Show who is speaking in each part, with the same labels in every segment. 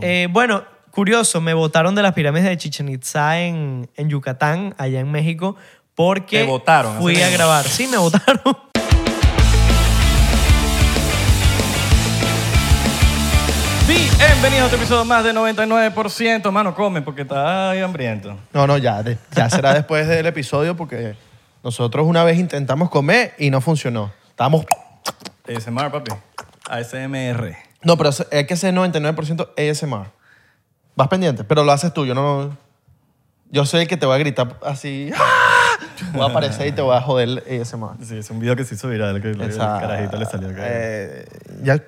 Speaker 1: Eh, bueno, curioso, me votaron de las pirámides de Chichen Itza en, en Yucatán, allá en México, porque
Speaker 2: Te botaron,
Speaker 1: fui
Speaker 2: así
Speaker 1: a
Speaker 2: mismo.
Speaker 1: grabar. Sí, me votaron.
Speaker 2: Bienvenidos a otro episodio más de 99%. Mano, come porque está ahí hambriento.
Speaker 3: No, no, ya, de- ya será después del episodio porque nosotros una vez intentamos comer y no funcionó. Estábamos...
Speaker 2: ASMR, papi. ASMR.
Speaker 3: No, pero es es que ese 99% ASMR. Vas pendiente, pero lo haces tú, yo no... Yo soy el que te va a gritar así... ¡ah! Voy a aparecer y te voy a joder el ASMR.
Speaker 2: Sí, es un video que se hizo viral, que el
Speaker 3: Esa-
Speaker 2: carajito le salió. que-
Speaker 3: eh, ¿Ya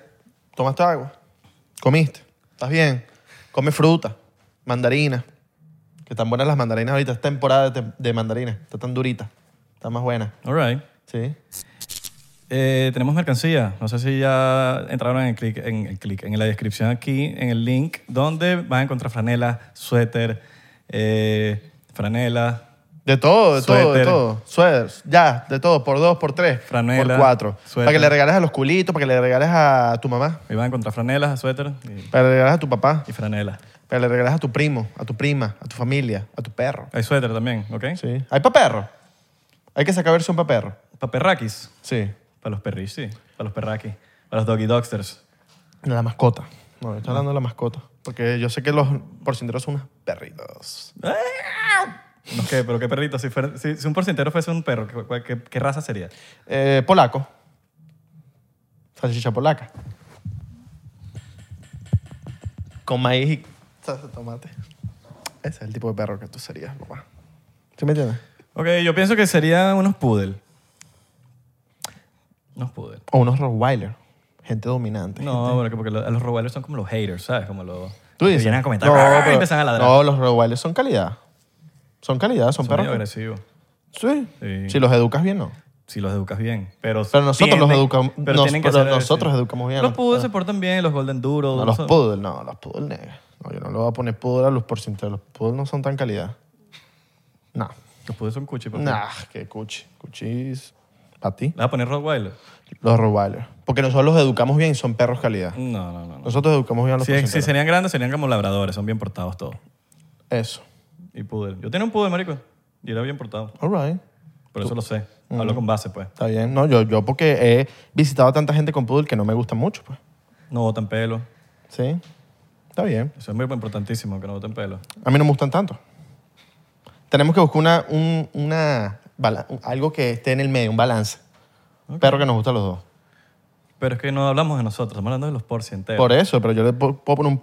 Speaker 3: tomaste agua? ¿Comiste? ¿Estás bien? Come fruta, mandarina. Que están buenas las mandarinas ahorita. Es temporada de, tem- de mandarinas. Están tan duritas. Están más buenas.
Speaker 2: All right.
Speaker 3: ¿Sí?
Speaker 2: Eh, tenemos mercancía. No sé si ya entraron en el clic, en el clic, en la descripción aquí, en el link, donde vas a encontrar franelas, suéter, eh, franelas,
Speaker 3: De todo, de todo,
Speaker 2: Suéter.
Speaker 3: de todo. Suéteres, ya, de todo. Por dos, por tres,
Speaker 2: Franela,
Speaker 3: por cuatro.
Speaker 2: suéter.
Speaker 3: Para que le regales a los culitos, para que le regales a tu mamá,
Speaker 2: ahí vas a encontrar franelas, suéter y,
Speaker 3: para que le regales a tu papá,
Speaker 2: y franelas.
Speaker 3: para que le regales a tu primo, a tu prima, a tu familia, a tu perro.
Speaker 2: Hay suéter también, ¿ok?
Speaker 3: Sí. Hay para perro. Hay que sacar versión para perro.
Speaker 2: Para perraquis.
Speaker 3: Sí.
Speaker 2: Para los perris, sí. Para los perraquis. Para los doggy dogsters.
Speaker 3: La mascota. No, yo estoy hablando de la mascota. Porque yo sé que los porcenteros son unos perritos.
Speaker 2: No, ¿qué? ¿Pero qué perrito? Si, fuera- si- si un porcentero fuese un perro, ¿qué, cuál- qué- qué raza sería?
Speaker 3: Eh, polaco. Salchicha polaca. Con maíz y salsa de tomate. Ese es el tipo de perro que tú serías, papá. ¿Sí me entiendes?
Speaker 2: Ok, yo pienso que serían unos poodle. Unos poodle.
Speaker 3: O unos Rottweiler. Gente dominante.
Speaker 2: No, porque, porque lo- a los rottweilers son como los haters, ¿sabes? Como los...
Speaker 3: ¿Tú dices?
Speaker 2: Que vienen a comentar
Speaker 3: No,
Speaker 2: "Ah", y
Speaker 3: pero-
Speaker 2: empiezan a ladrar.
Speaker 3: No, los Rottweilers son calidad. Son calidad, son,
Speaker 2: son medio
Speaker 3: perros. que-
Speaker 2: agresivos.
Speaker 3: Sí.
Speaker 2: Sí.
Speaker 3: Si los educas bien, no.
Speaker 2: Si los educas bien. Pero,
Speaker 3: Pero nosotros
Speaker 2: tienden-
Speaker 3: los educam-
Speaker 2: pero
Speaker 3: nos-
Speaker 2: tienen que
Speaker 3: pero
Speaker 2: ser
Speaker 3: nosotros
Speaker 2: agresivos.
Speaker 3: educamos bien a
Speaker 2: Los
Speaker 3: los-
Speaker 2: poodles se portan bien, los golden doodles.
Speaker 3: No, los
Speaker 2: son-
Speaker 3: poodle, no, los poodle, nega. No, yo no le voy a poner poodle a los porcenteros. Los poodle no son tan calidad. No.
Speaker 2: Los poodles son cuchi. papi.
Speaker 3: Nah, que cuchi. Cuchis. ¿Para ti?
Speaker 2: ¿Le vas a poner rottweiler?
Speaker 3: Los Rottweilers. Porque nosotros los educamos bien y son perros calidad.
Speaker 2: No, no, no. no.
Speaker 3: Nosotros educamos bien a los
Speaker 2: Si, si
Speaker 3: porcenteros.
Speaker 2: serían grandes, serían como labradores. Son bien portados todos.
Speaker 3: Eso.
Speaker 2: Y poodle. Yo tenía un poodle, marico. Y era bien portado.
Speaker 3: All right.
Speaker 2: Por eso lo sé. Hablo con base, pues.
Speaker 3: Está bien. No, yo, yo porque he visitado a tanta gente con poodle que no me gusta mucho, pues.
Speaker 2: No botan pelo.
Speaker 3: Sí. Está bien.
Speaker 2: Eso es muy importantísimo, que no boten pelo.
Speaker 3: A mí no me gustan tanto. Tenemos que buscar una, un- una bala- algo que esté en el medio, un balance. Un Perro que nos gusta a los dos.
Speaker 2: Pero es que no hablamos de nosotros. Estamos hablando de los porcienteros.
Speaker 3: Por e- eso, pero yo le po- puedo poner un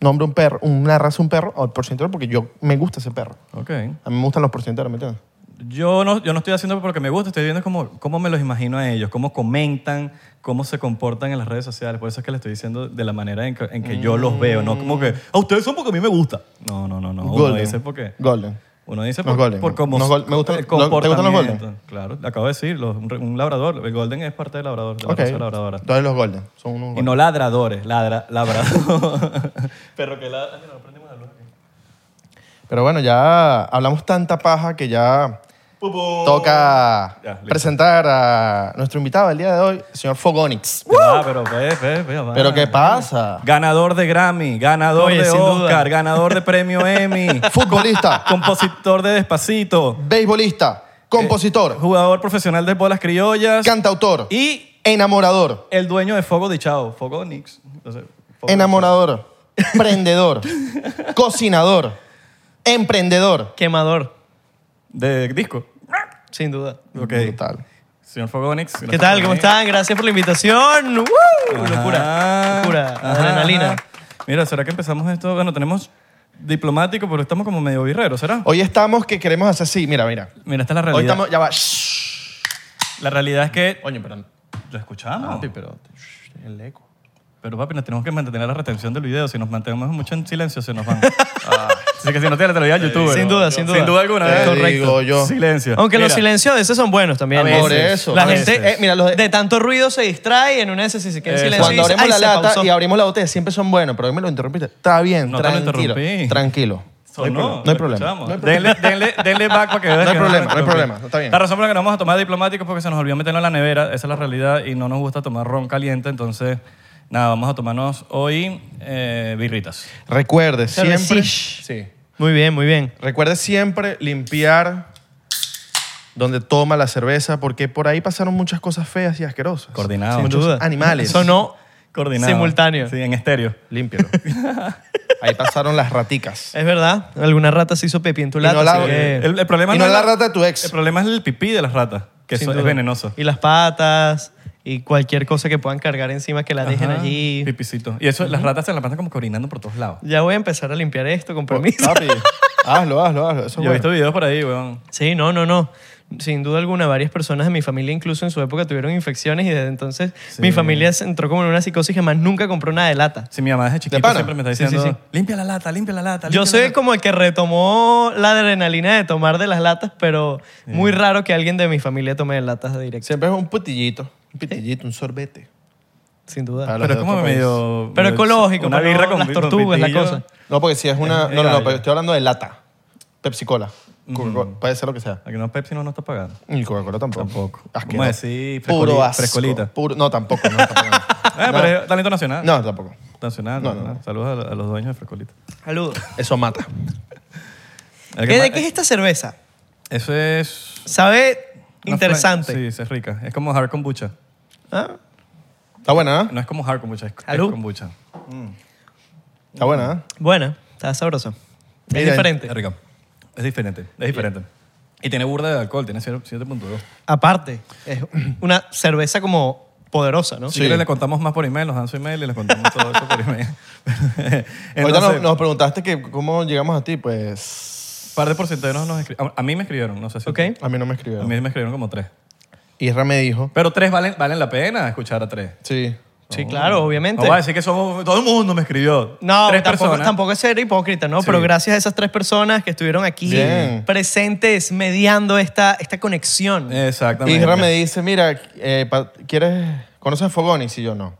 Speaker 3: nombre a un perro, una raza a un perro, o porcentero, porque yo me gusta ese perro.
Speaker 2: Ok.
Speaker 3: A mí me gustan los porcenteros, ¿me entiendes?
Speaker 2: Yo no, yo no estoy haciendo porque me gusta. Estoy viendo cómo, cómo me los imagino a ellos. Cómo comentan, cómo se comportan en las redes sociales. Por eso es que le estoy diciendo de la manera en que, en que yo los veo. No como que, a ustedes son porque a mí me gusta. No, no, no. no. Uno
Speaker 3: golden.
Speaker 2: dice porque...
Speaker 3: Golden.
Speaker 2: Uno dice
Speaker 3: Los
Speaker 2: por,
Speaker 3: golden.
Speaker 2: por cómo
Speaker 3: Los gol- me gustan-
Speaker 2: el
Speaker 3: lo- ¿te gustan los
Speaker 2: comportamiento.
Speaker 3: golden?
Speaker 2: Claro, le acabo de decir, los- un, un labrador, el golden es parte del labrador, de la
Speaker 3: Ok.
Speaker 2: raza labradora.
Speaker 3: Entonces los golden. Son unos
Speaker 2: Y no ladradores, ladra, labrador. Perro que ladra. Ay, mira, no prendimos la luz aquí.
Speaker 3: golden. Pero bueno, ya hablamos tanta paja que ya toca
Speaker 2: Oh. Ya, listo.
Speaker 3: presentar a nuestro invitado del día de hoy, el señor Fogonix.
Speaker 2: Ah, pero ve, ve, ve, va.
Speaker 3: ¿Pero qué pasa?
Speaker 2: Ganador de Grammy, ganador
Speaker 1: Oye,
Speaker 2: de
Speaker 1: sin duda.
Speaker 2: Oscar, ganador de premio Emmy,
Speaker 3: Futbolista,
Speaker 2: compositor de Despacito,
Speaker 3: beisbolista,
Speaker 2: Eh,
Speaker 3: compositor,
Speaker 2: jugador profesional de bolas criollas
Speaker 3: cantautor,
Speaker 2: y
Speaker 3: enamorador,
Speaker 2: el dueño de Fogo de Chao, Fogo Nix. Entonces, Fogo
Speaker 3: enamorador, prendedor, cocinador, emprendedor.
Speaker 1: Quemador,
Speaker 2: De disco.
Speaker 1: sin duda.
Speaker 2: Ok.
Speaker 3: Brutal.
Speaker 2: Señor Fogonix.
Speaker 1: ¿Qué tal? ¿Cómo están? Gracias por la invitación. ¡Woo! Locura, locura, adrenalina.
Speaker 2: Mira, ¿será que empezamos esto? Bueno, tenemos diplomático, pero estamos como medio birreros, ¿será?
Speaker 3: Hoy estamos que queremos hacer así, mira, mira.
Speaker 2: Mira, esta es la
Speaker 3: Hoy
Speaker 2: realidad.
Speaker 3: estamos, ya va. shh.
Speaker 2: La realidad es que...
Speaker 3: Coño, pero
Speaker 2: Lo escuchamos.
Speaker 3: papi, pero shh, el eco.
Speaker 2: Pero papi, nos tenemos que mantener la retención del video. Si nos mantenemos mucho en silencio, se nos van. Ah. Así que si no te la te lo digo al youtuber.
Speaker 1: Sin duda, sin duda.
Speaker 2: Sin duda alguna.
Speaker 3: Te
Speaker 2: ¿eh?
Speaker 3: digo yo.
Speaker 2: Silencio.
Speaker 1: Aunque los
Speaker 2: Mira,
Speaker 1: silencios a veces son buenos también.
Speaker 3: A
Speaker 1: ¿no?
Speaker 3: Por veces. eso,
Speaker 1: La
Speaker 3: a
Speaker 1: gente,
Speaker 3: veces.
Speaker 1: eh, mira, los de, de tanto ruido se distrae y en una de esas si se queda en
Speaker 2: Eso.
Speaker 1: silencio
Speaker 3: Cuando
Speaker 1: dice,
Speaker 3: abrimos
Speaker 1: "Ay,
Speaker 3: la
Speaker 1: se
Speaker 3: lata
Speaker 1: pausó".
Speaker 3: y abrimos la botella siempre son buenos, pero hoy me lo interrumpiste. Está bien,
Speaker 2: No te lo
Speaker 3: tranquilo.
Speaker 2: interrumpí.
Speaker 3: tranquilo.
Speaker 2: Sonó,
Speaker 3: no
Speaker 2: lo
Speaker 3: hay problema. No hay problema.
Speaker 2: escuchamos. Denle, denle, denle back para que veas
Speaker 3: No hay
Speaker 2: que
Speaker 3: problema,
Speaker 2: nos
Speaker 3: no hay
Speaker 2: interrumpí.
Speaker 3: problema, está bien.
Speaker 2: La razón por la que no vamos a tomar diplomáticos es porque se nos olvidó meterlo en la nevera. Esa es la realidad y no nos gusta tomar ron caliente. Entonces, Nada, vamos a tomarnos hoy eh, birritas.
Speaker 3: Recuerde
Speaker 1: Claro,
Speaker 3: siempre.
Speaker 1: sí.
Speaker 3: Sí.
Speaker 1: Muy bien, muy bien.
Speaker 3: Recuerde siempre limpiar donde toma la cerveza, porque por ahí pasaron muchas cosas feas y asquerosas.
Speaker 2: Coordinado.
Speaker 1: Sin
Speaker 3: Ah, Muchos
Speaker 1: duda.
Speaker 3: animales.
Speaker 1: Sonó
Speaker 2: Coordinado.
Speaker 1: Simultáneo.
Speaker 2: Sí, en estéreo.
Speaker 3: Límpialo. ahí pasaron las raticas.
Speaker 1: Es verdad, alguna rata se hizo pepí en tu
Speaker 3: Y
Speaker 1: lata.
Speaker 3: no la-
Speaker 1: así que-
Speaker 2: El, el problema
Speaker 3: Y no es la rata de tu
Speaker 2: El
Speaker 3: ex.
Speaker 2: problema es el pipí de las ratas, que
Speaker 1: sin
Speaker 2: eso es
Speaker 1: duda.
Speaker 2: venenoso.
Speaker 1: Y las patas y cualquier cosa que puedan cargar encima que la dejen
Speaker 2: Ajá,
Speaker 1: allí.
Speaker 2: Pipicito. Y eso, las ratas se la pasan como que orinando por todos lados.
Speaker 1: Ya voy a empezar a limpiar esto, con permiso.
Speaker 3: Papi, hazlo, hazlo,
Speaker 2: Yo
Speaker 3: hazlo. Eso es
Speaker 2: he
Speaker 3: bueno.
Speaker 2: visto videos por ahí, weón.
Speaker 1: Sí, no, no, no. Sin duda alguna, varias personas de mi familia incluso en su época tuvieron infecciones y desde entonces
Speaker 2: Sí.
Speaker 1: mi familia se entró como en una psicosis que más nunca compró nada de lata.
Speaker 2: Si mi mamá desde
Speaker 3: ¿De
Speaker 2: chiquita
Speaker 3: pana?
Speaker 2: siempre me está
Speaker 1: Sí, sí,
Speaker 2: diciendo,
Speaker 1: sí.
Speaker 2: limpia la lata, limpia la lata.
Speaker 1: Yo
Speaker 2: limpia
Speaker 1: soy
Speaker 2: la lata".
Speaker 1: como el que retomó la adrenalina de tomar de las latas, pero muy raro que alguien de mi familia tome de latas de directo,
Speaker 3: Siempre es un pitillito. Un pitillito, un sorbete.
Speaker 1: sin duda.
Speaker 3: Para los
Speaker 2: Pero es
Speaker 3: de
Speaker 2: como
Speaker 3: otro país.
Speaker 2: medio...
Speaker 1: Pero
Speaker 2: medio-
Speaker 1: ecológico,
Speaker 2: Una
Speaker 1: para
Speaker 2: birra
Speaker 1: no-
Speaker 2: con
Speaker 1: las
Speaker 2: con
Speaker 1: tortugas, la
Speaker 2: pitillo.
Speaker 1: cosa.
Speaker 3: No, porque si es una.
Speaker 2: Es-
Speaker 3: No, no,
Speaker 2: es
Speaker 3: no,
Speaker 2: gallo.
Speaker 3: pero estoy hablando de lata. Pepsi Cola. Coca-Cola, Puede ser lo que sea.
Speaker 2: Aquí no, Pepsi no nos está pagando.
Speaker 3: Y Coca-Cola tampoco.
Speaker 2: Tampoco.
Speaker 3: Asqueroso.
Speaker 2: Vamos a decir
Speaker 3: Puro
Speaker 2: frescoli-
Speaker 3: asco.
Speaker 2: frescolita.
Speaker 3: Puro- no, tampoco. No, tampoco.
Speaker 2: Ah, pero es talento nacional.
Speaker 3: no, tampoco.
Speaker 2: Nacional.
Speaker 3: No, no, no.
Speaker 2: Saludos a, a los dueños de Frescolita.
Speaker 1: Saludos.
Speaker 3: Eso mata.
Speaker 2: El que
Speaker 1: ¿Qué-
Speaker 2: ma-
Speaker 1: ¿De qué es esta cerveza?
Speaker 2: Eso es...
Speaker 1: Sabe
Speaker 2: una
Speaker 1: interesante.
Speaker 2: fran- Sí, sí, es rica. Es como hard kombucha.
Speaker 1: Ah,
Speaker 3: Está buena, ¿eh?
Speaker 2: No es como hard kombucha, es, es
Speaker 1: Salud.
Speaker 2: kombucha.
Speaker 3: Está buena, ¿eh?
Speaker 1: Buena, está sabroso. Es
Speaker 3: Mira,
Speaker 1: diferente.
Speaker 2: Es rica. Es diferente, es diferente. Y tiene burda de alcohol, tiene 0- 7.2.
Speaker 1: Aparte, es una cerveza como poderosa, ¿no?
Speaker 2: Si quieres le contamos más por email, nos dan su email y les contamos todo eso por email.
Speaker 3: Ahorita nos,
Speaker 2: Entonces,
Speaker 3: nos preguntaste que cómo llegamos a ti, pues
Speaker 2: par de porcenteros nos escribieron. A mí me escribieron, no sé si.
Speaker 1: Ok.
Speaker 3: a mí no me
Speaker 2: A
Speaker 3: escribieron.
Speaker 2: mí me escribieron como tres.
Speaker 3: Isra me dijo,
Speaker 2: Pero tres valen, valen la pena escuchar a tres.
Speaker 3: sí,
Speaker 1: Sí, claro, obviamente.
Speaker 2: Oh. No voy a decir que somos... Todo el mundo me escribió.
Speaker 1: No,
Speaker 2: tres
Speaker 1: tampoco,
Speaker 2: personas.
Speaker 1: tampoco es ser hipócrita, ¿no?
Speaker 2: Sí.
Speaker 1: Pero gracias a esas tres personas que estuvieron aquí
Speaker 3: Bien.
Speaker 1: presentes mediando esta, esta conexión.
Speaker 2: Eh, Exactamente.
Speaker 3: Isra me dice, mira, eh, pa- ¿quieres, conoces a Fogonis? Y yo, no.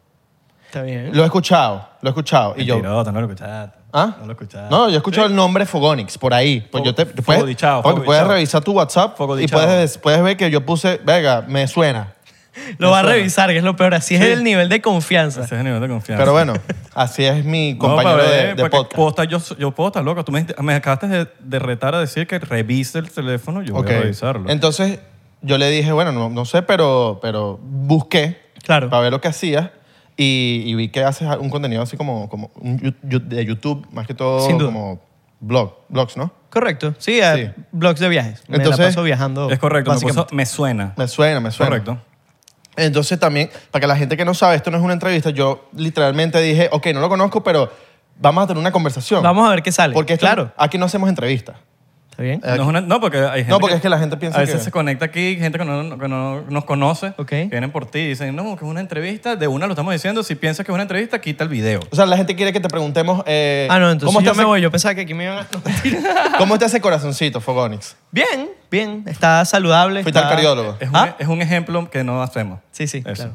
Speaker 1: Está bien.
Speaker 3: Lo he escuchado, lo he escuchado. Y yo,
Speaker 2: Mentiroso, no lo escuchaste.
Speaker 3: ¿ah?
Speaker 2: No lo escuchaste.
Speaker 3: No, yo he escuchado el nombre Fogonix por ahí. Pues
Speaker 2: Fo-
Speaker 3: yo te,
Speaker 2: Fogo
Speaker 3: puedes,
Speaker 2: de chao,
Speaker 3: porque
Speaker 2: Fogo de
Speaker 3: puedes
Speaker 2: chao.
Speaker 3: revisar tu WhatsApp
Speaker 2: Fogo de
Speaker 3: y
Speaker 2: chao.
Speaker 3: puedes, puedes ver que yo puse, venga, me suena.
Speaker 1: Lo va a
Speaker 2: Eso.
Speaker 1: revisar, que es lo peor. Así es
Speaker 2: Sí.
Speaker 1: el nivel de confianza.
Speaker 2: Ese es el nivel de confianza.
Speaker 3: Pero bueno, así es mi
Speaker 2: No,
Speaker 3: compañero
Speaker 2: para
Speaker 3: de,
Speaker 2: ver,
Speaker 3: de
Speaker 2: porque
Speaker 3: podcast.
Speaker 2: puedo estar- yo, so- yo puedo estar loco. Tú me, me acabaste de, de retar a decir que revise el teléfono. Yo voy
Speaker 3: Ok.
Speaker 2: a revisarlo.
Speaker 3: Entonces, yo le dije, bueno, no, no sé, pero, pero busqué
Speaker 1: Claro.
Speaker 3: para ver lo que hacías y, y vi que haces un contenido así como, como un yu- yu- de YouTube, más que todo
Speaker 1: Sin duda.
Speaker 3: como blog, blogs, ¿no?
Speaker 1: Correcto. Sí, a-
Speaker 3: Sí.
Speaker 1: blogs de viajes. Me
Speaker 3: Entonces,
Speaker 1: la paso viajando.
Speaker 2: es correcto. Me, puso-
Speaker 1: básicamente.
Speaker 2: me suena.
Speaker 3: Me suena, me suena.
Speaker 2: Correcto.
Speaker 3: Entonces también, para que la gente que no sabe, esto no es una entrevista, yo literalmente dije, ok, no lo conozco, pero vamos a tener una conversación.
Speaker 1: Vamos a ver qué sale.
Speaker 3: Porque esto-
Speaker 1: claro.
Speaker 3: aquí no hacemos entrevistas.
Speaker 1: Está bien.
Speaker 3: Eh,
Speaker 2: No, es una- no, porque hay gente
Speaker 3: No, porque es que la gente piensa
Speaker 2: A veces
Speaker 3: que-
Speaker 2: se conecta aquí gente que no, que no nos conoce,
Speaker 1: Ok.
Speaker 2: que vienen por ti y dicen, no, que es una entrevista, de una lo estamos diciendo, si piensas que es una entrevista, quita el video.
Speaker 3: O sea, la gente quiere que te preguntemos... eh,
Speaker 1: Ah, no, entonces
Speaker 3: ¿cómo,
Speaker 1: yo
Speaker 3: está
Speaker 1: me
Speaker 3: ese-
Speaker 1: voy. Yo pensaba que aquí me iban a...
Speaker 3: ¿Cómo está ese corazoncito, Fogonix?
Speaker 1: Bien, bien. Está saludable.
Speaker 3: Fuiste al
Speaker 1: está-
Speaker 3: cardiólogo.
Speaker 2: Es un,
Speaker 1: ¿Ah?
Speaker 2: es un ejemplo que no hacemos.
Speaker 1: Sí, sí,
Speaker 2: Eso.
Speaker 1: claro.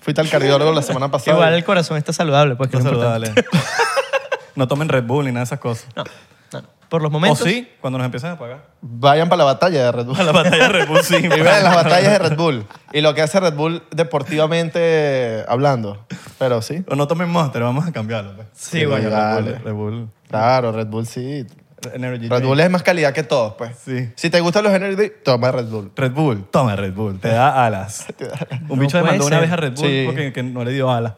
Speaker 3: Fuiste al cardiólogo la semana pasada.
Speaker 1: Igual el corazón está saludable, pues que
Speaker 2: Está
Speaker 1: es lo importante.
Speaker 2: saludable. no tomen Red Bull ni nada de esas cosas.
Speaker 1: No, no. Por los
Speaker 2: O
Speaker 1: momentos.
Speaker 2: ¿Oh, sí, cuando nos empiezan a pagar.
Speaker 3: Vayan para la batalla de Red Bull.
Speaker 2: A la batalla de Red Bull, sí.
Speaker 3: Y vean las batallas de Red Bull. Y lo que hace Red Bull deportivamente hablando. Pero sí.
Speaker 2: O no tomen Monster, vamos a cambiarlo. pues.
Speaker 1: Sí, bueno,
Speaker 3: vale.
Speaker 1: eh.
Speaker 2: Red Bull.
Speaker 3: Claro, Red Bull sí.
Speaker 2: Red Bull. Energy
Speaker 3: Red
Speaker 2: drink.
Speaker 3: Bull es más calidad que todos, pues.
Speaker 2: Sí.
Speaker 3: Si te gustan los Energy Drink, toma Red Bull.
Speaker 2: Red Bull. Toma Red Bull. Te da alas.
Speaker 1: No
Speaker 2: Un bicho
Speaker 1: puede
Speaker 2: demandó una
Speaker 1: ser.
Speaker 2: vez a Red Bull
Speaker 3: Sí.
Speaker 2: porque que no le dio alas.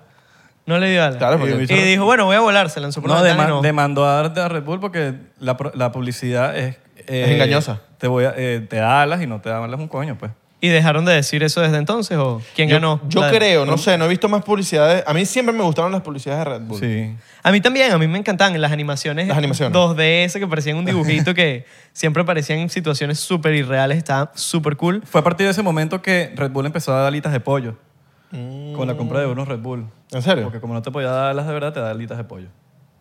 Speaker 1: No le dio ala.
Speaker 3: Claro, porque-
Speaker 1: y dijo, bueno, voy a volar. Se lanzó por
Speaker 2: No,
Speaker 1: la ventana y
Speaker 2: dema-
Speaker 1: no.
Speaker 2: demandó a, a Red Bull porque la, pro- la publicidad es... eh,
Speaker 3: Es engañosa.
Speaker 2: Te, voy a- eh, te da alas y no te da alas un coño, pues.
Speaker 1: ¿Y dejaron de decir eso desde entonces o quién
Speaker 3: Yo,
Speaker 1: ganó?
Speaker 3: yo
Speaker 1: La-
Speaker 3: creo, no sé, no he visto más publicidades. A mí siempre me gustaron las publicidades de Red Bull.
Speaker 2: Sí.
Speaker 1: A mí también, a mí me encantaban las animaciones,
Speaker 3: Las animaciones.
Speaker 1: 2D ese que parecían un dibujito que siempre parecían situaciones súper irreales, estaba súper cool.
Speaker 2: Fue a partir de ese momento que Red Bull empezó a dar alitas de pollo con la compra de unos Red Bull.
Speaker 3: ¿En serio?
Speaker 2: Porque como no te podía dar alas de verdad, te da alitas de pollo.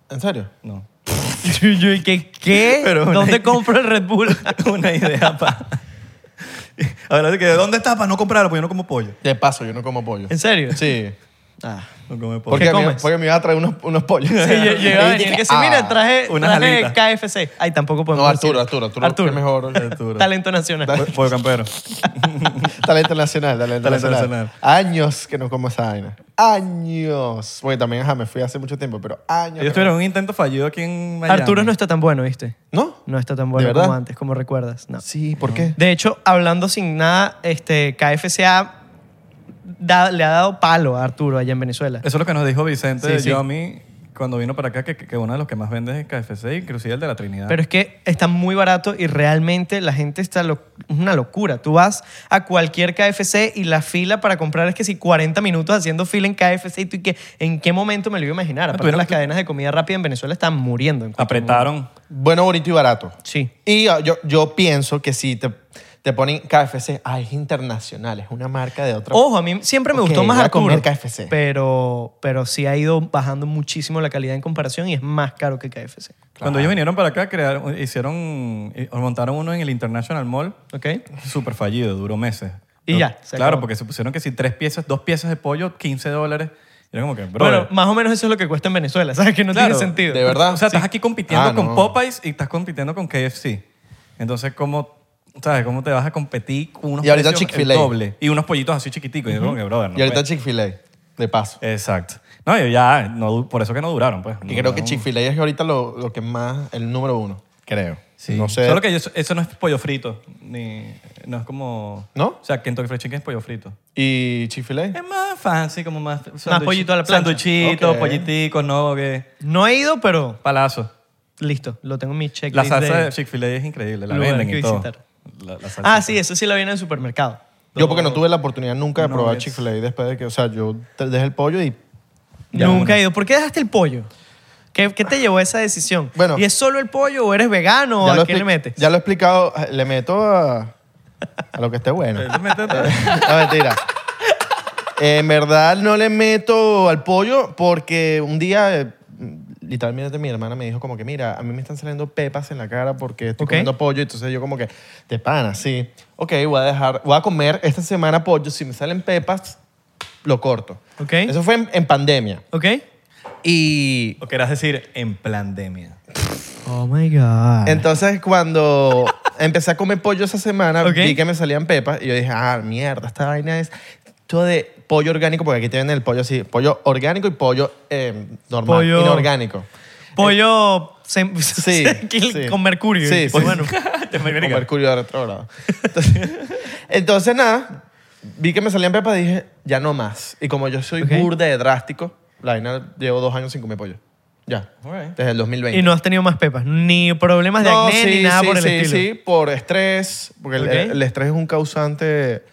Speaker 3: ¿En serio?
Speaker 2: No.
Speaker 1: Yo, yo, ¿y ¿qué? ¿Qué?
Speaker 2: Pero una-
Speaker 1: ¿Dónde compro el Red Bull?
Speaker 2: Una idea, pa. Ahora sí que, ¿dónde está para no comprarlo? Porque pues yo no como pollo.
Speaker 3: De paso, yo no como pollo.
Speaker 1: ¿En serio?
Speaker 3: Sí.
Speaker 1: Ah.
Speaker 2: No come pollo.
Speaker 1: ¿Por qué
Speaker 3: Porque, me,
Speaker 1: comes?
Speaker 3: porque me iba a traer unos, unos pollos.
Speaker 1: Sí, lle- llegaba
Speaker 3: Y
Speaker 1: a venir
Speaker 3: dije,
Speaker 1: que si
Speaker 3: ah.
Speaker 1: mira, traje,
Speaker 2: unas
Speaker 1: traje
Speaker 2: alitas.
Speaker 1: KFC. Ay, tampoco podemos
Speaker 3: No, Arturo,
Speaker 1: decir.
Speaker 3: Arturo, Arturo, que mejor.
Speaker 2: Arturo.
Speaker 1: Talento nacional.
Speaker 2: Po- Pollo campero.
Speaker 3: Talento nacional, talento,
Speaker 2: Talento
Speaker 3: nacional.
Speaker 2: nacional.
Speaker 3: Años que no como esa vaina. Años. Porque también, ajá, me fui hace mucho tiempo, pero años.
Speaker 2: Ellos
Speaker 3: que no-
Speaker 2: tuvieron un intento fallido aquí en Miami.
Speaker 1: Arturo no está tan bueno, ¿viste?
Speaker 3: ¿No?
Speaker 1: No está tan bueno
Speaker 3: verdad?
Speaker 1: como antes, como recuerdas. No.
Speaker 3: Sí, ¿por qué?
Speaker 1: De hecho, hablando sin nada, este, KFC ha da- le ha dado palo a Arturo allá en Venezuela.
Speaker 2: Eso es lo que nos dijo Vicente
Speaker 1: Sí,
Speaker 2: de
Speaker 1: sí.
Speaker 2: Yomi cuando vino para acá, que, que uno de los que más vende es KFC, inclusive el de la Trinidad.
Speaker 1: Pero es que está muy barato y realmente la gente está... lo- es una locura. Tú vas a cualquier KFC y la fila para comprar es que si 40 minutos haciendo fila en KFC y tú y que en qué momento me lo iba a imaginar. Aparte,
Speaker 2: tuvieron
Speaker 1: las
Speaker 2: que-
Speaker 1: cadenas de comida rápida en Venezuela están muriendo.
Speaker 2: Ah,
Speaker 1: en cualquier
Speaker 2: Apretaron.
Speaker 3: Bueno, bonito y barato.
Speaker 1: momento. Sí.
Speaker 3: Y ah, yo, yo pienso que si te, te ponen KFC, ah, es internacional, es una marca de
Speaker 2: Oh,
Speaker 3: otro.
Speaker 1: Ojo, a mí siempre me
Speaker 3: Ok,
Speaker 1: gustó más
Speaker 3: voy a
Speaker 1: Arturo.
Speaker 3: comer KFC.
Speaker 1: Pero, pero sí ha ido bajando muchísimo la calidad en comparación y es más caro que KFC.
Speaker 2: Cuando ellos vinieron para acá, crearon, hicieron, eh, montaron uno en el International Mall,
Speaker 1: ¿Ok?
Speaker 2: súper fallido, duró meses.
Speaker 1: Y ya, se
Speaker 2: Claro,
Speaker 1: acabó.
Speaker 2: porque se pusieron que si tres piezas, dos piezas de pollo, 15 dólares. Y era como que, bro.
Speaker 1: Bueno, más o menos eso es lo que cuesta en Venezuela, ¿sabes? Que no
Speaker 2: Claro,
Speaker 1: tiene sentido.
Speaker 3: de verdad.
Speaker 2: O sea, estás aquí compitiendo
Speaker 3: Ah,
Speaker 2: con
Speaker 3: no.
Speaker 2: Popeyes y estás compitiendo con KFC. Entonces, ¿cómo, sabes, ¿cómo te vas a competir con unos
Speaker 3: Y ahorita
Speaker 2: precios el
Speaker 3: Chick-fil-A.
Speaker 2: doble? Y unos pollitos así chiquiticos. Y yo como que, brother, no pues.
Speaker 3: y ahorita
Speaker 2: puede-
Speaker 3: Chick-fil-A, de paso.
Speaker 2: Exacto. No, y ya, no, du- por eso que no duraron, pues.
Speaker 3: Y
Speaker 2: No
Speaker 3: creo que
Speaker 2: duraron.
Speaker 3: Chick-fil-A es ahorita lo, lo que más, el número uno. Creo.
Speaker 2: Sí.
Speaker 3: No sé.
Speaker 2: Solo que eso, eso no es pollo frito. Ni, no es como.
Speaker 3: ¿No?
Speaker 2: O sea, Kentucky Fried Chicken es pollo frito.
Speaker 3: ¿Y Chick-fil-A?
Speaker 2: Es más fancy, como más.
Speaker 1: pollito a la plancha.
Speaker 2: Sanduchito,
Speaker 3: Ok.
Speaker 2: pollitico, no, que.
Speaker 1: No he ido, pero
Speaker 2: Palazo.
Speaker 1: listo, lo tengo en mi checklist.
Speaker 2: La salsa
Speaker 1: de-
Speaker 2: de Chick-fil-A es increíble. La
Speaker 1: Lugar
Speaker 2: venden
Speaker 1: que
Speaker 2: y todo.
Speaker 1: visitar.
Speaker 2: La- la salsa.
Speaker 1: Ah, sí, eso sí la viene en el supermercado.
Speaker 3: Yo porque no tuve la oportunidad nunca de
Speaker 2: No,
Speaker 3: probar
Speaker 2: es-
Speaker 3: Chick-fil-A después de que, o sea, yo te- dejé el pollo y Ya,
Speaker 1: Nunca
Speaker 3: bueno.
Speaker 1: he ido. ¿Por qué dejaste el pollo? ¿Qué, qué te llevó a esa decisión?
Speaker 3: Bueno.
Speaker 1: ¿Y es solo el pollo o eres vegano o
Speaker 3: ya,
Speaker 1: a
Speaker 3: lo
Speaker 1: qué le
Speaker 3: expli-
Speaker 1: metes?
Speaker 3: ya lo he explicado, eh, le meto a, a lo que esté bueno.
Speaker 2: Él mete todo.
Speaker 3: no, mentira. Eh, en verdad no le meto al pollo porque un día, eh, literalmente mi hermana me dijo como que, mira, a mí me están saliendo pepas en la cara porque estoy
Speaker 1: Ok.
Speaker 3: comiendo pollo. Entonces yo como que, te pana, sí. Ok, voy a dejar, voy a comer esta semana pollo. Si me salen pepas, lo corto.
Speaker 1: Ok.
Speaker 3: Eso fue en, en pandemia.
Speaker 1: ¿Ok?
Speaker 3: Y
Speaker 2: O querás decir, en pandemia.
Speaker 1: Oh my God.
Speaker 3: Entonces, cuando empecé a comer pollo esa semana,
Speaker 1: Ok.
Speaker 3: vi que me salían pepas y yo dije, ah, mierda, esta vaina es todo de pollo orgánico, porque aquí te venden el pollo así, pollo orgánico y pollo eh, normal,
Speaker 1: Pollo-
Speaker 3: inorgánico.
Speaker 1: pollo sem-
Speaker 3: Sí,
Speaker 1: kill-
Speaker 3: sí.
Speaker 1: con mercurio.
Speaker 3: Sí,
Speaker 1: Y, pues,
Speaker 3: sí.
Speaker 1: bueno,
Speaker 3: Con mercurio de retrógrado. Entonces, entonces, nada, vi que me salían pepas y dije, ya no más. Y como yo soy
Speaker 1: Ok.
Speaker 3: burda de drástico, la vaina llevo dos años sin comer pollo. Ya,
Speaker 2: Alright.
Speaker 3: desde el 2020.
Speaker 1: y no has tenido más pepas, ni problemas de
Speaker 3: No,
Speaker 1: acné, ni
Speaker 3: sí,
Speaker 1: nada
Speaker 3: sí,
Speaker 1: por el
Speaker 3: sí,
Speaker 1: estilo.
Speaker 3: Sí, por estrés, porque el-
Speaker 1: Ok.
Speaker 3: el, el estrés es un causante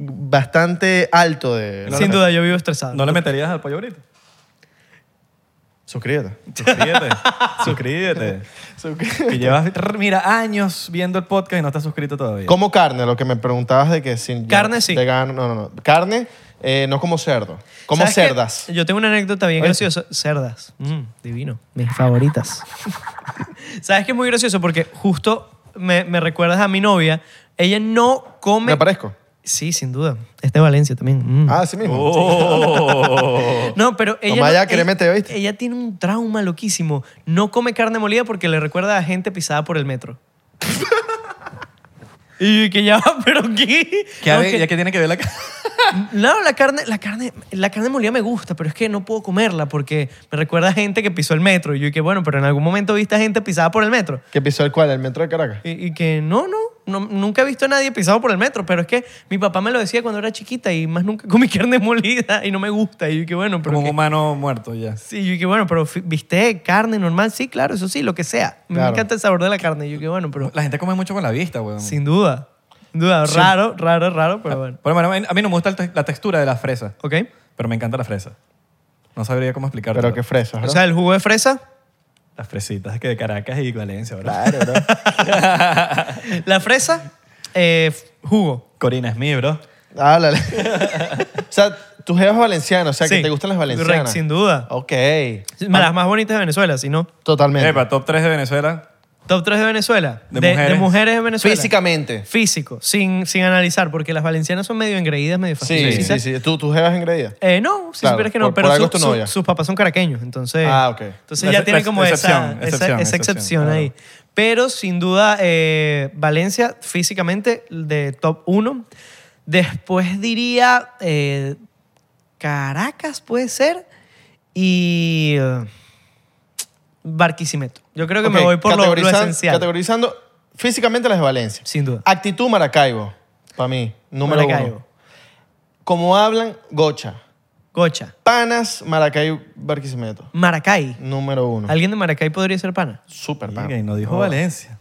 Speaker 3: bastante alto de...
Speaker 2: No
Speaker 1: Sin
Speaker 2: le-
Speaker 1: duda, yo vivo estresado.
Speaker 2: ¿No le meterías al pollo ahorita?
Speaker 3: Suscríbete.
Speaker 2: Suscríbete. suscríbete. Que llevas, rr, mira, años viendo el podcast y no estás suscrito todavía.
Speaker 3: Como carne, lo que me preguntabas de que sin...
Speaker 1: Carne sí.
Speaker 3: Vegano, no, no, no. Carne, eh, no como cerdo. Como
Speaker 1: ¿Sabes qué?
Speaker 3: cerdas.
Speaker 1: Yo tengo una anécdota bien
Speaker 3: Oye.
Speaker 1: graciosa. Cerdas. Mm, divino. Mis favoritas. ¿Sabes qué es muy gracioso? Porque justo me, me recuerdas a mi novia. Ella no
Speaker 3: ¿Me,
Speaker 1: come...
Speaker 3: parezco?
Speaker 1: Sí, sin duda. Este Valencia también. Mm.
Speaker 3: Ah, sí mismo.
Speaker 2: Oh.
Speaker 1: No, pero ella.
Speaker 3: Tomá
Speaker 1: no-
Speaker 3: ya, que le
Speaker 1: ella-
Speaker 3: mete, ¿oíste?
Speaker 1: Ella tiene un trauma loquísimo. No come carne molida porque le recuerda a gente pisada por el metro. y que ya va, pero ¿qué?
Speaker 2: ¿Qué
Speaker 1: no,
Speaker 2: ave-
Speaker 1: que-
Speaker 2: ¿Ya que tiene que ver la cara?
Speaker 1: no, la carne, la carne, la carne molida me gusta, pero es que no puedo comerla porque me recuerda a gente que pisó el metro. Y yo y que bueno, pero en algún momento viste a gente pisada por el metro.
Speaker 3: ¿Qué pisó el cual? ¿El metro de Caracas?
Speaker 1: Y, y que no, no, no, nunca he visto a nadie pisado por el metro, pero es que mi papá me lo decía cuando era chiquita y más nunca comí carne molida y no me gusta. Y yo y que bueno, pero
Speaker 2: Como un
Speaker 1: ¿qué?
Speaker 2: humano muerto ya.
Speaker 1: Sí, yo que bueno, pero fi- viste carne normal, sí, claro, eso sí, lo que sea. A mí Me
Speaker 3: Claro.
Speaker 1: encanta el sabor de la carne, yo que bueno, pero
Speaker 2: La gente come mucho con la vista, weón.
Speaker 1: sin duda, sin duda, raro, raro, raro, pero bueno.
Speaker 2: Por lo menos, a mí no me gusta el te- la textura de la fresa,
Speaker 1: ¿Ok?
Speaker 2: pero me encanta la fresa. No sabría cómo explicarlo.
Speaker 3: Pero qué fresas,
Speaker 1: O
Speaker 3: ¿no?
Speaker 1: sea, el jugo de fresa,
Speaker 2: Las fresitas que de Caracas y Valencia, ¿verdad?
Speaker 3: Claro, bro.
Speaker 1: la fresa, eh, f- jugo.
Speaker 2: Corina es mi, bro.
Speaker 3: Háblale. o sea, tu jefa es valenciana, o sea, que
Speaker 1: Sí.
Speaker 3: te gustan las
Speaker 1: Correcto,
Speaker 3: valencianas.
Speaker 1: sin duda.
Speaker 3: Ok.
Speaker 1: Las más bonitas de Venezuela, si no.
Speaker 3: Totalmente.
Speaker 2: Epa, top 3 de Venezuela.
Speaker 1: Top 3 de Venezuela.
Speaker 2: De mujeres.
Speaker 1: mujeres de Venezuela.
Speaker 3: Físicamente.
Speaker 1: Físico, sin, sin analizar, porque las valencianas son medio engreídas, medio
Speaker 3: Sí, sí,
Speaker 1: fastidiosas.
Speaker 3: sí. ¿Tú, tú jevas engreída?
Speaker 1: Eh, no, si
Speaker 3: Claro,
Speaker 1: supieras que no,
Speaker 3: por-
Speaker 1: pero
Speaker 3: por
Speaker 1: su-
Speaker 3: algo es tu
Speaker 1: su-
Speaker 3: novia.
Speaker 1: sus papás son caraqueños, entonces.
Speaker 3: Ah, ok.
Speaker 1: Entonces
Speaker 2: La
Speaker 1: ya
Speaker 2: ex-
Speaker 1: tiene
Speaker 2: ex-
Speaker 1: como
Speaker 2: excepción,
Speaker 1: esa,
Speaker 2: excepción,
Speaker 1: esa, esa
Speaker 2: excepción,
Speaker 1: excepción ahí. Pero sin duda, eh, Valencia físicamente de top 1. Después diría eh, Caracas, puede ser. Y eh, Barquisimeto. Yo creo que me
Speaker 3: Ok,
Speaker 1: voy por lo- lo,
Speaker 3: categorizan-
Speaker 1: esencial.
Speaker 3: Categorizando físicamente las de Valencia.
Speaker 1: Sin duda.
Speaker 3: Actitud Maracaibo, para mí, número
Speaker 1: Maracaibo.
Speaker 3: uno. Como hablan, gocha.
Speaker 1: Gocha.
Speaker 3: Panas, Maracaibo, Barquisimeto.
Speaker 1: Maracay.
Speaker 3: Número uno.
Speaker 1: ¿Alguien de Maracay podría ser pana?
Speaker 3: Súper pana.
Speaker 2: Venga, y no dijo
Speaker 1: Oh.
Speaker 3: No.
Speaker 2: Valencia.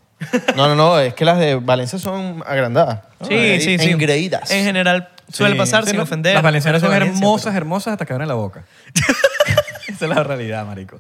Speaker 3: No, no, no, es que las de Valencia son agrandadas.
Speaker 2: Ah,
Speaker 1: Sí,
Speaker 3: Engre-
Speaker 1: sí, sí.
Speaker 3: Engreídas.
Speaker 1: En general suele
Speaker 2: Sí.
Speaker 1: pasar
Speaker 2: Sí,
Speaker 1: sin
Speaker 2: no,
Speaker 1: ofender.
Speaker 2: Las valencianas son
Speaker 1: Parece Valencia,
Speaker 2: hermosas, hermosas hasta que abren la boca. Esa es la realidad, marico.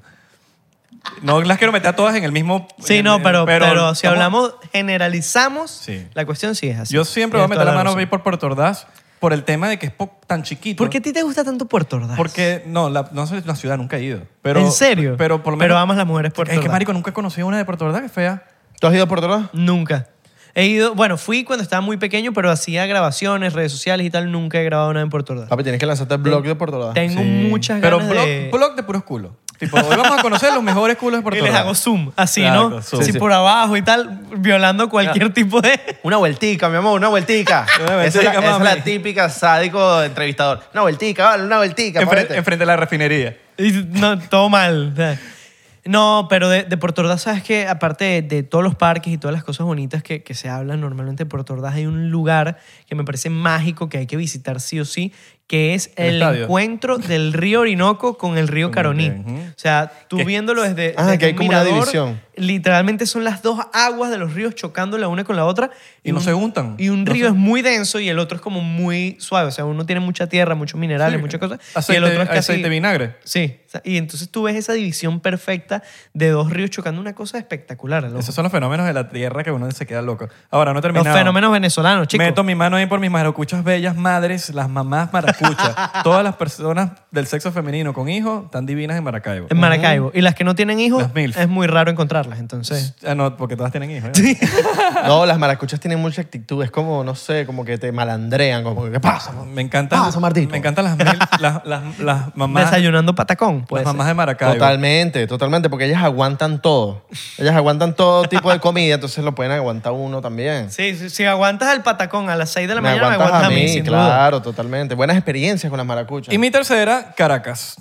Speaker 2: No las quiero meter a todas en el mismo...
Speaker 1: pero- Sí,
Speaker 2: en-
Speaker 1: no,
Speaker 2: en-
Speaker 1: pero, pero, si
Speaker 2: estamos-
Speaker 1: hablamos, generalizamos,
Speaker 2: Sí.
Speaker 1: la cuestión sí es así.
Speaker 2: Yo siempre voy a
Speaker 1: Tienes
Speaker 2: meter la
Speaker 1: toda
Speaker 2: mano
Speaker 1: razón.
Speaker 2: por Puerto Ordaz por el tema de que es po- tan chiquito.
Speaker 1: ¿Por qué a ti te gusta tanto Puerto Ordaz?
Speaker 2: Porque, no, la, no sé la ciudad, nunca he ido. Pero,
Speaker 1: ¿En serio?
Speaker 2: Pero por lo
Speaker 1: Pero
Speaker 2: menos...
Speaker 1: amas las mujeres Puerto
Speaker 2: Es que,
Speaker 1: Ordaz.
Speaker 2: marico, nunca he conocido una de Puerto Ordaz que es fea.
Speaker 3: ¿Tú has ido a Puerto Ordaz?
Speaker 1: Nunca. He ido, bueno, fui cuando estaba muy pequeño, pero hacía grabaciones, redes sociales y tal. Nunca he grabado nada en Puerto Ordaz.
Speaker 3: Papi, tienes que lanzarte el blog de Puerto Ordaz.
Speaker 1: Tengo muchas
Speaker 2: Pero
Speaker 1: ganas
Speaker 2: blog,
Speaker 1: de...
Speaker 2: blog de puros culos. Tipo, hoy vamos a conocer los mejores culos de Puerto
Speaker 1: Y les
Speaker 2: Ordaz.
Speaker 1: hago zoom, así,
Speaker 2: Claro,
Speaker 1: ¿no?
Speaker 2: con zoom.
Speaker 1: Así
Speaker 2: Sí, Ah. sí.
Speaker 1: por abajo y tal, violando cualquier tipo de...
Speaker 3: Una vueltica, mi amor, una vueltica.
Speaker 2: Una
Speaker 3: esa, es la,
Speaker 2: vueltica,
Speaker 3: esa es la
Speaker 2: mami.
Speaker 3: típica sádico entrevistador. Una vueltica, vale, una vueltica.
Speaker 2: Enfrente,
Speaker 3: muévete.
Speaker 2: enfrente de la refinería.
Speaker 1: Y No, todo mal. O sea, No, pero de, de Puerto Ordaz, sabes que aparte de, de todos los parques y todas las cosas bonitas que, que se hablan normalmente de Puerto Ordaz, hay un lugar que me parece mágico que hay que visitar sí o sí, que es
Speaker 2: El
Speaker 1: el,
Speaker 2: estadio.
Speaker 1: encuentro del río Orinoco con el río
Speaker 2: Con el
Speaker 1: Caroní.
Speaker 2: río, ujú.
Speaker 1: O sea, tú
Speaker 2: Que-
Speaker 1: viéndolo desde,
Speaker 3: Ah,
Speaker 1: desde
Speaker 3: que hay
Speaker 1: un
Speaker 3: como una
Speaker 1: mirador,
Speaker 3: división.
Speaker 1: Literalmente son las dos aguas de los ríos chocando la una con la otra.
Speaker 2: Y no
Speaker 1: un-
Speaker 2: se juntan.
Speaker 1: Y un
Speaker 2: No
Speaker 1: río
Speaker 2: se-
Speaker 1: es muy denso y el otro es como muy suave. O sea, uno tiene mucha tierra, muchos minerales,
Speaker 2: Sí.
Speaker 1: muchas cosas. y el
Speaker 2: Aceite,
Speaker 1: otro es casi...
Speaker 2: aceite de vinagre.
Speaker 1: Sí, o sea, y entonces tú ves esa división perfecta de dos ríos chocando una cosa espectacular. loco.
Speaker 2: Esos son los fenómenos de la tierra que uno se queda loco. Ahora, no he
Speaker 1: Los
Speaker 2: terminado.
Speaker 1: fenómenos venezolanos, chicos.
Speaker 2: Meto mi mano ahí por mis maracuchas bellas madres, las mamás maracuchas. Todas las personas del sexo femenino con hijos tan divinas en Maracaibo.
Speaker 1: En Maracaibo. Y las que no tienen hijos,
Speaker 2: Las MILF.
Speaker 1: es muy raro encontrarlas, entonces.
Speaker 2: Ah, no, porque todas tienen hijos. ¿eh?
Speaker 3: No, las maracuchas tienen mucha actitud. Es como, no sé, como que te malandrean. Como que, ¿qué pasa? man?
Speaker 2: Me encantan,
Speaker 3: Pasa, Martito.
Speaker 2: me encantan las, mil- las, las, las mamás,
Speaker 1: Desayunando patacón,
Speaker 2: las
Speaker 1: pues.
Speaker 2: mamás de Maracaibo.
Speaker 3: Totalmente, totalmente, porque ellas aguantan todo. Ellas aguantan todo tipo de comida, entonces lo pueden aguantar uno también.
Speaker 1: Sí, sí, si aguantas el patacón a las 6 de la
Speaker 3: me
Speaker 1: mañana,
Speaker 3: aguantas,
Speaker 1: me aguantas
Speaker 3: a mí,
Speaker 1: sin duda.
Speaker 3: claro, totalmente. Buenas experiencias con las maracuchas.
Speaker 2: Y mi tercera, Caracas.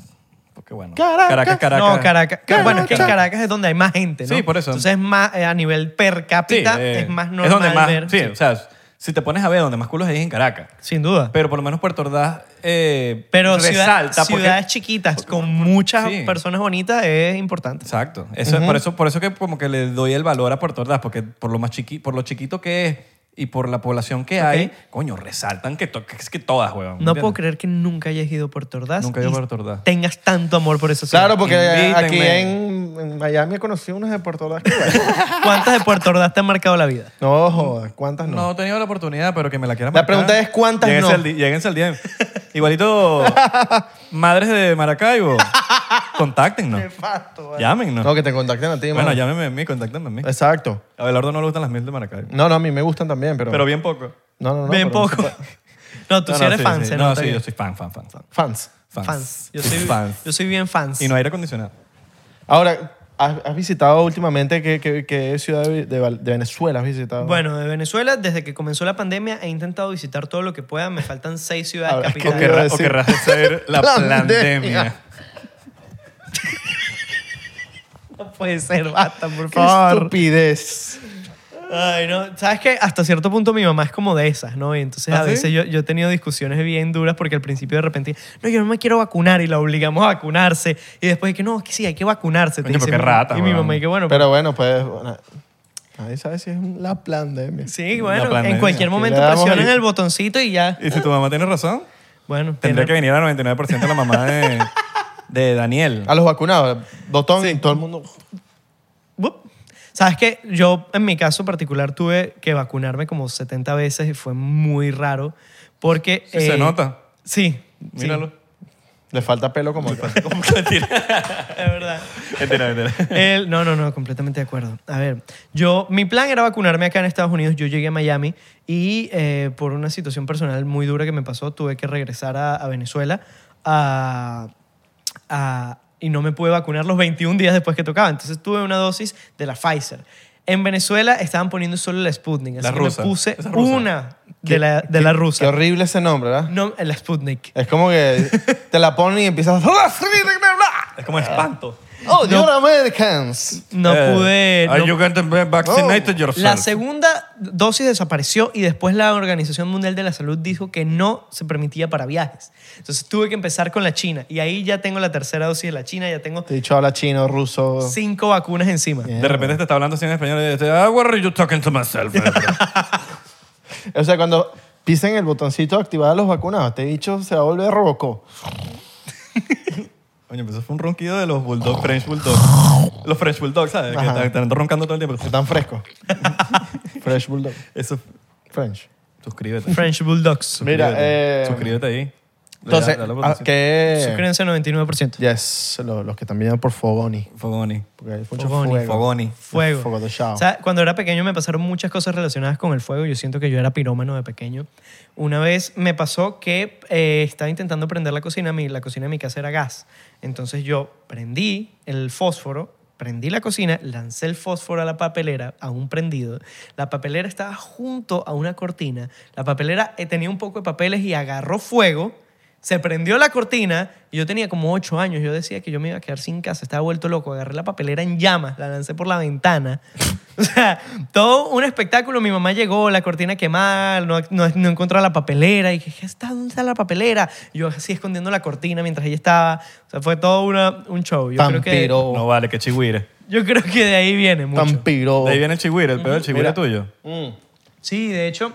Speaker 2: Porque bueno,
Speaker 3: Caracas.
Speaker 2: Caracas, Caracas.
Speaker 1: No, Caracas.
Speaker 2: Caracas.
Speaker 1: Bueno, es que en
Speaker 2: Caracas.
Speaker 1: Caracas es donde hay más gente, ¿no?
Speaker 2: Sí, por eso.
Speaker 1: Entonces es más, eh, a nivel per cápita,
Speaker 2: Sí, eh,
Speaker 1: es más normal
Speaker 2: es donde más,
Speaker 1: ver.
Speaker 2: Sí, o sea, si te pones a ver donde más culos hay es en Caracas.
Speaker 1: Sin duda.
Speaker 2: Pero por lo menos Puerto Ordaz eh,
Speaker 1: Pero ciudad-
Speaker 2: resalta. porque-
Speaker 1: ciudades chiquitas con muchas
Speaker 2: sí.
Speaker 1: personas bonitas es importante.
Speaker 2: Exacto. Eso, por, eso, por eso que como que le doy el valor a Puerto Ordaz, porque por lo, más chiqui, por lo chiquito que es y por la población que hay, coño, resaltan que, to- que es que todas, weón.
Speaker 1: No puedo creer que nunca hayas ido a Puerto Ordaz.
Speaker 2: Nunca he ido a
Speaker 1: y
Speaker 2: Puerto Ordaz.
Speaker 1: Tengas tanto amor por esa ciudad.
Speaker 3: Claro, porque
Speaker 2: Invítenme.
Speaker 3: aquí en, en Miami conocí unas de Puerto Ordaz. que bueno.
Speaker 1: ¿Cuántas de Puerto Ordaz te han marcado la vida?
Speaker 3: No, jodas, ¿cuántas no?
Speaker 2: No he tenido la oportunidad, pero que me la quieran
Speaker 3: La pregunta es, ¿cuántas
Speaker 2: lléguense
Speaker 3: no?
Speaker 2: Al, di- lléguense al DM. Igualito, madres de Maracaibo, contáctennos. Llámennos.
Speaker 3: No, que te contacten a ti.
Speaker 2: bueno,
Speaker 3: mano.
Speaker 2: llámenme a mí, contáctenme a mí.
Speaker 3: Exacto.
Speaker 2: A Belardo no le gustan las mil de Maracaibo.
Speaker 3: No, no, a mí me gustan también, pero...
Speaker 2: Pero bien poco.
Speaker 3: no, no, no,
Speaker 1: Bien
Speaker 3: pero-
Speaker 1: poco. No, tú
Speaker 2: No,
Speaker 1: sí
Speaker 2: no,
Speaker 1: eres fan,
Speaker 2: sí.
Speaker 1: se
Speaker 2: No,
Speaker 1: nota
Speaker 2: sí,
Speaker 1: que-
Speaker 2: yo soy fan, fan, fan, fan.
Speaker 3: Fans.
Speaker 2: Fans.
Speaker 1: Fans. Yo soy,
Speaker 2: fans.
Speaker 1: yo soy bien fans.
Speaker 2: Y no aire acondicionado.
Speaker 3: Ahora, ¿has, has visitado últimamente qué, qué- qué ciudad de, de Val- de Venezuela has visitado?
Speaker 1: Bueno, de Venezuela, desde que comenzó la pandemia, he intentado visitar todo lo que pueda. Me faltan seis ciudades
Speaker 3: Ahora,
Speaker 2: O
Speaker 3: Te iba a
Speaker 1: capitales.
Speaker 2: querrás, o
Speaker 3: decir.
Speaker 2: querrás hacer la
Speaker 3: Plandemia.
Speaker 2: pandemia.
Speaker 1: No puede ser, basta, por
Speaker 3: ¡Qué
Speaker 1: favor.
Speaker 3: estupidez!
Speaker 1: Ay, no. Sabes que hasta cierto punto mi mamá es como de esas, ¿no? Y entonces
Speaker 2: ¿Ah,
Speaker 1: a
Speaker 2: sí?
Speaker 1: veces yo, yo he tenido discusiones bien duras porque al principio de repente, no, yo no me quiero vacunar y la obligamos a vacunarse. Y después de que no, es que sí, hay que vacunarse. te
Speaker 2: Coño, pero
Speaker 1: dice
Speaker 2: qué
Speaker 1: mi-
Speaker 2: rata,
Speaker 1: Y mi
Speaker 2: weón.
Speaker 1: mamá, y que bueno,
Speaker 3: Pero bueno, pues... bueno, nadie sabe si es la pandemia.
Speaker 1: sí,
Speaker 2: la
Speaker 1: bueno, en
Speaker 2: pandemia.
Speaker 1: cualquier
Speaker 3: Aquí
Speaker 1: momento
Speaker 3: le damos
Speaker 1: presionan
Speaker 3: ahí.
Speaker 1: el botoncito y ya.
Speaker 2: Y si tu mamá tiene razón,
Speaker 1: Bueno,
Speaker 2: tendría
Speaker 1: tiene-
Speaker 2: que venir al 99% de la mamá de, de Daniel.
Speaker 3: A los vacunados, botón, y todo el mundo...
Speaker 1: Bup. Sabes que yo en mi caso particular tuve que vacunarme como 70 veces y fue muy raro porque... eh,
Speaker 2: Sí, se nota.
Speaker 1: Sí. sí.
Speaker 2: Míralo.
Speaker 3: Le falta pelo como acá.
Speaker 1: Es verdad.
Speaker 2: Mentira, mentira.
Speaker 1: El- no, no, no, completamente de acuerdo. A ver, yo, mi plan era vacunarme acá en Estados Unidos. Yo llegué a Miami y eh, por una situación personal muy dura que me pasó, tuve que regresar a, a Venezuela a- a- y no me pude vacunar los 21 días después que tocaba. Entonces tuve una dosis de la Pfizer. En Venezuela estaban poniendo solo la Sputnik, así
Speaker 2: La
Speaker 1: que
Speaker 2: rusa.
Speaker 1: me puse
Speaker 2: Esa rusa.
Speaker 1: una de la, de la
Speaker 3: Qué
Speaker 1: rusa.
Speaker 3: horrible ese nombre, ¿verdad?
Speaker 1: No, la Sputnik.
Speaker 3: Es como que te la ponen y empiezas.
Speaker 2: Es como espanto.
Speaker 3: ¡Oh, you're Americans!
Speaker 1: No
Speaker 2: Eh,
Speaker 1: pude...
Speaker 2: are
Speaker 1: no
Speaker 2: you going to be vaccinated yourself?
Speaker 1: La segunda dosis desapareció y después la Organización Mundial de la Salud dijo que no se permitía para viajes. Entonces tuve que empezar con la China y ahí ya tengo la tercera dosis de la China, ya tengo
Speaker 3: Te he dicho habla chino, ruso.
Speaker 1: cinco vacunas encima.
Speaker 2: De repente te está hablando así en español y dices, ah, what are you talking to myself?
Speaker 3: O sea, cuando pisen el botoncito de activar a los vacunados, te he dicho se va a volver Robocop.
Speaker 2: Oye, pues eso fue un ronquido de los bulldogs, French bulldogs. Los French bulldogs, ¿sabes? Que
Speaker 3: Ajá.
Speaker 2: están, están roncando todo el tiempo.
Speaker 3: Están frescos. Fresh Bulldog.
Speaker 2: Eso,
Speaker 3: French.
Speaker 2: suscríbete.
Speaker 1: French Bulldogs.
Speaker 3: Mira,
Speaker 2: Suscríbete.
Speaker 3: eh,
Speaker 2: Suscríbete ahí. Dale
Speaker 3: Entonces,
Speaker 2: pues, al
Speaker 3: ah,
Speaker 2: botoncito.
Speaker 3: ¿qué?
Speaker 1: Suscríbanse al 99%.
Speaker 3: Yes, lo- los, que están viendo por Fogoni.
Speaker 2: Fogoni.
Speaker 3: Porque hay mucho
Speaker 1: Fogoni,
Speaker 3: fuego.
Speaker 2: Fogoni.
Speaker 1: Fuego.
Speaker 3: Fuego de chao.
Speaker 1: O sea, cuando era pequeño me pasaron muchas cosas relacionadas con el fuego. Yo siento que yo era pirómano de pequeño. Una vez me pasó que eh, estaba intentando prender la cocina. Mi, la cocina de mi casa era gas. Entonces yo prendí el fósforo, prendí la cocina, lancé el fósforo a la papelera, a un prendido. La papelera estaba junto a una cortina. La papelera eh, tenía un poco de papeles y agarró fuego. Se prendió la cortina y yo tenía como ocho años. Yo decía que yo me iba a quedar sin casa. Estaba vuelto loco. Agarré la papelera en llamas, la lancé por la ventana. O sea, todo un espectáculo. Mi mamá llegó, la cortina quemada, no, no, no encontraba la papelera. Y dije, ¿Qué está, ¿dónde está la papelera? Y yo así escondiendo la cortina mientras ella estaba. O sea, fue todo una- un show. Yo creo, que,
Speaker 3: Tampiro.
Speaker 2: No vale, que chihuire.
Speaker 1: yo creo que de ahí viene mucho.
Speaker 3: Tampiro.
Speaker 2: De ahí viene el chihuire, el peor del chihuire
Speaker 3: Mira.
Speaker 2: tuyo.
Speaker 3: Mm.
Speaker 1: Sí, de hecho,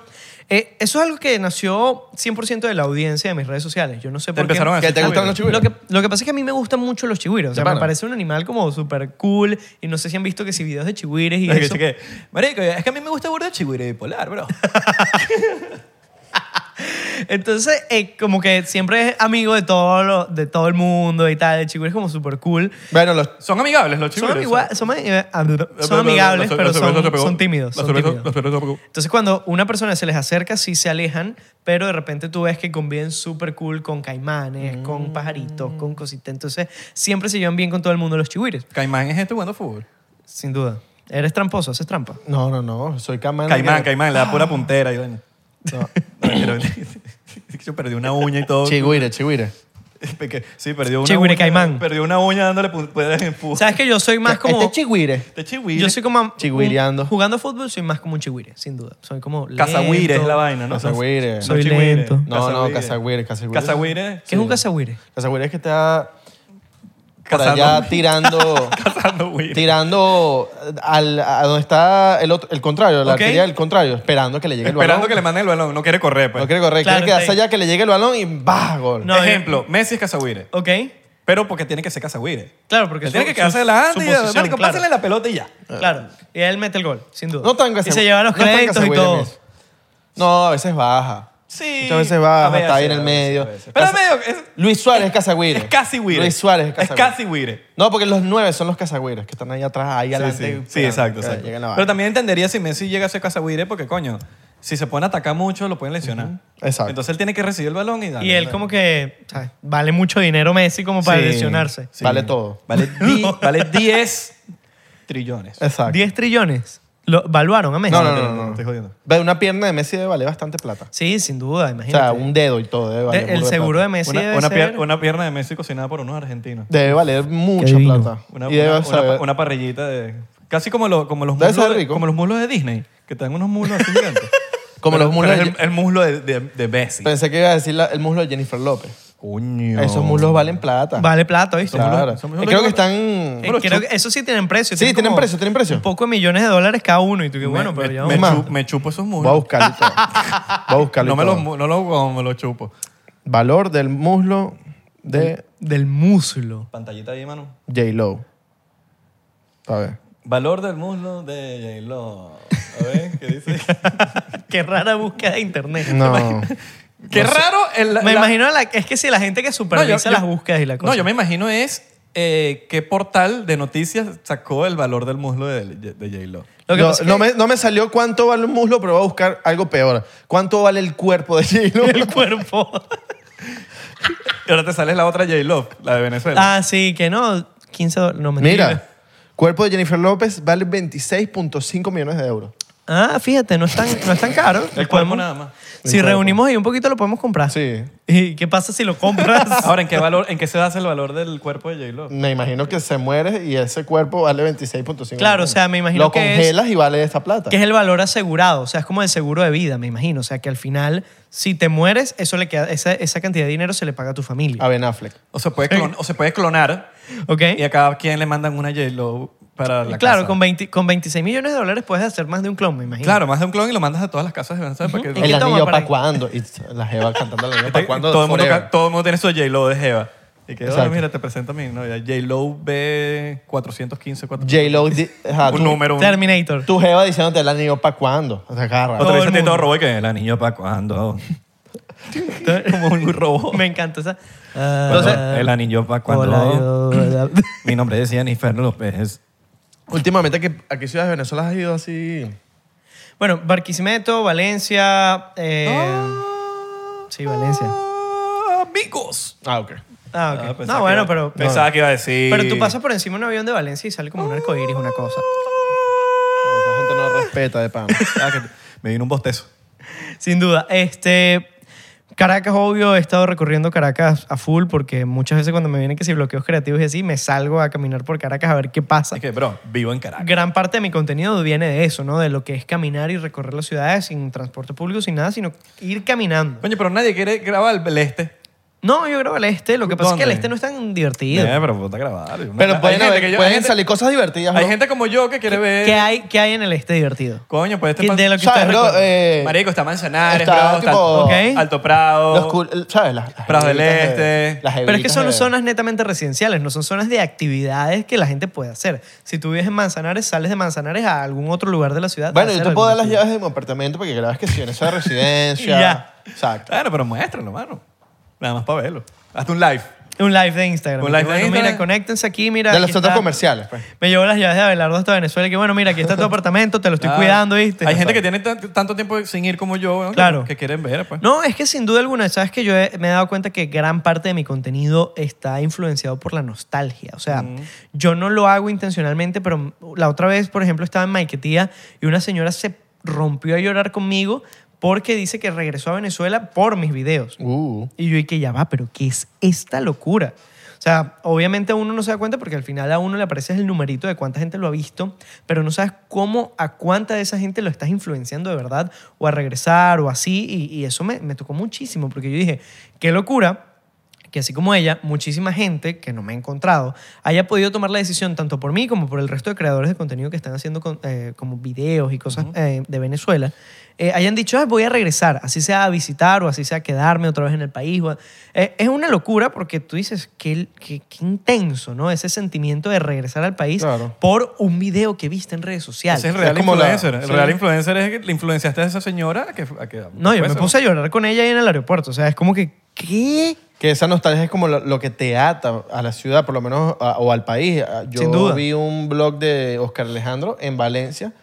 Speaker 1: eh, eso es algo que nació 100% de la audiencia de mis redes sociales. Yo no sé
Speaker 2: Te
Speaker 1: por qué.
Speaker 2: empezaron a
Speaker 3: ¿Qué
Speaker 2: decir
Speaker 3: te gustan los
Speaker 2: chihuire.
Speaker 3: chihuiros?
Speaker 1: Lo que, lo que pasa es que a mí me gustan mucho los chihuiros. O sea,
Speaker 3: De pana.
Speaker 1: me parece un animal como súper cool. Y no sé si han visto que si videos de chihuires y
Speaker 2: Es que
Speaker 1: eso.
Speaker 2: cheque, Marico, es que a mí me gusta burda de chihuire bipolar, bro.
Speaker 1: Entonces, eh, como que siempre es amigo de todo, lo- de todo el mundo y tal. El chihuire es como súper cool.
Speaker 3: Bueno, los,
Speaker 2: Son amigables los
Speaker 1: Son,
Speaker 2: chihuires.
Speaker 1: amigua- son, eh, son amigables, pero son, son tímidos. son tímidos. Entonces, cuando una persona se les acerca, sí se alejan, pero de repente tú ves que conviven súper cool con caimanes, con pajaritos, con cositas. Entonces, siempre se llevan bien con todo el mundo los chihuires,
Speaker 2: Caimán es este jugando fútbol.
Speaker 1: sin duda. Eres tramposo, haces trampa.
Speaker 3: no, no, no. Soy Caimán.
Speaker 2: Caimán, Caimán, le da pura puntera. Y bueno.
Speaker 3: No.
Speaker 2: No, pero- Yo perdí una uña y todo.
Speaker 3: Chigüire, chigüire.
Speaker 2: Porque- Sí, perdió una
Speaker 1: Chihuire
Speaker 2: uña.
Speaker 1: Caimán.
Speaker 2: Perdió una uña dándole puntera en fútbol.
Speaker 1: ¿Sabes que yo soy más como...
Speaker 3: Este chigüire.
Speaker 2: De chihuire.
Speaker 1: Yo soy como...
Speaker 3: Chigüireando.
Speaker 1: Jugando fútbol soy más como un chihuire, sin duda. Soy como...
Speaker 2: Cazahuire es
Speaker 1: lento.
Speaker 2: la vaina, ¿no?
Speaker 3: Cazahuire.
Speaker 2: No,
Speaker 1: Soy
Speaker 2: chihuire.
Speaker 1: lento.
Speaker 3: No, no,
Speaker 2: Cazahuire.
Speaker 3: cazahuire, cazahuire.
Speaker 2: Cazahuire.
Speaker 1: ¿Qué es un cazahuire?
Speaker 3: Cazahuire es que está por
Speaker 2: Cazando.
Speaker 3: allá tirando...
Speaker 2: Cazando huire.
Speaker 3: tirando al, a donde está el, otro- el contrario, la
Speaker 1: Ok.
Speaker 3: arteria del contrario, esperando que le llegue el
Speaker 2: Esperando
Speaker 3: balón.
Speaker 2: que le manden el balón. No quiere correr, pues.
Speaker 3: No quiere correr,
Speaker 1: Claro,
Speaker 3: quiere quedarse
Speaker 1: está ahí.
Speaker 3: allá que le llegue el balón y ¡bah! Gol.
Speaker 1: No, yo-
Speaker 2: Ejemplo, Messi es Cazahuire.
Speaker 1: ¿Ok?
Speaker 2: Pero porque tiene que ser Cazahuire.
Speaker 1: Claro, porque...
Speaker 2: Él
Speaker 1: su-
Speaker 2: tiene que
Speaker 1: su-
Speaker 2: quedarse delante
Speaker 1: su
Speaker 2: y
Speaker 1: posición,
Speaker 2: marico,
Speaker 1: claro.
Speaker 2: pásale la pelota y ya.
Speaker 1: Claro. Y él mete el gol, sin duda.
Speaker 3: Ah. No tan
Speaker 1: Y
Speaker 3: Cazahuire-
Speaker 1: se lleva los
Speaker 3: no tan
Speaker 1: créditos y
Speaker 3: Cazahuire
Speaker 1: todo.
Speaker 3: Messi. No, a veces baja.
Speaker 2: Sí.
Speaker 3: Muchas veces baja,
Speaker 2: A veces,
Speaker 3: está ahí en el
Speaker 2: a veces,
Speaker 3: medio.
Speaker 2: a veces. Pero en
Speaker 3: Casa-
Speaker 2: medio es,
Speaker 3: Luis Suárez es Cazahuire.
Speaker 2: es casi Wire.
Speaker 3: Luis Suárez es Cazahuire.
Speaker 2: casi Wire.
Speaker 3: No, porque los nueve son los Cazahuires que están ahí atrás, ahí
Speaker 2: Sí,
Speaker 3: adelante.
Speaker 2: sí. sí,
Speaker 3: esperando
Speaker 2: exacto.
Speaker 3: que
Speaker 2: exacto.
Speaker 3: lleguen la
Speaker 2: Pero
Speaker 3: bala.
Speaker 2: también entendería si Messi llega a ser Cazahuire porque, coño, si se pone a atacar mucho, lo pueden lesionar.
Speaker 3: Exacto.
Speaker 2: Entonces él tiene que recibir el balón y darle.
Speaker 1: Y él como que o sea, vale mucho dinero Messi como para
Speaker 2: Sí,
Speaker 1: lesionarse.
Speaker 2: sí.
Speaker 3: Vale todo.
Speaker 2: Vale, di- vale 10 trillones.
Speaker 3: Exacto.
Speaker 1: 10 trillones. ¿Lo valuaron a Messi?
Speaker 3: No, no, no,
Speaker 2: Espérate,
Speaker 3: no, no.
Speaker 2: estoy jodiendo.
Speaker 3: Ve, Una pierna de Messi debe valer bastante plata.
Speaker 1: Sí, sin duda,
Speaker 3: O sea,
Speaker 1: imagínate.
Speaker 3: un dedo y todo debe valer.
Speaker 1: De- el
Speaker 3: burda de
Speaker 1: seguro
Speaker 3: plata.
Speaker 1: de Messi
Speaker 2: una,
Speaker 1: debe
Speaker 2: una pier-
Speaker 1: ser-
Speaker 2: una pierna de Messi cocinada por unos argentinos.
Speaker 3: Debe valer mucha
Speaker 1: divino.
Speaker 3: plata.
Speaker 2: Una,
Speaker 3: y debe
Speaker 2: una- una
Speaker 3: saber-
Speaker 2: pa- una parrillita de... Casi como, lo- como, los
Speaker 3: Debe
Speaker 2: muslos
Speaker 3: saber
Speaker 2: de,
Speaker 3: rico.
Speaker 2: como los muslos de Disney, que te dan unos muslos así gigantes.
Speaker 3: Como
Speaker 2: Pero-
Speaker 3: los muslos
Speaker 2: pero
Speaker 3: de-
Speaker 2: es el, el muslo de, de, de Messi.
Speaker 3: Pensé que iba a decir la- el muslo de Jennifer López.
Speaker 2: Coño.
Speaker 3: Esos muslos valen plata.
Speaker 1: Vale plato, ¿viste?
Speaker 3: Claro.
Speaker 2: muslos- son muslos
Speaker 3: Eh, Creo que
Speaker 2: de-
Speaker 3: están...
Speaker 1: Eh, creo que eso sí tienen precio.
Speaker 3: Sí, tienen
Speaker 1: como
Speaker 3: precio, tienen precio.
Speaker 1: Un poco de millones de dólares cada uno. Y tú que
Speaker 2: Me-
Speaker 1: bueno, pero
Speaker 2: me,
Speaker 1: ya
Speaker 2: me
Speaker 1: vamos.
Speaker 3: Más.
Speaker 2: chu- me chupo esos
Speaker 3: Voy a
Speaker 2: muslos.
Speaker 3: buscarlo y todo. Voy a buscarlo y
Speaker 2: No me
Speaker 3: todo.
Speaker 2: los mu- no los como, me los chupo.
Speaker 3: Valor del muslo de
Speaker 1: Del muslo.
Speaker 2: Pantallita ahí, mano.
Speaker 3: J-Lo. A ver.
Speaker 2: Valor del muslo de J-Lo. A ver, ¿qué dice?
Speaker 1: Qué rara búsqueda de internet.
Speaker 3: No.
Speaker 2: Qué
Speaker 1: No sé.
Speaker 2: raro. el-
Speaker 1: Me
Speaker 2: la-
Speaker 1: imagino, la- es que si la gente que
Speaker 2: No, yo-
Speaker 1: supervisa
Speaker 2: yo-
Speaker 1: las búsquedas y la cosa.
Speaker 2: No, yo me imagino es eh, qué portal de noticias sacó el valor del muslo de, de J-Lo.
Speaker 1: Lo que
Speaker 3: no,
Speaker 1: pasa es
Speaker 3: no
Speaker 1: que-
Speaker 3: me, no me salió cuánto vale un muslo, pero voy a buscar algo peor. ¿Cuánto vale el cuerpo de J-Lo?
Speaker 1: el cuerpo.
Speaker 2: Y ahora te sale la otra J-Lo, la de Venezuela.
Speaker 1: ah, sí, que no. 15 dólares. No, mentira.
Speaker 3: Mira, cuerpo de Jennifer López vale 26.5 millones de euros.
Speaker 1: Ah, fíjate, no es tan, no es tan caro.
Speaker 2: el cuerpo
Speaker 1: Podemos-
Speaker 2: nada más.
Speaker 1: Si
Speaker 3: El cuerpo.
Speaker 1: reunimos ahí un poquito lo podemos
Speaker 2: Ah,
Speaker 1: comprar.
Speaker 3: Sí.
Speaker 1: ¿Y qué pasa si lo compras?
Speaker 2: Ahora, ¿en qué, valor, ¿en qué se basa el valor del cuerpo de J-Lo?
Speaker 3: Me imagino que se muere y ese cuerpo vale 26.5
Speaker 1: Claro,
Speaker 3: millones.
Speaker 1: o sea, me imagino
Speaker 3: Lo
Speaker 1: que es-
Speaker 3: congelas y vale esta plata.
Speaker 1: que es el valor asegurado, o sea, es como el seguro de vida, me imagino. O sea, que al final, si te mueres, eso le queda, esa, esa cantidad de dinero se le paga a tu familia.
Speaker 3: A Ben Affleck.
Speaker 2: O se puede, clon- o se puede clonar
Speaker 1: ¿Ok?
Speaker 2: y a cada quien le mandan una J-Lo para la
Speaker 1: Claro,
Speaker 2: casa.
Speaker 1: con, 20 con 26 millones de dólares puedes hacer más de un clon, me imagino.
Speaker 2: Claro, más de un clon y lo mandas a todas las casas de Venezuela para
Speaker 1: ¿Y
Speaker 2: que...
Speaker 1: qué
Speaker 3: El
Speaker 1: toma
Speaker 3: anillo
Speaker 1: para
Speaker 3: para
Speaker 1: ahí?
Speaker 3: cuándo. Y la Jeva cantando el anillo
Speaker 2: Este-
Speaker 3: para cuándo.
Speaker 2: todo, el mundo,
Speaker 3: forever.
Speaker 2: ca- todo el mundo tiene su J-Lo de Jeva. Y que, "Hola,
Speaker 3: Exacto.
Speaker 2: mira, te presento a mi novia. J-Lo B415, 415.
Speaker 3: J-Lo. di- ajá,
Speaker 2: un
Speaker 3: tu-
Speaker 2: número. Un,
Speaker 1: Terminator.
Speaker 3: Tu Jeva diciéndote el anillo para cuándo. O sea, agarra.
Speaker 2: Otro
Speaker 1: Todo
Speaker 2: día
Speaker 1: el
Speaker 2: sentí todo
Speaker 1: mundo.
Speaker 2: robot y que la niña para cuando. Como un robot.
Speaker 1: Me encanta esa. Ah,
Speaker 2: Entonces, el anillo para cuando.
Speaker 1: hola, yo- hola.
Speaker 2: Mi nombre es Jennifer López.
Speaker 3: Últimamente, ¿a qué, a qué ciudades de Venezuela has ido así?
Speaker 1: bueno, Barquisimeto, Valencia. eh,
Speaker 2: Ah,
Speaker 1: Sí, Valencia.
Speaker 2: Amigos.
Speaker 3: Ah, ok.
Speaker 1: Ah, ok.
Speaker 2: Ah,
Speaker 1: no,
Speaker 2: pensaba que
Speaker 1: bueno,
Speaker 2: iba-
Speaker 1: pero.
Speaker 2: Pensaba que iba a decir.
Speaker 1: Pero tú pasas por encima de un avión de Valencia y sale como un arcoíris, una cosa.
Speaker 3: La gente no respeta de pan.
Speaker 2: Ah, que me vino un bostezo.
Speaker 1: Sin duda. Este. Caracas, obvio, he estado recorriendo Caracas a full porque muchas veces cuando me vienen que si bloqueos creativos y así, me salgo a caminar por Caracas a ver qué pasa.
Speaker 2: Es que, bro, vivo en Caracas.
Speaker 1: Gran parte de mi contenido viene de eso, ¿no? De lo que es caminar y recorrer las ciudades sin transporte público, sin nada, sino ir caminando.
Speaker 2: Coño, pero nadie quiere grabar el este.
Speaker 1: No, yo creo el este. Lo que pasa es que el
Speaker 2: ¿Dónde?
Speaker 1: este no es tan divertido.
Speaker 2: Eh, pero ponte a grabar.
Speaker 3: Pero
Speaker 2: Hay
Speaker 3: pueden,
Speaker 2: gente
Speaker 3: haber-
Speaker 2: que yo-
Speaker 3: pueden
Speaker 2: hay gente-
Speaker 3: salir cosas divertidas.
Speaker 2: Hay
Speaker 3: ¿no?
Speaker 2: gente como yo que quiere ver.
Speaker 1: ¿Qué hay, qué hay en el este divertido?
Speaker 2: Coño, pues este
Speaker 1: ¿Qué-
Speaker 2: pan-
Speaker 1: de lo que
Speaker 3: ¿Sabes,
Speaker 1: ustedes
Speaker 3: bro?
Speaker 1: recuerdan?
Speaker 3: Eh,
Speaker 2: Marico, está Manzanares,
Speaker 3: está
Speaker 2: bro, está
Speaker 3: tipo-
Speaker 1: Ok.
Speaker 2: Alto Prado.
Speaker 3: los cool- el- ¿Sabes? Las, las
Speaker 2: Prados del
Speaker 3: jevitas de-
Speaker 2: Este.
Speaker 3: las
Speaker 1: Pero es que
Speaker 3: jevitas
Speaker 1: son
Speaker 3: de-
Speaker 1: zonas netamente residenciales, no son zonas de actividades que la gente puede hacer. Si tú vives en Manzanares, sales de Manzanares a algún otro lugar de la ciudad. a
Speaker 3: Bueno, yo
Speaker 1: hacer
Speaker 3: te puedo dar
Speaker 1: alguna
Speaker 3: las
Speaker 1: actividad.
Speaker 3: llaves de mi apartamento para que grabes que si en esa residencia.
Speaker 1: Ya.
Speaker 3: Exacto.
Speaker 2: Bueno, pero muéstralo, mano. Nada más para verlo. Hazte un live.
Speaker 1: Un live de Instagram.
Speaker 2: Un live
Speaker 1: Que,
Speaker 2: de
Speaker 1: bueno, Mira,
Speaker 2: Instagram.
Speaker 1: conéctense aquí, mira.
Speaker 3: De los
Speaker 1: aquí
Speaker 3: centros
Speaker 1: está.
Speaker 3: comerciales. pues.
Speaker 1: Me llevo las llaves de Abelardo hasta Venezuela. Que bueno, mira, aquí está tu apartamento, te lo estoy
Speaker 2: Ah,
Speaker 1: cuidando, ¿viste?
Speaker 2: Hay gente que tiene tan- tanto tiempo sin ir como yo, ¿no? Que-
Speaker 1: Claro.
Speaker 2: que quieren ver, pues.
Speaker 1: No, es que sin duda alguna, sabes que yo he- me he dado cuenta que gran parte de mi contenido está influenciado por la nostalgia. O sea,
Speaker 2: Mm.
Speaker 1: yo no lo hago intencionalmente, pero la otra vez, por ejemplo, estaba en Maiquetía y una señora se rompió a llorar conmigo porque dice que regresó a Venezuela por mis videos.
Speaker 3: Uh.
Speaker 1: Y yo dije, ya va, pero ¿qué es esta locura? O sea, obviamente uno no se da cuenta porque al final a uno le aparece el numerito de cuánta gente lo ha visto, pero no sabes cómo, a cuánta de esa gente lo estás influenciando de verdad, o a regresar, o así, y, y eso me, me tocó muchísimo, porque yo dije, qué locura que así como ella, muchísima gente que no me ha encontrado haya podido tomar la decisión tanto por mí como por el resto de creadores de contenido que están haciendo con- eh, como videos y cosas eh, de Venezuela, eh, hayan dicho, "Ah, voy a regresar, así sea a visitar o así sea a quedarme otra vez en el país. o a- Eh, es una locura porque tú dices, qué, qué- qué intenso, ¿no? Ese sentimiento de regresar al país
Speaker 3: Claro.
Speaker 1: por un video que viste en redes sociales.
Speaker 2: Ese es el real
Speaker 3: Es como la-
Speaker 2: influencer. el
Speaker 3: sí.
Speaker 2: real influencer es que le influenciaste a esa señora a que. a que-
Speaker 1: No, yo me
Speaker 2: pues,
Speaker 1: puse a llorar con ella ahí en el aeropuerto, o sea, es como que, ¿qué?
Speaker 3: Que esa nostalgia es como lo, lo que te ata a la ciudad, por lo menos, a- o al país. A- Yo
Speaker 1: Sin duda.
Speaker 3: vi un blog de Oscar Alejandro en Valencia.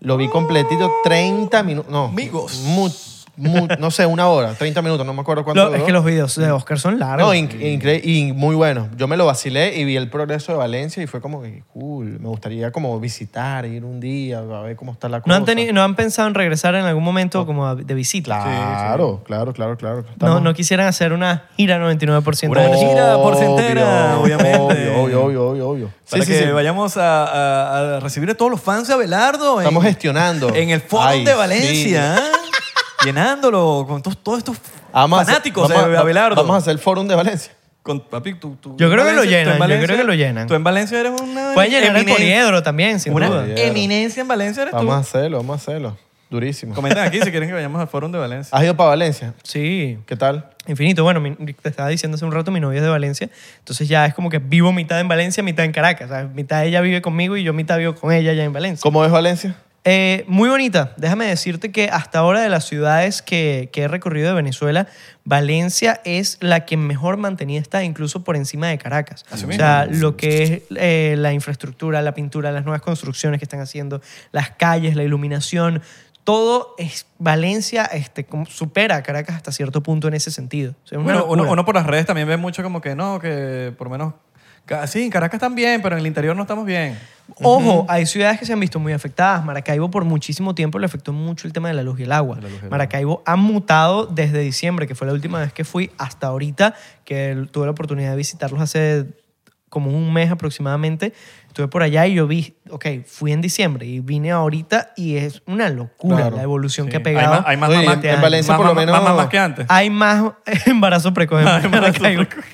Speaker 3: Lo vi completito, 30 minutos. No.
Speaker 2: Amigos.
Speaker 3: mu- mu- no sé, una hora, 30 minutos, no me acuerdo cuánto.
Speaker 1: Lo- es
Speaker 3: duró. Ah,
Speaker 1: que los videos de Oscar son largos.
Speaker 3: No, inc- incre- y muy bueno. Yo me lo vacilé y vi el progreso de Valencia y fue como que cool. Me gustaría como visitar, ir un día, a ver cómo está la cosa.
Speaker 1: ¿No han, teni- ¿No han pensado en regresar en algún momento como a- de visita?
Speaker 3: Claro, claro, claro, claro.
Speaker 1: No,
Speaker 3: Estamos-
Speaker 1: no quisieran hacer una gira 99%
Speaker 3: Oh.
Speaker 2: Una
Speaker 1: de-
Speaker 2: gira. por centera, obviamente.
Speaker 3: Obvio, obvio, obvio, obvio, obvio.
Speaker 2: Para
Speaker 3: Para
Speaker 2: que
Speaker 3: que
Speaker 2: vayamos a, a- a recibir a todos los fans de Abelardo. en-
Speaker 3: Estamos gestionando.
Speaker 2: En el Foro
Speaker 3: Ay,
Speaker 2: de Valencia. ¿eh? Llenándolo con tos- todos estos
Speaker 3: Vamos a hacer-
Speaker 2: fanáticos
Speaker 3: vamos
Speaker 2: de
Speaker 3: a-
Speaker 2: Abelardo.
Speaker 3: Vamos a hacer el Fórum de Valencia.
Speaker 2: Con, papi, tú, tú-
Speaker 1: Yo creo que lo
Speaker 2: tú en
Speaker 1: llenan, yo
Speaker 2: Valencia-
Speaker 1: creo que lo llenan.
Speaker 2: Tú en Valencia eres una
Speaker 1: Pueden llenar el
Speaker 2: eminencia-
Speaker 1: poliedro también, sin
Speaker 2: Una
Speaker 1: duda.
Speaker 2: eminencia en Valencia eres
Speaker 3: Vamos a
Speaker 2: tú.
Speaker 3: hacerlo, vamos a hacerlo. Durísimo.
Speaker 2: Comenten aquí si quieren que vayamos al Fórum de Valencia.
Speaker 3: ¿Has ido para Valencia?
Speaker 1: Sí,
Speaker 3: ¿Qué tal?
Speaker 1: infinito. Bueno, mi- te estaba diciendo hace un rato, mi novia es de Valencia, entonces ya es como que vivo mitad en Valencia, mitad en Caracas. O sea, mitad ella vive conmigo y yo mitad vivo con ella allá en Valencia.
Speaker 3: ¿Cómo ves Valencia?
Speaker 1: Eh, muy bonita. Déjame decirte que hasta ahora de las ciudades que, que he recorrido de Venezuela, Valencia es la que mejor mantenida está, incluso por encima de Caracas.
Speaker 2: Así
Speaker 1: o
Speaker 2: mismo.
Speaker 1: sea, lo que es eh, la infraestructura, la pintura, las nuevas construcciones que están haciendo, las calles, la iluminación, todo es Valencia este, como supera a Caracas hasta cierto punto en ese sentido. O sea, es una
Speaker 2: Bueno, uno,
Speaker 1: locura.
Speaker 2: uno por las redes también ve mucho como que no, que por lo menos. ca- Sí, en Caracas están bien, pero en el interior no estamos bien.
Speaker 1: Ojo, hay ciudades que se han visto muy afectadas. Maracaibo por muchísimo tiempo le afectó mucho el tema de la luz y el agua.
Speaker 2: De la luz y el agua.
Speaker 1: Maracaibo ha mutado desde diciembre, que fue la última vez que fui, hasta ahorita, que el- tuve la oportunidad de visitarlos hace como un mes aproximadamente. Estuve por allá y yo vi, ok, fui en diciembre y vine ahorita y es una locura
Speaker 3: Claro.
Speaker 1: la evolución
Speaker 2: Sí.
Speaker 1: que ha
Speaker 2: Hay
Speaker 1: pegado.
Speaker 2: más- Hay más
Speaker 3: Oye,
Speaker 2: mamás
Speaker 1: en-
Speaker 2: que
Speaker 1: en
Speaker 2: antes.
Speaker 3: Valencia
Speaker 2: Más
Speaker 3: por lo
Speaker 2: mamás-
Speaker 3: menos-
Speaker 2: Más mamás que antes.
Speaker 1: Hay más embarazo precoz en
Speaker 2: Más embarazo
Speaker 1: Maracaibo.
Speaker 2: precoz.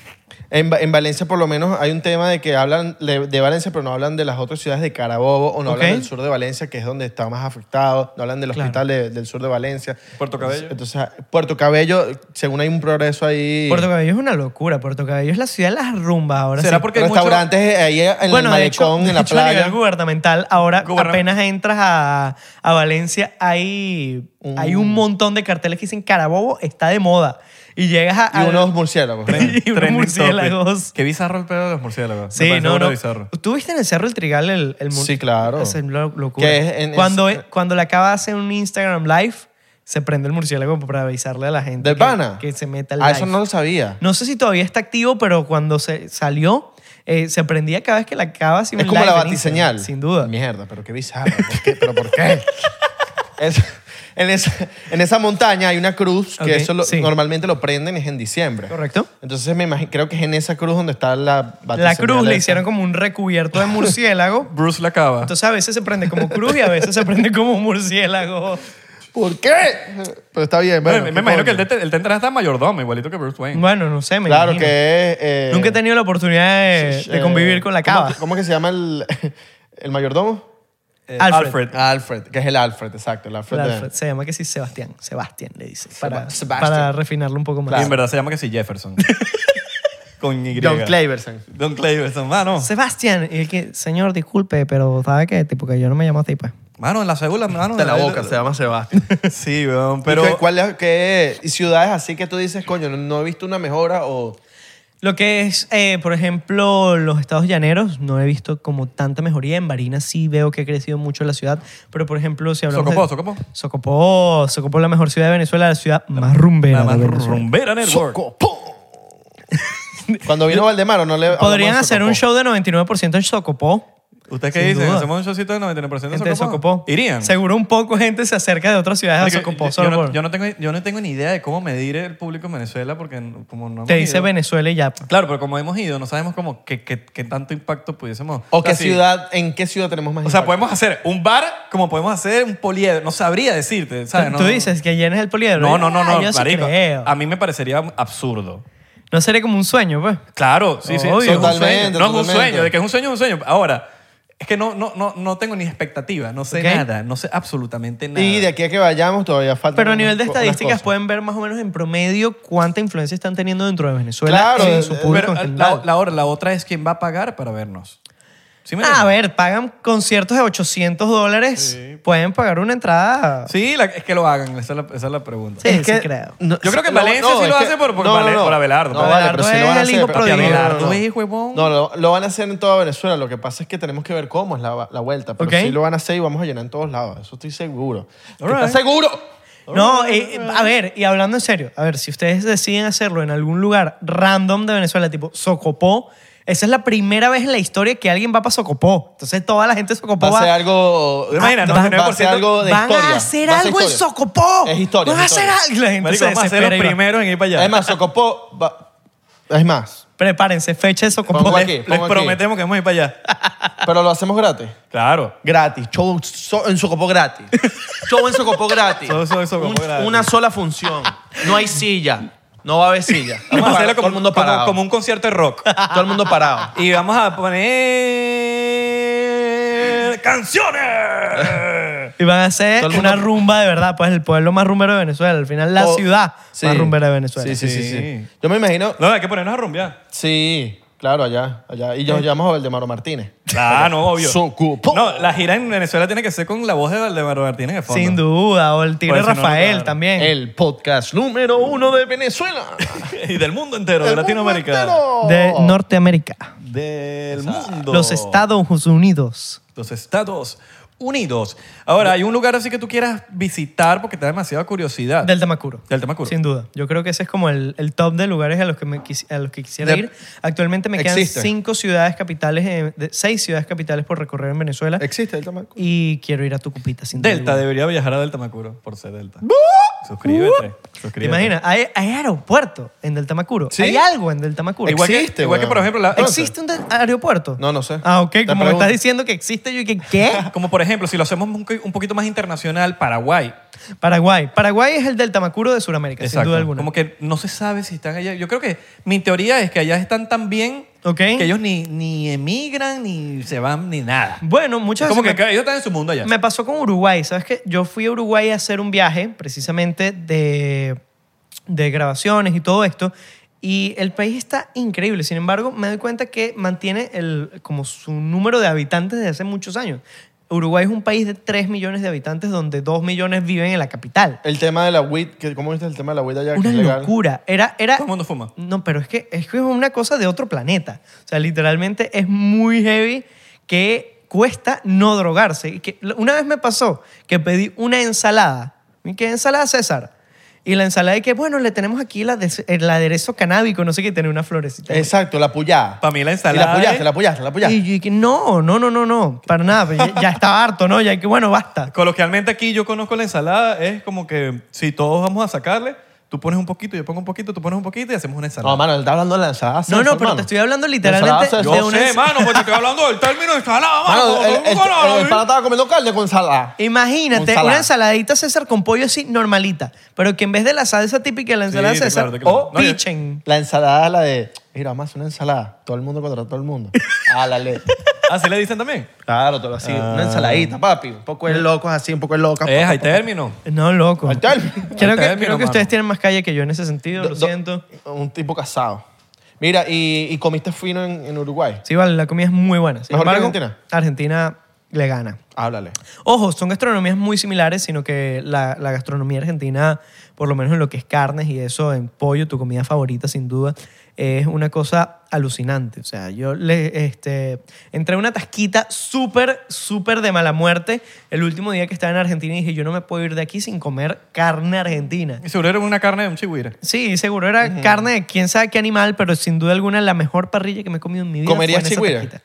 Speaker 3: En, Va- en Valencia por lo menos hay un tema de que hablan le- de Valencia, pero no hablan de las otras ciudades de Carabobo o no
Speaker 1: Ok.
Speaker 3: hablan del sur de Valencia, que es donde está más afectado, no hablan del
Speaker 1: Claro.
Speaker 3: hospital de- del sur de Valencia.
Speaker 2: Puerto Cabello.
Speaker 3: Entonces, ah, Puerto Cabello, según hay un progreso ahí.
Speaker 1: Puerto Cabello es una locura. Puerto Cabello es la ciudad de las rumbas ahora.
Speaker 2: ¿Será
Speaker 1: sí.
Speaker 2: porque hay mucho-
Speaker 3: restaurantes eh, ahí en el
Speaker 1: de hecho-
Speaker 3: malecón,
Speaker 1: de
Speaker 3: en la
Speaker 1: hecho, a nivel
Speaker 3: playa.
Speaker 1: gubernamental, ahora
Speaker 2: Guberna-
Speaker 1: apenas entras a, a Valencia, hay, hay un montón de carteles que dicen Carabobo está de moda. Y llegas a...
Speaker 3: Y
Speaker 1: a-
Speaker 3: unos murciélagos.
Speaker 1: Tre- Y unos
Speaker 2: Trending topic.
Speaker 1: murciélagos.
Speaker 2: Qué bizarro el pedo de los murciélagos. Me
Speaker 1: Sí,
Speaker 2: parece
Speaker 1: no,
Speaker 2: burda
Speaker 1: no.
Speaker 2: bizarro.
Speaker 1: ¿Tú viste en el Cerro el Trigal el, el mon-
Speaker 3: Sí, claro.
Speaker 1: Esa es lo- locura.
Speaker 3: Que es en-
Speaker 1: cuando, e,
Speaker 3: es-
Speaker 1: cuando la acaba de hacer un Instagram Live, se prende el murciélago para avisarle a la gente
Speaker 3: ¿De
Speaker 1: que,
Speaker 3: pana?
Speaker 1: que se meta al
Speaker 3: Ah,
Speaker 1: live.
Speaker 3: eso no lo sabía.
Speaker 1: No sé si todavía está activo, pero cuando se salió, eh, se prendía cada vez que la acabas.
Speaker 3: es como la batiseñal.
Speaker 1: Sin duda.
Speaker 3: Mierda, pero qué bizarro. ¿por qué? ¿Pero por qué? Es- en, esa, en esa montaña hay una cruz que
Speaker 1: Ok,
Speaker 3: eso lo-
Speaker 1: sí.
Speaker 3: normalmente lo prenden es en diciembre.
Speaker 1: Correcto.
Speaker 3: Entonces me imagino, creo que es en esa cruz donde está la
Speaker 1: La
Speaker 3: batiseñal
Speaker 1: cruz le
Speaker 3: esa.
Speaker 1: hicieron como un recubierto de murciélago.
Speaker 2: Bruce la cava.
Speaker 1: Entonces a veces se prende como cruz y a veces se prende como murciélago.
Speaker 3: ¿Por qué? Pero está bien.
Speaker 2: Bueno,
Speaker 3: Bueno,
Speaker 2: me
Speaker 3: ¿qué
Speaker 2: imagino que
Speaker 3: coño?
Speaker 2: el de el tendrá hasta mayordomo, igualito que Bruce Wayne.
Speaker 1: Bueno, no sé, me
Speaker 3: Claro
Speaker 1: imagino.
Speaker 3: que es... eh,
Speaker 1: Nunca he tenido la oportunidad de, de
Speaker 3: eh,
Speaker 1: convivir con la
Speaker 3: ¿cómo
Speaker 1: cava.
Speaker 3: que- ¿Cómo, que se llama el, el mayordomo?
Speaker 2: Eh,
Speaker 1: Alfred.
Speaker 3: Alfred, que es el Alfred, exacto. El Alfred.
Speaker 1: El
Speaker 3: de-
Speaker 1: Alfred. Se llama que sí Sebastián. Sebastián le dice. Para,
Speaker 3: Sebastián.
Speaker 1: para refinarlo un poco más.
Speaker 2: Y en verdad se llama que sí Jefferson. Con Y.
Speaker 3: John Claverson.
Speaker 2: Don Claverson, mano.
Speaker 1: Sebastián, y el que, señor, disculpe, pero ¿sabe qué? Tipo que yo no me llamo así, pues.
Speaker 2: Mano, en la cédula, mano.
Speaker 3: De la boca, se llama Sebastián.
Speaker 2: Sí, weón,
Speaker 3: Pero,
Speaker 2: pero...
Speaker 3: ¿Cuál es- qué ciudades así que tú dices, coño, no, no he visto una mejora o...
Speaker 1: Lo que es, eh, por ejemplo, los estados llaneros, no he visto como tanta mejoría. En Barinas sí veo que ha crecido mucho la ciudad, pero por ejemplo, si hablamos
Speaker 2: Socopó,
Speaker 1: de-
Speaker 2: Socopó.
Speaker 1: Socopó, Socopó es la mejor ciudad de Venezuela, la ciudad más rumbera
Speaker 2: Nada más
Speaker 1: de Venezuela.
Speaker 2: rumbera network.
Speaker 3: Cuando vino Valdemaro no le...
Speaker 1: Podrían
Speaker 3: hablamos de
Speaker 1: hacer un
Speaker 3: Socopó.
Speaker 1: show de 99% en Socopó.
Speaker 2: ¿Ustedes qué
Speaker 1: Sin
Speaker 2: dicen?
Speaker 1: duda.
Speaker 2: ¿Hacemos un showcito de 99% de
Speaker 1: Gente de Socopó.
Speaker 2: ¿Irían?
Speaker 1: Seguro un poco gente se acerca de otras ciudades
Speaker 2: Porque
Speaker 1: a Socopó.
Speaker 2: yo-
Speaker 1: solo
Speaker 2: yo, no,
Speaker 1: por-
Speaker 2: yo no tengo, yo no tengo ni idea de cómo medir el público en Venezuela porque no- como no hemos
Speaker 1: te dice
Speaker 2: ido.
Speaker 1: Venezuela y ya. pues.
Speaker 2: Claro, pero como hemos ido, no sabemos cómo qué, qué- qué tanto impacto pudiésemos...
Speaker 3: ¿O qué
Speaker 2: sea, sí.
Speaker 3: ciudad, en qué ciudad tenemos más
Speaker 2: O sea,
Speaker 3: impacto?
Speaker 2: podemos hacer un bar como podemos hacer un poliedro. No sabría decirte, ¿sabes? No,
Speaker 1: Tú
Speaker 2: no.
Speaker 1: dices que llenes el poliedro.
Speaker 2: No, no, no,
Speaker 1: Ah,
Speaker 2: no,
Speaker 1: yo sí
Speaker 2: marico.
Speaker 1: creo.
Speaker 2: A mí me parecería absurdo.
Speaker 1: No sería como un sueño, pues.
Speaker 2: Claro, sí, sí.
Speaker 1: Obvio.
Speaker 2: sí, es un sueño.
Speaker 3: Totalmente,
Speaker 2: No es un
Speaker 3: totalmente.
Speaker 2: sueño, de que es un sueño, es un sueño. Ahora, es que no, no, no, no tengo ni expectativa, no sé
Speaker 1: Ok.
Speaker 2: nada, no sé absolutamente nada.
Speaker 3: Y de aquí a que vayamos todavía falta...
Speaker 1: Pero a nivel de
Speaker 3: unas co-
Speaker 1: estadísticas
Speaker 3: unas cosas.
Speaker 1: pueden ver más o menos en promedio cuánta influencia están teniendo dentro de Venezuela
Speaker 3: Claro,
Speaker 1: en
Speaker 3: eh,
Speaker 1: su
Speaker 3: eh,
Speaker 1: público
Speaker 2: Pero
Speaker 1: en
Speaker 2: eh,
Speaker 1: general.
Speaker 2: la, la, hora- la otra es quién va a pagar para vernos. ¿Sí me
Speaker 1: Ah, a
Speaker 2: entiendes?
Speaker 1: ver, pagan conciertos de 800 dólares, pueden pagar una entrada.
Speaker 2: Sí, la- es que lo hagan, esa es la, esa es la pregunta.
Speaker 1: Sí,
Speaker 3: Es
Speaker 1: sí
Speaker 3: que-
Speaker 1: creo.
Speaker 3: no,
Speaker 2: Yo creo que en
Speaker 3: no,
Speaker 2: Valencia
Speaker 3: no,
Speaker 2: sí lo
Speaker 3: es que-
Speaker 2: hace por, por,
Speaker 3: no, no,
Speaker 2: Vale-
Speaker 3: no.
Speaker 2: por Abelardo.
Speaker 3: No, vale, pero sí
Speaker 1: Abelardo
Speaker 3: lo van a
Speaker 1: es el hijo
Speaker 3: hacer. pero-
Speaker 1: prodigio.
Speaker 2: Abelardo es huevón.
Speaker 3: No, lo, lo van a hacer en toda Venezuela. Lo que pasa es que tenemos que ver cómo es la, la vuelta. Pero
Speaker 1: Ok.
Speaker 3: sí lo van a hacer y vamos a llenar en todos lados. Eso estoy seguro.
Speaker 2: All right.
Speaker 3: ¿Estás seguro?
Speaker 1: No, eh, a ver, y hablando en serio, a ver, si ustedes deciden hacerlo en algún lugar random de Venezuela, tipo Socopó, esa es la primera vez en la historia que alguien va para Socopó. Entonces toda la gente de Socopó
Speaker 3: Va a ser
Speaker 1: va,
Speaker 3: algo...
Speaker 2: Imagina,
Speaker 3: va, va a
Speaker 2: 99%
Speaker 3: ser algo de
Speaker 1: van
Speaker 3: historia.
Speaker 1: a hacer
Speaker 3: Va ser
Speaker 1: algo en
Speaker 3: historia.
Speaker 1: Socopó.
Speaker 3: Es historia,
Speaker 1: Van a
Speaker 3: es
Speaker 1: hacer
Speaker 3: historia.
Speaker 1: algo. La gente
Speaker 2: Marico,
Speaker 1: se
Speaker 2: vamos a ser los
Speaker 1: desespera y va.
Speaker 2: primeros en ir para allá.
Speaker 3: Además, Socopó... va- Es más,
Speaker 1: Prepárense, fecha de Socopó.
Speaker 3: Pongo
Speaker 2: les,
Speaker 3: aquí,
Speaker 2: les
Speaker 3: pongo aquí.
Speaker 2: prometemos que vamos a ir para allá.
Speaker 3: pero lo hacemos gratis.
Speaker 2: Claro.
Speaker 3: Gratis, show so- en Socopó gratis. Show en Socopó gratis.
Speaker 2: Show en Socopó gratis.
Speaker 3: Una sola función. No hay silla. No va a haber silla.
Speaker 2: Vamos a hacerlo
Speaker 3: todo
Speaker 2: como,
Speaker 3: el mundo
Speaker 2: como-
Speaker 3: parado.
Speaker 2: como un concierto de rock.
Speaker 3: Todo el mundo parado.
Speaker 2: Y vamos a poner canciones.
Speaker 1: Y van a ser
Speaker 3: Todo el
Speaker 1: una
Speaker 3: mundo-
Speaker 1: rumba de verdad, pues el pueblo más rumbero de Venezuela, al final la
Speaker 3: O-
Speaker 1: ciudad
Speaker 3: Sí.
Speaker 1: más rumbera de Venezuela.
Speaker 3: Sí, sí, sí,
Speaker 2: Sí.
Speaker 3: sí. Yo me imagino.
Speaker 2: No, hay que ponernos a rumbear.
Speaker 3: Sí. Claro, allá, allá. Y yo llamamos a Valdemaro Martínez.
Speaker 2: Claro, Ah, no, obvio.
Speaker 3: Soco.
Speaker 2: No, la gira en Venezuela tiene que ser con la voz de Valdemar Martínez de fondo.
Speaker 1: Sin duda. O el tigre
Speaker 2: Pues, si no,
Speaker 1: Rafael
Speaker 2: claro.
Speaker 1: también.
Speaker 3: El podcast número uno de Venezuela.
Speaker 2: y del mundo entero, de
Speaker 3: Del
Speaker 2: Latinoamérica.
Speaker 3: mundo
Speaker 1: De
Speaker 3: entero.
Speaker 1: Norteamérica.
Speaker 2: Del mundo.
Speaker 1: Los Estados Unidos.
Speaker 2: Los Estados Unidos. Ahora, hay un lugar así que tú quieras visitar porque te da demasiada curiosidad.
Speaker 1: Del Tamacuro.
Speaker 2: Ah. Del Tamacuro.
Speaker 1: Sin duda. Yo creo que ese es como el, el top de lugares a los que, me quis- a los que quisiera
Speaker 3: De-
Speaker 1: ir. Actualmente me quedan
Speaker 3: Existe.
Speaker 1: cinco ciudades capitales, eh, de- seis ciudades capitales por recorrer en Venezuela.
Speaker 3: ¿Existe el tamaco?
Speaker 1: y quiero ir a Tucupita, sin duda
Speaker 2: Delta
Speaker 1: alguna.
Speaker 2: debería viajar a Delta Macuro por ser Delta. Suscríbete. suscríbete.
Speaker 1: ¿Te imaginas? Hay, hay aeropuerto en Del Tamacuro.
Speaker 3: ¿Sí?
Speaker 1: Hay algo en Del Tamacuro.
Speaker 2: Igual,
Speaker 3: Existe,
Speaker 2: que, igual que,
Speaker 3: weón.
Speaker 2: por ejemplo, la-
Speaker 1: ¿Existe un del- aeropuerto?
Speaker 3: No, no sé.
Speaker 1: Ah, ok.
Speaker 3: Te
Speaker 1: Como me
Speaker 3: pregunto.
Speaker 1: estás diciendo que existe, yo dije, ¿qué?
Speaker 2: Como por ejemplo, si lo hacemos un un poquito más internacional, Paraguay.
Speaker 1: Paraguay. Paraguay es el Del Tamacuro de Sudamérica, sin
Speaker 2: Exacto.
Speaker 1: duda alguna.
Speaker 2: Como que no se sabe si están allá. Yo creo que mi teoría es que allá están tan bien
Speaker 1: Ok.
Speaker 2: que ellos ni, ni emigran, ni se van, ni nada.
Speaker 1: Bueno, muchas
Speaker 2: Es como
Speaker 1: veces
Speaker 2: que
Speaker 1: me-
Speaker 2: ca- ellos están en su mundo allá.
Speaker 1: Me pasó con Uruguay, ¿sabes qué? Yo fui a Uruguay a hacer un viaje precisamente de, de grabaciones y todo esto. Y el país está increíble. Sin embargo, me doy cuenta que mantiene el, como su número de habitantes desde hace muchos años. Uruguay es un país de 3 millones de habitantes donde 2 millones viven en la capital.
Speaker 3: El tema de la WIT, que- ¿cómo viste el tema de la WIT allá? que
Speaker 1: Una
Speaker 3: es legal?
Speaker 1: locura. Era, era,
Speaker 2: Todo el mundo fuma.
Speaker 1: no, pero es que, es que es una cosa de otro planeta. O sea, literalmente es muy heavy que cuesta no drogarse. Y que, una vez me pasó que pedí una ensalada. ¿Y ¿Qué ensalada, César? Y la ensalada y que, bueno, le tenemos aquí el, ades- el aderezo canábico, no sé qué, tiene una florecita.
Speaker 3: Exacto, la puyada.
Speaker 2: Para mí la
Speaker 3: Y la
Speaker 2: ensalada.
Speaker 3: puyaste,
Speaker 2: es-
Speaker 3: la puyaste, la puyaste.
Speaker 1: Y yo dije, no, no, no, no, no, para nada, pues ya, ya estaba harto, ¿no? Ya que, bueno, basta.
Speaker 2: Coloquialmente aquí yo conozco la ensalada, es como que si todos vamos a sacarle, tú pones un poquito, yo pongo un poquito, tú pones un poquito y hacemos una
Speaker 3: No,
Speaker 2: ensalada.
Speaker 3: mano, él está hablando de la ensalada
Speaker 1: No,
Speaker 3: César,
Speaker 1: no, pero
Speaker 3: mano.
Speaker 1: te estoy hablando
Speaker 3: La
Speaker 1: literalmente
Speaker 3: ensalada
Speaker 1: de Ah,
Speaker 3: César.
Speaker 2: yo
Speaker 1: una
Speaker 2: sé,
Speaker 1: ens-
Speaker 2: mano, porque te estoy hablando del término ensalada, mano.
Speaker 3: Mano, el, el, el- el pana
Speaker 2: Mano,
Speaker 3: estaba comiendo carne con ensalada.
Speaker 1: Imagínate
Speaker 3: Ensalada.
Speaker 1: una ensaladita César con pollo así normalita, pero que en vez de la salsa típica de la ensalada
Speaker 2: Sí,
Speaker 1: César,
Speaker 2: claro, claro.
Speaker 1: o
Speaker 2: No, yo-
Speaker 1: pichen.
Speaker 3: La ensalada es la de, mira, vamos a hacer una ensalada. Todo el mundo contra todo el mundo. Álale.
Speaker 2: Así le dicen también.
Speaker 3: Claro, todo así.
Speaker 1: Ah.
Speaker 3: Una ensaladita, papi. Un poco
Speaker 1: Mm.
Speaker 3: de locos así, un poco de loca.
Speaker 1: Eh,
Speaker 2: Es, hay término.
Speaker 1: No, loco.
Speaker 3: Al término.
Speaker 1: Creo que,
Speaker 2: Al término,
Speaker 1: creo que
Speaker 2: mano.
Speaker 1: ustedes tienen más calle que yo en ese sentido,
Speaker 3: Do-
Speaker 1: lo
Speaker 3: do-
Speaker 1: siento.
Speaker 3: Un tipo casado. Mira, ¿y, y comiste fino en, en Uruguay?
Speaker 1: Sí, vale, la comida es muy buena. Sin
Speaker 3: ¿Mejor que
Speaker 1: embargo,
Speaker 3: Argentina?
Speaker 1: Argentina le gana.
Speaker 3: Háblale.
Speaker 1: Ojo, son gastronomías muy similares, sino que la, la gastronomía argentina, por lo menos en lo que es carnes y eso, en pollo, tu comida favorita sin duda, es una cosa alucinante. O sea, yo le, este, entré a una tasquita súper, súper de mala muerte el último día que estaba en Argentina y dije, yo no me puedo ir de aquí sin comer carne argentina.
Speaker 2: Y seguro era una carne de un chihuire.
Speaker 1: Sí, seguro era carne de quién sabe qué animal, pero sin duda alguna la mejor parrilla que me he comido en mi vida.
Speaker 3: ¿Comerías
Speaker 1: fue en esa
Speaker 3: chigüira?
Speaker 1: taquita.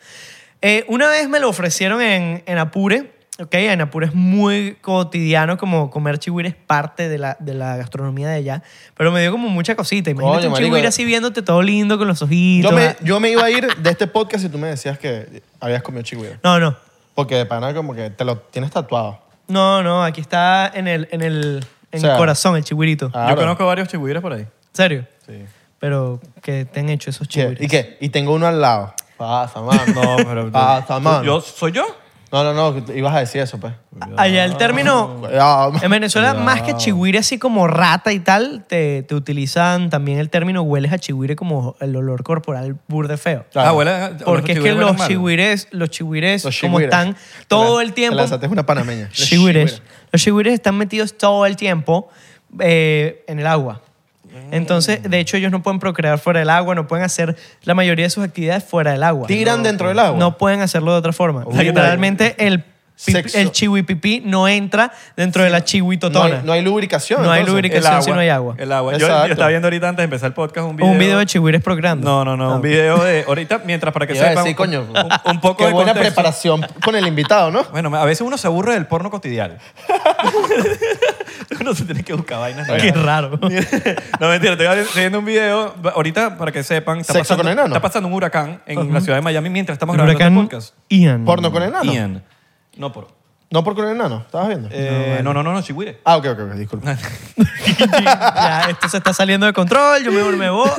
Speaker 1: Eh, una vez me lo ofrecieron en, en Apure. ok, en Apure es muy cotidiano como comer chigüira es parte de la, de la gastronomía de allá, pero me dio como mucha cosita. Imagínate
Speaker 3: Coño,
Speaker 1: un
Speaker 3: marico.
Speaker 1: chigüira así viéndote todo lindo con los ojitos.
Speaker 3: Yo me,
Speaker 1: ah.
Speaker 3: yo me iba a ir de este podcast si tú me decías que habías comido chigüiro.
Speaker 1: No, no,
Speaker 3: Porque de pana como que te lo tienes tatuado.
Speaker 1: no, no, aquí está en el, en el, en
Speaker 3: O sea,
Speaker 1: el corazón el chigüirito.
Speaker 3: Ah.
Speaker 2: Yo
Speaker 3: Claro.
Speaker 2: conozco varios chihuires por ahí.
Speaker 1: ¿En serio?
Speaker 2: Sí.
Speaker 1: Pero que te han hecho esos
Speaker 3: Che,
Speaker 1: chigüiros.
Speaker 3: ¿Y qué? Y tengo uno al lado. Pasa, mano.
Speaker 2: No, pero.
Speaker 3: Pasa, mano.
Speaker 2: ¿Yo, ¿Soy yo?
Speaker 3: No, no, no. que Ibas a decir eso, pues.
Speaker 1: Allá el término...
Speaker 3: Cuidado,
Speaker 1: En Venezuela, más que chigüire así como rata y tal, te, te utilizan también el término hueles a chigüire como el olor corporal burde feo.
Speaker 3: Claro.
Speaker 2: Ah, huele-
Speaker 1: Porque es que
Speaker 2: chihuires huelen
Speaker 1: los
Speaker 2: mal.
Speaker 1: chigüires, los chigüires,
Speaker 3: Los
Speaker 1: como
Speaker 3: chigüires.
Speaker 1: están todo
Speaker 3: Te la-
Speaker 1: el tiempo...
Speaker 3: Te lanzaste una panameña. Los
Speaker 1: Chigüires. Los chigüires están metidos todo el tiempo eh, en el agua.
Speaker 3: Mm.
Speaker 1: Entonces, de hecho, ellos no pueden procrear fuera del agua, no pueden hacer la mayoría de sus actividades fuera del agua.
Speaker 3: Tiran dentro del agua.
Speaker 1: No pueden hacerlo de otra forma.
Speaker 3: Uh.
Speaker 1: Literalmente el,
Speaker 3: Sexo.
Speaker 1: pipi, el chihuipipí no entra dentro de la
Speaker 3: No
Speaker 1: chihuitotona.
Speaker 3: hay, no hay lubricación.
Speaker 1: No hay
Speaker 3: entonces.
Speaker 1: lubricación. Comunicación si no hay agua.
Speaker 2: El agua. Yo,
Speaker 3: Exacto.
Speaker 2: yo estaba viendo ahorita antes de empezar el podcast un video.
Speaker 1: Un video de chihuires procreando.
Speaker 2: No, no, no.
Speaker 1: Ah,
Speaker 2: Un video de. Ahorita, mientras para que
Speaker 3: Iba a
Speaker 2: sepan.
Speaker 3: decir, coño,
Speaker 2: Un, un poco
Speaker 3: Qué
Speaker 2: de
Speaker 3: buena
Speaker 2: contexto. Mm,
Speaker 3: preparación con el invitado, ¿no?
Speaker 2: Bueno, a veces uno se aburre del porno cotidiano. uno se tiene que buscar vainas.
Speaker 1: Qué
Speaker 2: nuevas.
Speaker 1: raro.
Speaker 2: no, mentira, estoy viendo- estoy viendo un video. Ahorita, para que sepan, está,
Speaker 3: ¿Sexo
Speaker 2: pasando,
Speaker 3: con enano?
Speaker 2: está pasando un huracán en la ciudad de Miami mientras estamos
Speaker 1: El
Speaker 2: grabando
Speaker 1: huracán
Speaker 2: este podcast.
Speaker 1: Ian.
Speaker 3: ¿Porno con enano?
Speaker 2: Ian. No, por.
Speaker 3: No por con el enano. ¿Estabas viendo?
Speaker 2: Eh, no, no, no, no, Chihuire.
Speaker 3: Ah, ok, ok, ok, disculpa.
Speaker 1: ya, esto se está saliendo de control. Yo me, me voy.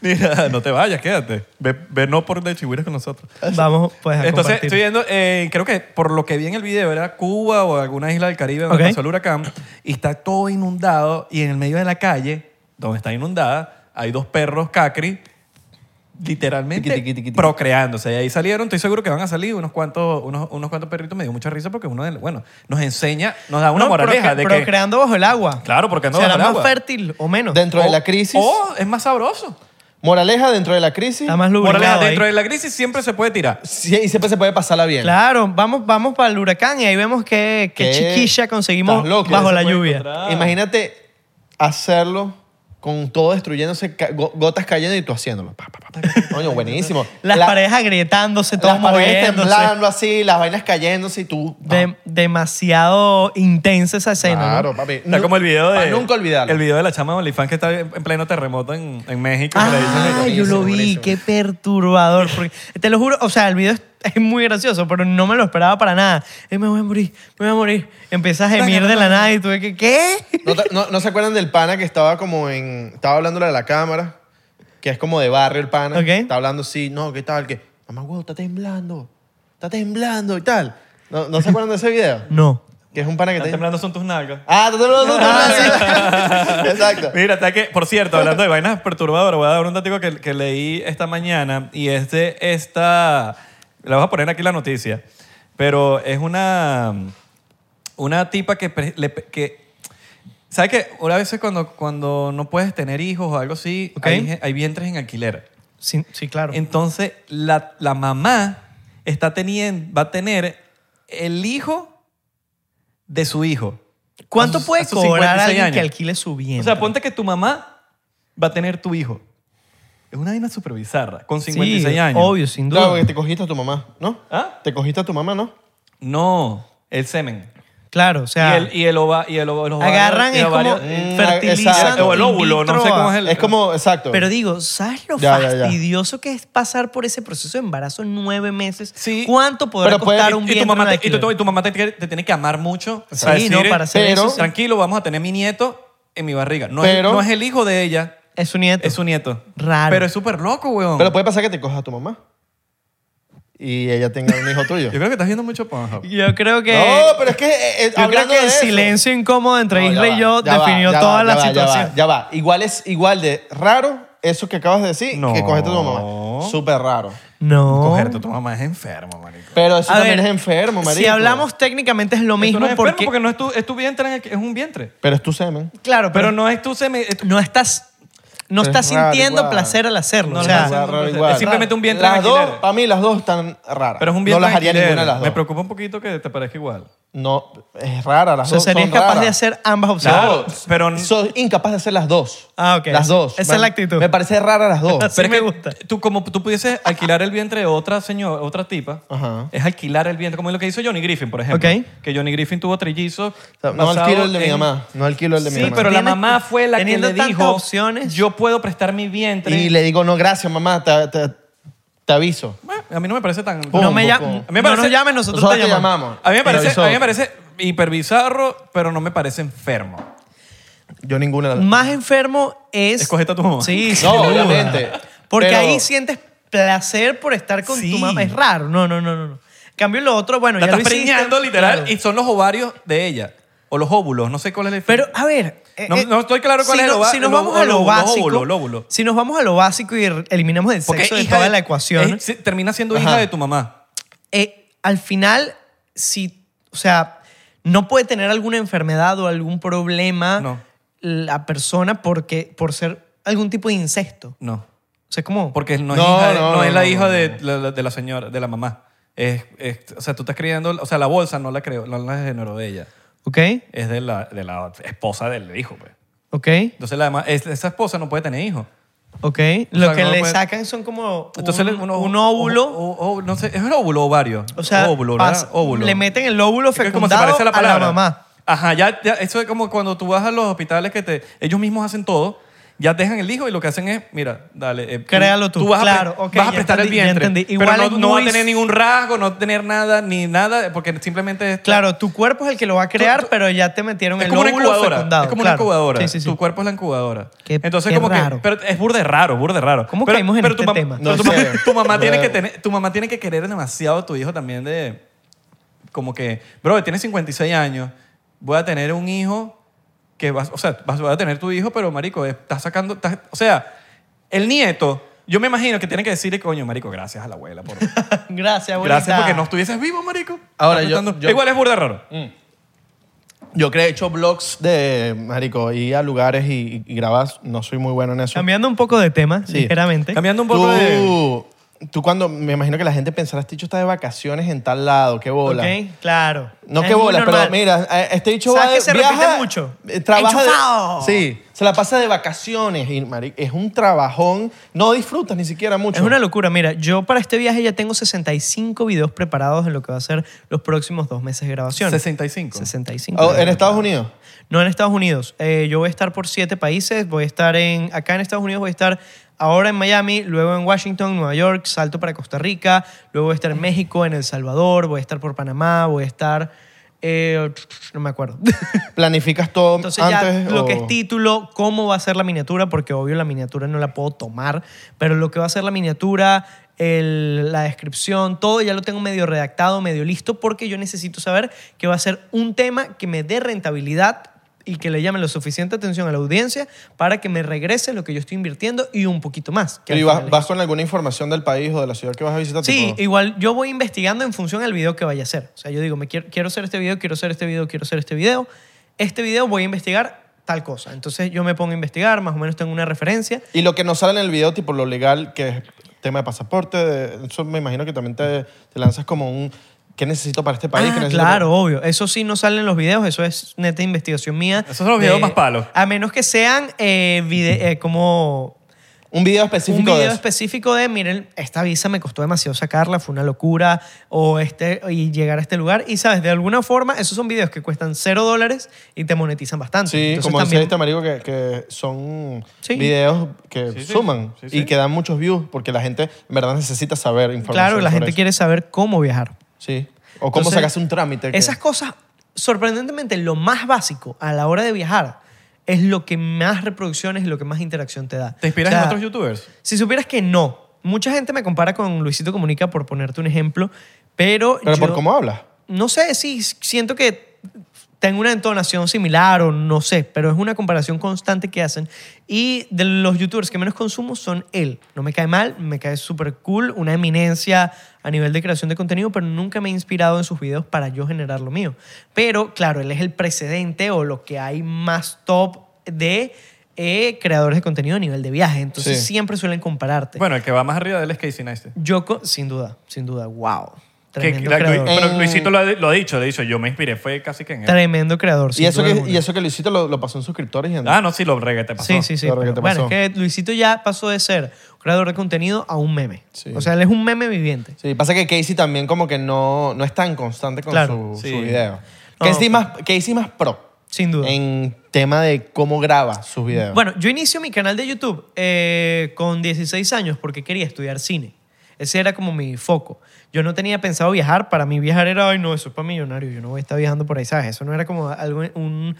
Speaker 2: Mira, no te vayas, quédate. Ve, ve no por de Chihuire con nosotros.
Speaker 1: Vamos, pues, a
Speaker 2: Entonces,
Speaker 1: compartir.
Speaker 2: estoy viendo, eh, creo que por lo que vi en el video, era Cuba o alguna isla del Caribe donde
Speaker 1: Ok.
Speaker 2: pasó el huracán, y está todo inundado, y en el medio de la calle, donde está inundada, hay dos perros cacri literalmente
Speaker 3: Tiqui, tiqui, tiqui, tiqui.
Speaker 2: procreando. O sea, y ahí salieron, estoy seguro que van a salir unos cuantos, unos, unos cuantos perritos. Me dio mucha risa porque uno, de- bueno, nos enseña, nos da una
Speaker 1: No,
Speaker 2: moraleja
Speaker 1: procre-
Speaker 2: de que...
Speaker 1: procreando bajo el agua.
Speaker 2: Claro, porque no
Speaker 1: Será
Speaker 2: bajo el
Speaker 1: más
Speaker 2: agua.
Speaker 1: fértil o menos.
Speaker 3: Dentro de la crisis.
Speaker 2: O es más sabroso.
Speaker 3: Moraleja dentro de la crisis.
Speaker 1: Está más lubricado
Speaker 2: Moraleja,
Speaker 1: ahí.
Speaker 2: dentro de la crisis siempre se puede tirar.
Speaker 3: Sí, y siempre se puede pasarla bien.
Speaker 1: Claro, vamos, vamos para el huracán y ahí vemos qué, qué
Speaker 3: ¿Qué?
Speaker 1: chiquilla conseguimos
Speaker 3: Estás loco.
Speaker 1: bajo
Speaker 3: Se
Speaker 1: la
Speaker 2: puede
Speaker 1: lluvia.
Speaker 2: encontrar.
Speaker 3: Imagínate hacerlo con todo destruyéndose, ca- go- gotas cayendo y tú haciéndolo. Pa, pa, pa, pa. Coño, buenísimo.
Speaker 1: Las
Speaker 3: La-
Speaker 1: paredes agrietándose, todo
Speaker 3: las paredes
Speaker 1: moviéndose.
Speaker 3: temblando así, las vainas cayéndose y tú. pa.
Speaker 1: De- demasiado intensa esa escena. ¿no?
Speaker 3: claro, papi.
Speaker 2: Está
Speaker 3: Nu-
Speaker 2: como el video de.
Speaker 3: pa' nunca olvidarlo.
Speaker 2: El video de la chama de OnlyFans que está en en pleno terremoto en, en México. que le dicen que-
Speaker 1: Ah, yo lo
Speaker 3: buenísimo,
Speaker 1: vi,
Speaker 3: buenísimo.
Speaker 1: qué perturbador. porque- te lo juro, o sea, el video es, es muy gracioso, pero no me lo esperaba para nada. Eh, me voy a morir, me voy a morir. Empieza a gemir de la nada y tuve que, ¿qué?
Speaker 3: ¿No, te- no- no se acuerdan del pana que estaba como en. Estaba hablándole a la cámara, que es como de barrio el pana.
Speaker 1: Ok.
Speaker 3: Está hablando así, no, ¿qué tal? Que, mamá, huevo, está temblando. Está temblando y tal. ¿No, no se acuerdan de ese video?
Speaker 1: No.
Speaker 3: Que es un pana que
Speaker 2: Están
Speaker 3: está.
Speaker 2: temblando son tus nalgas.
Speaker 3: Ah, está temblando. está temblando, sí. Exacto.
Speaker 2: Mira, está que, por cierto, hablando de vainas perturbadoras, voy a dar un datico que, que leí esta mañana y es de esta. La vas a poner aquí la noticia, pero es una. Una tipa que. pre- le- que ¿Sabes qué? Una vez cuando, cuando no puedes tener hijos o algo así,
Speaker 1: Ok.
Speaker 2: hay, gen- hay vientres en alquiler.
Speaker 1: Sí, sí, claro.
Speaker 2: Entonces, la, la mamá está teniendo, va a tener el hijo de su hijo.
Speaker 1: ¿Cuánto
Speaker 2: a sus- a
Speaker 1: puede
Speaker 2: sus
Speaker 1: cobrar
Speaker 2: 56
Speaker 1: alguien que
Speaker 2: años.
Speaker 1: alquile su bien?
Speaker 2: O sea, ponte que tu mamá va a tener tu hijo. Es una vaina súper bizarra, con 56 años.
Speaker 1: Obvio, sin duda.
Speaker 3: Claro, porque te cogiste a tu mamá, ¿no?
Speaker 2: ¿Ah?
Speaker 3: Te cogiste a tu mamá, ¿no?
Speaker 2: No, el semen.
Speaker 1: Claro, o sea,
Speaker 2: y el, y el, ova- y el ova- los ovarios-
Speaker 1: agarran,
Speaker 2: y
Speaker 1: es como
Speaker 2: ovarios-
Speaker 3: Mm,
Speaker 1: fertilizan.
Speaker 3: exacto.
Speaker 2: O el óvulo, no
Speaker 1: in vitro
Speaker 2: sé cómo
Speaker 1: a-
Speaker 2: es el-
Speaker 3: Es como, exacto.
Speaker 1: Pero digo, ¿sabes lo
Speaker 3: Ya, ya, ya.
Speaker 1: fastidioso que es pasar por ese proceso de embarazo nueve meses?
Speaker 2: Sí.
Speaker 1: ¿Cuánto podrá
Speaker 3: Pero puede-
Speaker 1: costar
Speaker 2: Y-
Speaker 1: un
Speaker 2: y,
Speaker 1: vientre
Speaker 2: tu mamá
Speaker 1: de
Speaker 2: te, y, tu,
Speaker 1: alquiler?
Speaker 2: y tu mamá te, tiene- te tiene que amar mucho.
Speaker 1: Sí,
Speaker 2: para
Speaker 1: ¿no?
Speaker 2: decir,
Speaker 1: Para hacer
Speaker 3: pero-
Speaker 1: eso, sí.
Speaker 2: Tranquilo, vamos a tener mi nieto en mi barriga. No,
Speaker 3: Pero-
Speaker 2: es, no es el hijo de ella,
Speaker 1: Es su nieto.
Speaker 2: es su nieto.
Speaker 1: Raro.
Speaker 2: Pero es súper loco, weón.
Speaker 3: Pero puede pasar que te cojas a tu mamá y ella tenga un hijo tuyo.
Speaker 2: Yo creo que estás viendo mucho Pornhub.
Speaker 1: Yo creo que...
Speaker 3: no, pero es que. eh, eh,
Speaker 1: yo creo
Speaker 3: hablando
Speaker 1: que
Speaker 3: de
Speaker 1: el
Speaker 3: eso-
Speaker 1: silencio incómodo entre
Speaker 3: No, ya
Speaker 1: Isla y
Speaker 3: va,
Speaker 1: yo
Speaker 3: ya va,
Speaker 1: definió
Speaker 3: ya
Speaker 1: toda
Speaker 3: va,
Speaker 1: la
Speaker 3: ya va, ya va,
Speaker 1: situación.
Speaker 3: Ya va, Igual es igual de raro eso que acabas de decir
Speaker 2: No.
Speaker 3: que cogiste a tu mamá. Súper raro.
Speaker 1: No.
Speaker 2: Cogerte a tu mamá es enfermo, marico.
Speaker 3: Pero eso
Speaker 1: A
Speaker 3: también
Speaker 1: ver,
Speaker 3: es enfermo, marico.
Speaker 1: Si hablamos técnicamente es lo
Speaker 2: Eso
Speaker 1: mismo
Speaker 2: no es enfermo
Speaker 1: porque,
Speaker 2: porque, no es tu, es tu vientre, en el- es un vientre.
Speaker 3: Pero es tu semen.
Speaker 1: Claro, pero,
Speaker 2: Pero no es tu semen. es tu-
Speaker 1: no estás, no
Speaker 3: Pero
Speaker 1: estás
Speaker 3: es raro
Speaker 1: sintiendo
Speaker 3: igual.
Speaker 1: placer al hacerlo.
Speaker 2: No,
Speaker 1: o
Speaker 2: no,
Speaker 1: sea,
Speaker 2: no, no,
Speaker 3: Raro,
Speaker 2: no,
Speaker 3: raro
Speaker 2: es
Speaker 3: igual.
Speaker 2: simplemente un vientre
Speaker 3: Las
Speaker 2: en
Speaker 3: dos,
Speaker 2: alquiler.
Speaker 3: para mí las dos están raras.
Speaker 2: Pero es un
Speaker 3: No
Speaker 2: vientre
Speaker 3: las haría
Speaker 2: alquiler.
Speaker 3: ninguna de las dos.
Speaker 2: Me preocupa un poquito que te parezca igual.
Speaker 3: No, es rara las
Speaker 1: o sea,
Speaker 3: dos.
Speaker 1: serías
Speaker 3: son
Speaker 1: capaz de
Speaker 3: raras.
Speaker 1: hacer ambas opciones.
Speaker 2: Claro,
Speaker 3: No,
Speaker 2: pero-
Speaker 3: soy incapaz de hacer las dos.
Speaker 1: Ah, ok.
Speaker 3: Las dos.
Speaker 1: Esa es la actitud.
Speaker 3: Me parece rara las dos.
Speaker 1: Sí
Speaker 2: pero es
Speaker 1: me
Speaker 2: que
Speaker 1: gusta.
Speaker 2: Tú, como tú pudieses alquilar el vientre de otra señora, otra tipa,
Speaker 3: Ajá.
Speaker 2: es alquilar el vientre, como es lo que hizo Johnny Griffin, por ejemplo.
Speaker 1: Ok.
Speaker 2: Que Johnny Griffin tuvo trillizos.
Speaker 3: O sea, no
Speaker 2: basado
Speaker 3: alquilo el de mi
Speaker 2: en-
Speaker 3: mamá. No alquilo el de mi
Speaker 2: Sí,
Speaker 3: mamá.
Speaker 2: pero la
Speaker 1: Tienes-
Speaker 2: mamá fue la que
Speaker 1: teniendo
Speaker 2: le
Speaker 1: tantas
Speaker 2: dijo,
Speaker 1: opciones.
Speaker 2: yo puedo prestar mi vientre.
Speaker 3: Y le digo, no, gracias, mamá, te, te- te aviso.
Speaker 2: Bueno, a mí no me parece tan...
Speaker 3: Pum,
Speaker 1: no, me
Speaker 3: pum,
Speaker 1: llam-
Speaker 3: pum.
Speaker 1: no nos llames, nosotros,
Speaker 3: Nosotros
Speaker 1: te
Speaker 3: te
Speaker 1: llamamos.
Speaker 3: llamamos.
Speaker 2: A mí me parece,
Speaker 3: Avisó.
Speaker 2: a mí me parece hiper bizarro, pero no me parece enfermo.
Speaker 3: Yo ninguna. de las-
Speaker 1: Más enfermo es...
Speaker 2: Escogete a tu mamá.
Speaker 1: Sí, sin
Speaker 3: No,
Speaker 1: duda.
Speaker 3: obviamente.
Speaker 1: Porque
Speaker 3: Pero-
Speaker 1: ahí sientes placer por estar con tu
Speaker 2: Sí.
Speaker 1: mamá. Es raro. No, no, no, no. no. En cambio lo otro, bueno,
Speaker 2: La
Speaker 1: ya
Speaker 2: estás
Speaker 1: lo hiciste.
Speaker 2: preñando literal
Speaker 1: Claro.
Speaker 2: y son los ovarios de ella. O los óvulos, no sé cuál es el
Speaker 1: Pero, ah, a ver. eh,
Speaker 2: No- no estoy claro cuál
Speaker 1: si
Speaker 2: es el
Speaker 1: no-
Speaker 2: ova-
Speaker 1: Si nos
Speaker 2: lo-
Speaker 1: vamos a lo
Speaker 2: lo- lo
Speaker 1: básico.
Speaker 2: óvulo, lo óvulo.
Speaker 1: Si nos vamos a lo básico y re- eliminamos el sexo de
Speaker 2: hija
Speaker 1: toda
Speaker 2: de-
Speaker 1: la ecuación,
Speaker 2: es- se- termina siendo hija
Speaker 3: Ajá.
Speaker 2: de tu mamá.
Speaker 1: eh, al final, si. O sea, no puede tener alguna enfermedad o algún problema
Speaker 2: No.
Speaker 1: la persona porque, por ser algún tipo de incesto.
Speaker 2: No.
Speaker 1: O sea, es como.
Speaker 2: Porque no es,
Speaker 3: No,
Speaker 2: hija de-
Speaker 3: no,
Speaker 2: no es
Speaker 3: no,
Speaker 2: la
Speaker 3: no,
Speaker 2: hija
Speaker 3: no.
Speaker 2: De, la, la- de la señora, de la mamá. Es, es- o sea, tú estás criando, o sea, la bolsa no la creó, no la generó de ella.
Speaker 1: ¿Ok?
Speaker 2: Es de la, de la esposa del hijo, pues.
Speaker 1: ¿Ok?
Speaker 2: Entonces, la dema- es- esa esposa no puede tener hijos.
Speaker 1: ¿Ok? Lo
Speaker 2: sea,
Speaker 1: que
Speaker 2: no
Speaker 1: le
Speaker 2: puede-
Speaker 1: sacan son como.
Speaker 2: Entonces,
Speaker 1: un,
Speaker 2: le- uno-
Speaker 1: un óvulo.
Speaker 2: o- o- o- no sé, es un óvulo o ovario.
Speaker 1: o sea,
Speaker 2: óvulo,
Speaker 1: pasa-
Speaker 2: ¿verdad? Óvulo.
Speaker 1: le meten el óvulo
Speaker 2: Es que como se
Speaker 1: fecundado
Speaker 2: parece a la palabra.
Speaker 1: mamá.
Speaker 2: Ajá, ya, ya, eso es como cuando tú vas a los hospitales que te, ellos mismos hacen todo, ya dejan el hijo y lo que hacen es, mira, dale. eh,
Speaker 1: Créalo tú,
Speaker 2: vas a pre-
Speaker 1: claro, ok,
Speaker 2: vas a
Speaker 1: ya
Speaker 2: prestar
Speaker 1: entendí, ya
Speaker 2: el vientre.
Speaker 1: entendí.
Speaker 2: pero
Speaker 1: Igual
Speaker 2: no,
Speaker 1: es
Speaker 2: no va a
Speaker 1: muy-
Speaker 2: tener ningún rasgo, no va a tener nada, ni nada, porque simplemente es...
Speaker 1: Claro, tu cuerpo es el que lo va a crear,
Speaker 2: Tú- tú-
Speaker 1: pero ya te metieron
Speaker 2: Es
Speaker 1: el
Speaker 2: como una
Speaker 1: óvulo
Speaker 2: incubadora.
Speaker 1: fecundado.
Speaker 2: es como
Speaker 1: claro.
Speaker 2: una incubadora.
Speaker 1: Sí, sí, sí.
Speaker 2: Tu cuerpo es la incubadora.
Speaker 1: Qué-
Speaker 2: Entonces,
Speaker 1: qué
Speaker 2: como
Speaker 1: raro.
Speaker 2: que. Pero es burde raro, burde raro.
Speaker 1: ¿Cómo
Speaker 2: pero,
Speaker 1: caímos en
Speaker 2: pero tu
Speaker 1: este
Speaker 2: mam-
Speaker 1: tema?
Speaker 2: pero
Speaker 3: No
Speaker 2: tu, mam-
Speaker 3: sé.
Speaker 2: tu mamá tiene que
Speaker 3: Bueno.
Speaker 2: tener, tu mamá tiene que querer demasiado a tu hijo también de. Como que, bro, tienes 56 años, voy a tener un hijo que vas. O sea, vas, vas a tener tu hijo, pero marico, estás sacando. estás- o sea, el nieto Yo me imagino que tienen que decirle, coño, marico, gracias a la abuela por...
Speaker 1: Gracias, abuelita.
Speaker 2: gracias porque no estuvieses vivo, marico.
Speaker 3: Ahora,
Speaker 2: Estás
Speaker 3: yo-
Speaker 2: gritando.
Speaker 3: yo-
Speaker 2: Igual es burda raro.
Speaker 1: Mm.
Speaker 3: Yo creo que he hecho blogs de, marico, ir a lugares y, y grabar. No soy muy bueno en eso.
Speaker 1: Cambiando un poco de tema,
Speaker 3: Sí.
Speaker 1: ligeramente.
Speaker 2: Cambiando un poco de...
Speaker 3: Tú, tú cuando, me imagino que la gente pensará, este dicho está de vacaciones en tal lado, qué bola.
Speaker 1: Ok, claro.
Speaker 3: No,
Speaker 1: Es
Speaker 3: qué
Speaker 1: muy
Speaker 3: bola,
Speaker 1: normal.
Speaker 3: pero mira, eh, este dicho
Speaker 1: ¿Sabes
Speaker 3: va
Speaker 1: que
Speaker 3: de-
Speaker 1: se
Speaker 3: viaja,
Speaker 1: repite mucho?
Speaker 3: eh, Trabaja de-
Speaker 1: ¡Enchufado!
Speaker 3: sí, se la pasa de vacaciones y, marico, es un trabajón. No disfrutas ni siquiera mucho.
Speaker 1: Es una locura. Mira, yo para este viaje ya tengo 65 videos preparados de lo que va a ser los próximos dos meses de grabación.
Speaker 2: 65.
Speaker 1: 65.
Speaker 3: Oh, en Estados Unidos.
Speaker 1: No en Estados Unidos. Eh, yo voy a estar por siete países. Voy a estar en, acá en Estados Unidos, voy a estar ahora en Miami, luego en Washington, Nueva York, salto para Costa Rica, luego voy a estar en México, en El Salvador, voy a estar por Panamá, voy a estar... eh, no me acuerdo.
Speaker 3: Planificas todo
Speaker 1: Entonces
Speaker 3: antes.
Speaker 1: ya lo
Speaker 3: o-
Speaker 1: que es título, cómo va a ser la miniatura, porque obvio la miniatura no la puedo tomar, pero lo que va a ser la miniatura, el- la descripción, todo ya lo tengo medio redactado, medio listo, porque yo necesito saber que va a ser un tema que me dé rentabilidad y que le llame lo suficiente atención a la audiencia para que me regrese lo que yo estoy invirtiendo y un poquito más. que
Speaker 3: Pero ¿y
Speaker 1: al
Speaker 3: vas,
Speaker 1: final es
Speaker 3: vas con alguna información del país o de la ciudad que vas a visitar.
Speaker 1: Sí,
Speaker 3: tipo,
Speaker 1: igual yo voy investigando en función al video que vaya a hacer. O sea, yo digo, me quiero, quiero hacer este video, quiero hacer este video, quiero hacer este video. Este video voy a investigar tal cosa. Entonces yo me pongo a investigar, más o menos tengo una referencia.
Speaker 3: Y lo que no sale en el video, tipo lo legal, que es tema de pasaporte, de- eso me imagino que también te, te lanzas como un ¿qué necesito para este país?
Speaker 1: Ah,
Speaker 3: ¿Qué necesito para-
Speaker 1: claro, obvio. Eso sí no salen los videos, eso es neta investigación mía.
Speaker 2: Esos son los videos más palos.
Speaker 1: A menos que sean eh, vide- eh, como
Speaker 3: Un video específico
Speaker 1: un video
Speaker 3: de eso.
Speaker 1: específico de, miren, esta visa me costó demasiado sacarla, fue una locura, o este, y llegar a este lugar. Y sabes, de alguna forma, esos son videos que cuestan cero dólares y te monetizan bastante.
Speaker 3: Sí,
Speaker 1: Entonces,
Speaker 3: como
Speaker 1: también-
Speaker 3: decía este marico, que, que son
Speaker 1: Sí.
Speaker 3: videos que
Speaker 2: Sí, sí.
Speaker 3: suman
Speaker 2: Sí,
Speaker 3: y
Speaker 2: sí.
Speaker 3: que dan muchos views porque la gente en verdad necesita saber información.
Speaker 1: Claro, la
Speaker 3: sobre
Speaker 1: gente
Speaker 3: eso.
Speaker 1: quiere saber cómo viajar.
Speaker 3: Sí. O cómo
Speaker 1: Entonces,
Speaker 3: sacarse un trámite. que-
Speaker 1: Esas cosas, sorprendentemente, lo más básico a la hora de viajar es lo que más reproducciones y lo que más interacción te da.
Speaker 2: ¿Te inspiras
Speaker 1: O sea,
Speaker 2: en otros youtubers?
Speaker 1: Si supieras que no, mucha gente me compara con Luisito Comunica por ponerte un ejemplo, pero
Speaker 3: Pero por
Speaker 1: yo-
Speaker 3: cómo hablas.
Speaker 1: no sé si siento que tengo una entonación similar o no sé, pero es una comparación constante que hacen. Y de los youtubers que menos consumo son él. No me cae mal, me cae súper cool, una eminencia a nivel de creación de contenido, pero nunca me he inspirado en sus videos para yo generar lo mío. Pero claro, él es el precedente o lo que hay más top de eh, creadores de contenido a nivel de viaje. Entonces
Speaker 3: Sí.
Speaker 1: siempre suelen compararte.
Speaker 2: Bueno, el que va más arriba de él es Casey Neistat.
Speaker 1: Yo, co- sin duda, sin duda, wow.
Speaker 2: Que-
Speaker 1: Tremendo
Speaker 2: la-
Speaker 1: creador.
Speaker 2: Lu- pero
Speaker 3: En-
Speaker 2: Luisito lo ha, lo ha dicho, le dicho, yo me inspiré, fue casi que en él.
Speaker 1: Tremendo creador.
Speaker 3: Eh. Y
Speaker 1: sin
Speaker 3: eso,
Speaker 1: duda
Speaker 3: que,
Speaker 1: alguna.
Speaker 3: y eso que Luisito lo, lo pasó en suscriptores y en...
Speaker 2: Ah, no, sí, lo regué, te pasó.
Speaker 1: Sí, sí, sí.
Speaker 3: Claro, ¿qué
Speaker 1: pero-
Speaker 3: te
Speaker 1: bueno,
Speaker 3: pasó?
Speaker 1: es que Luisito ya pasó de ser creador de contenido a un meme.
Speaker 3: Sí.
Speaker 1: O sea, él es un meme viviente.
Speaker 3: Sí, pasa que Casey también como que no, no es tan constante con
Speaker 1: Claro.
Speaker 3: su,
Speaker 2: Sí.
Speaker 3: su video.
Speaker 1: No.
Speaker 3: Casey, más, Casey más pro
Speaker 1: Sin duda.
Speaker 3: en tema de cómo graba sus videos.
Speaker 1: Bueno, yo inicio mi canal de YouTube eh, con 16 años porque quería estudiar cine. Ese era como mi foco. Yo no tenía pensado viajar. Para mí viajar era, ay, no, eso es para millonario. Yo no voy a estar viajando por ahí, ¿sabes? Eso no era como algo, un,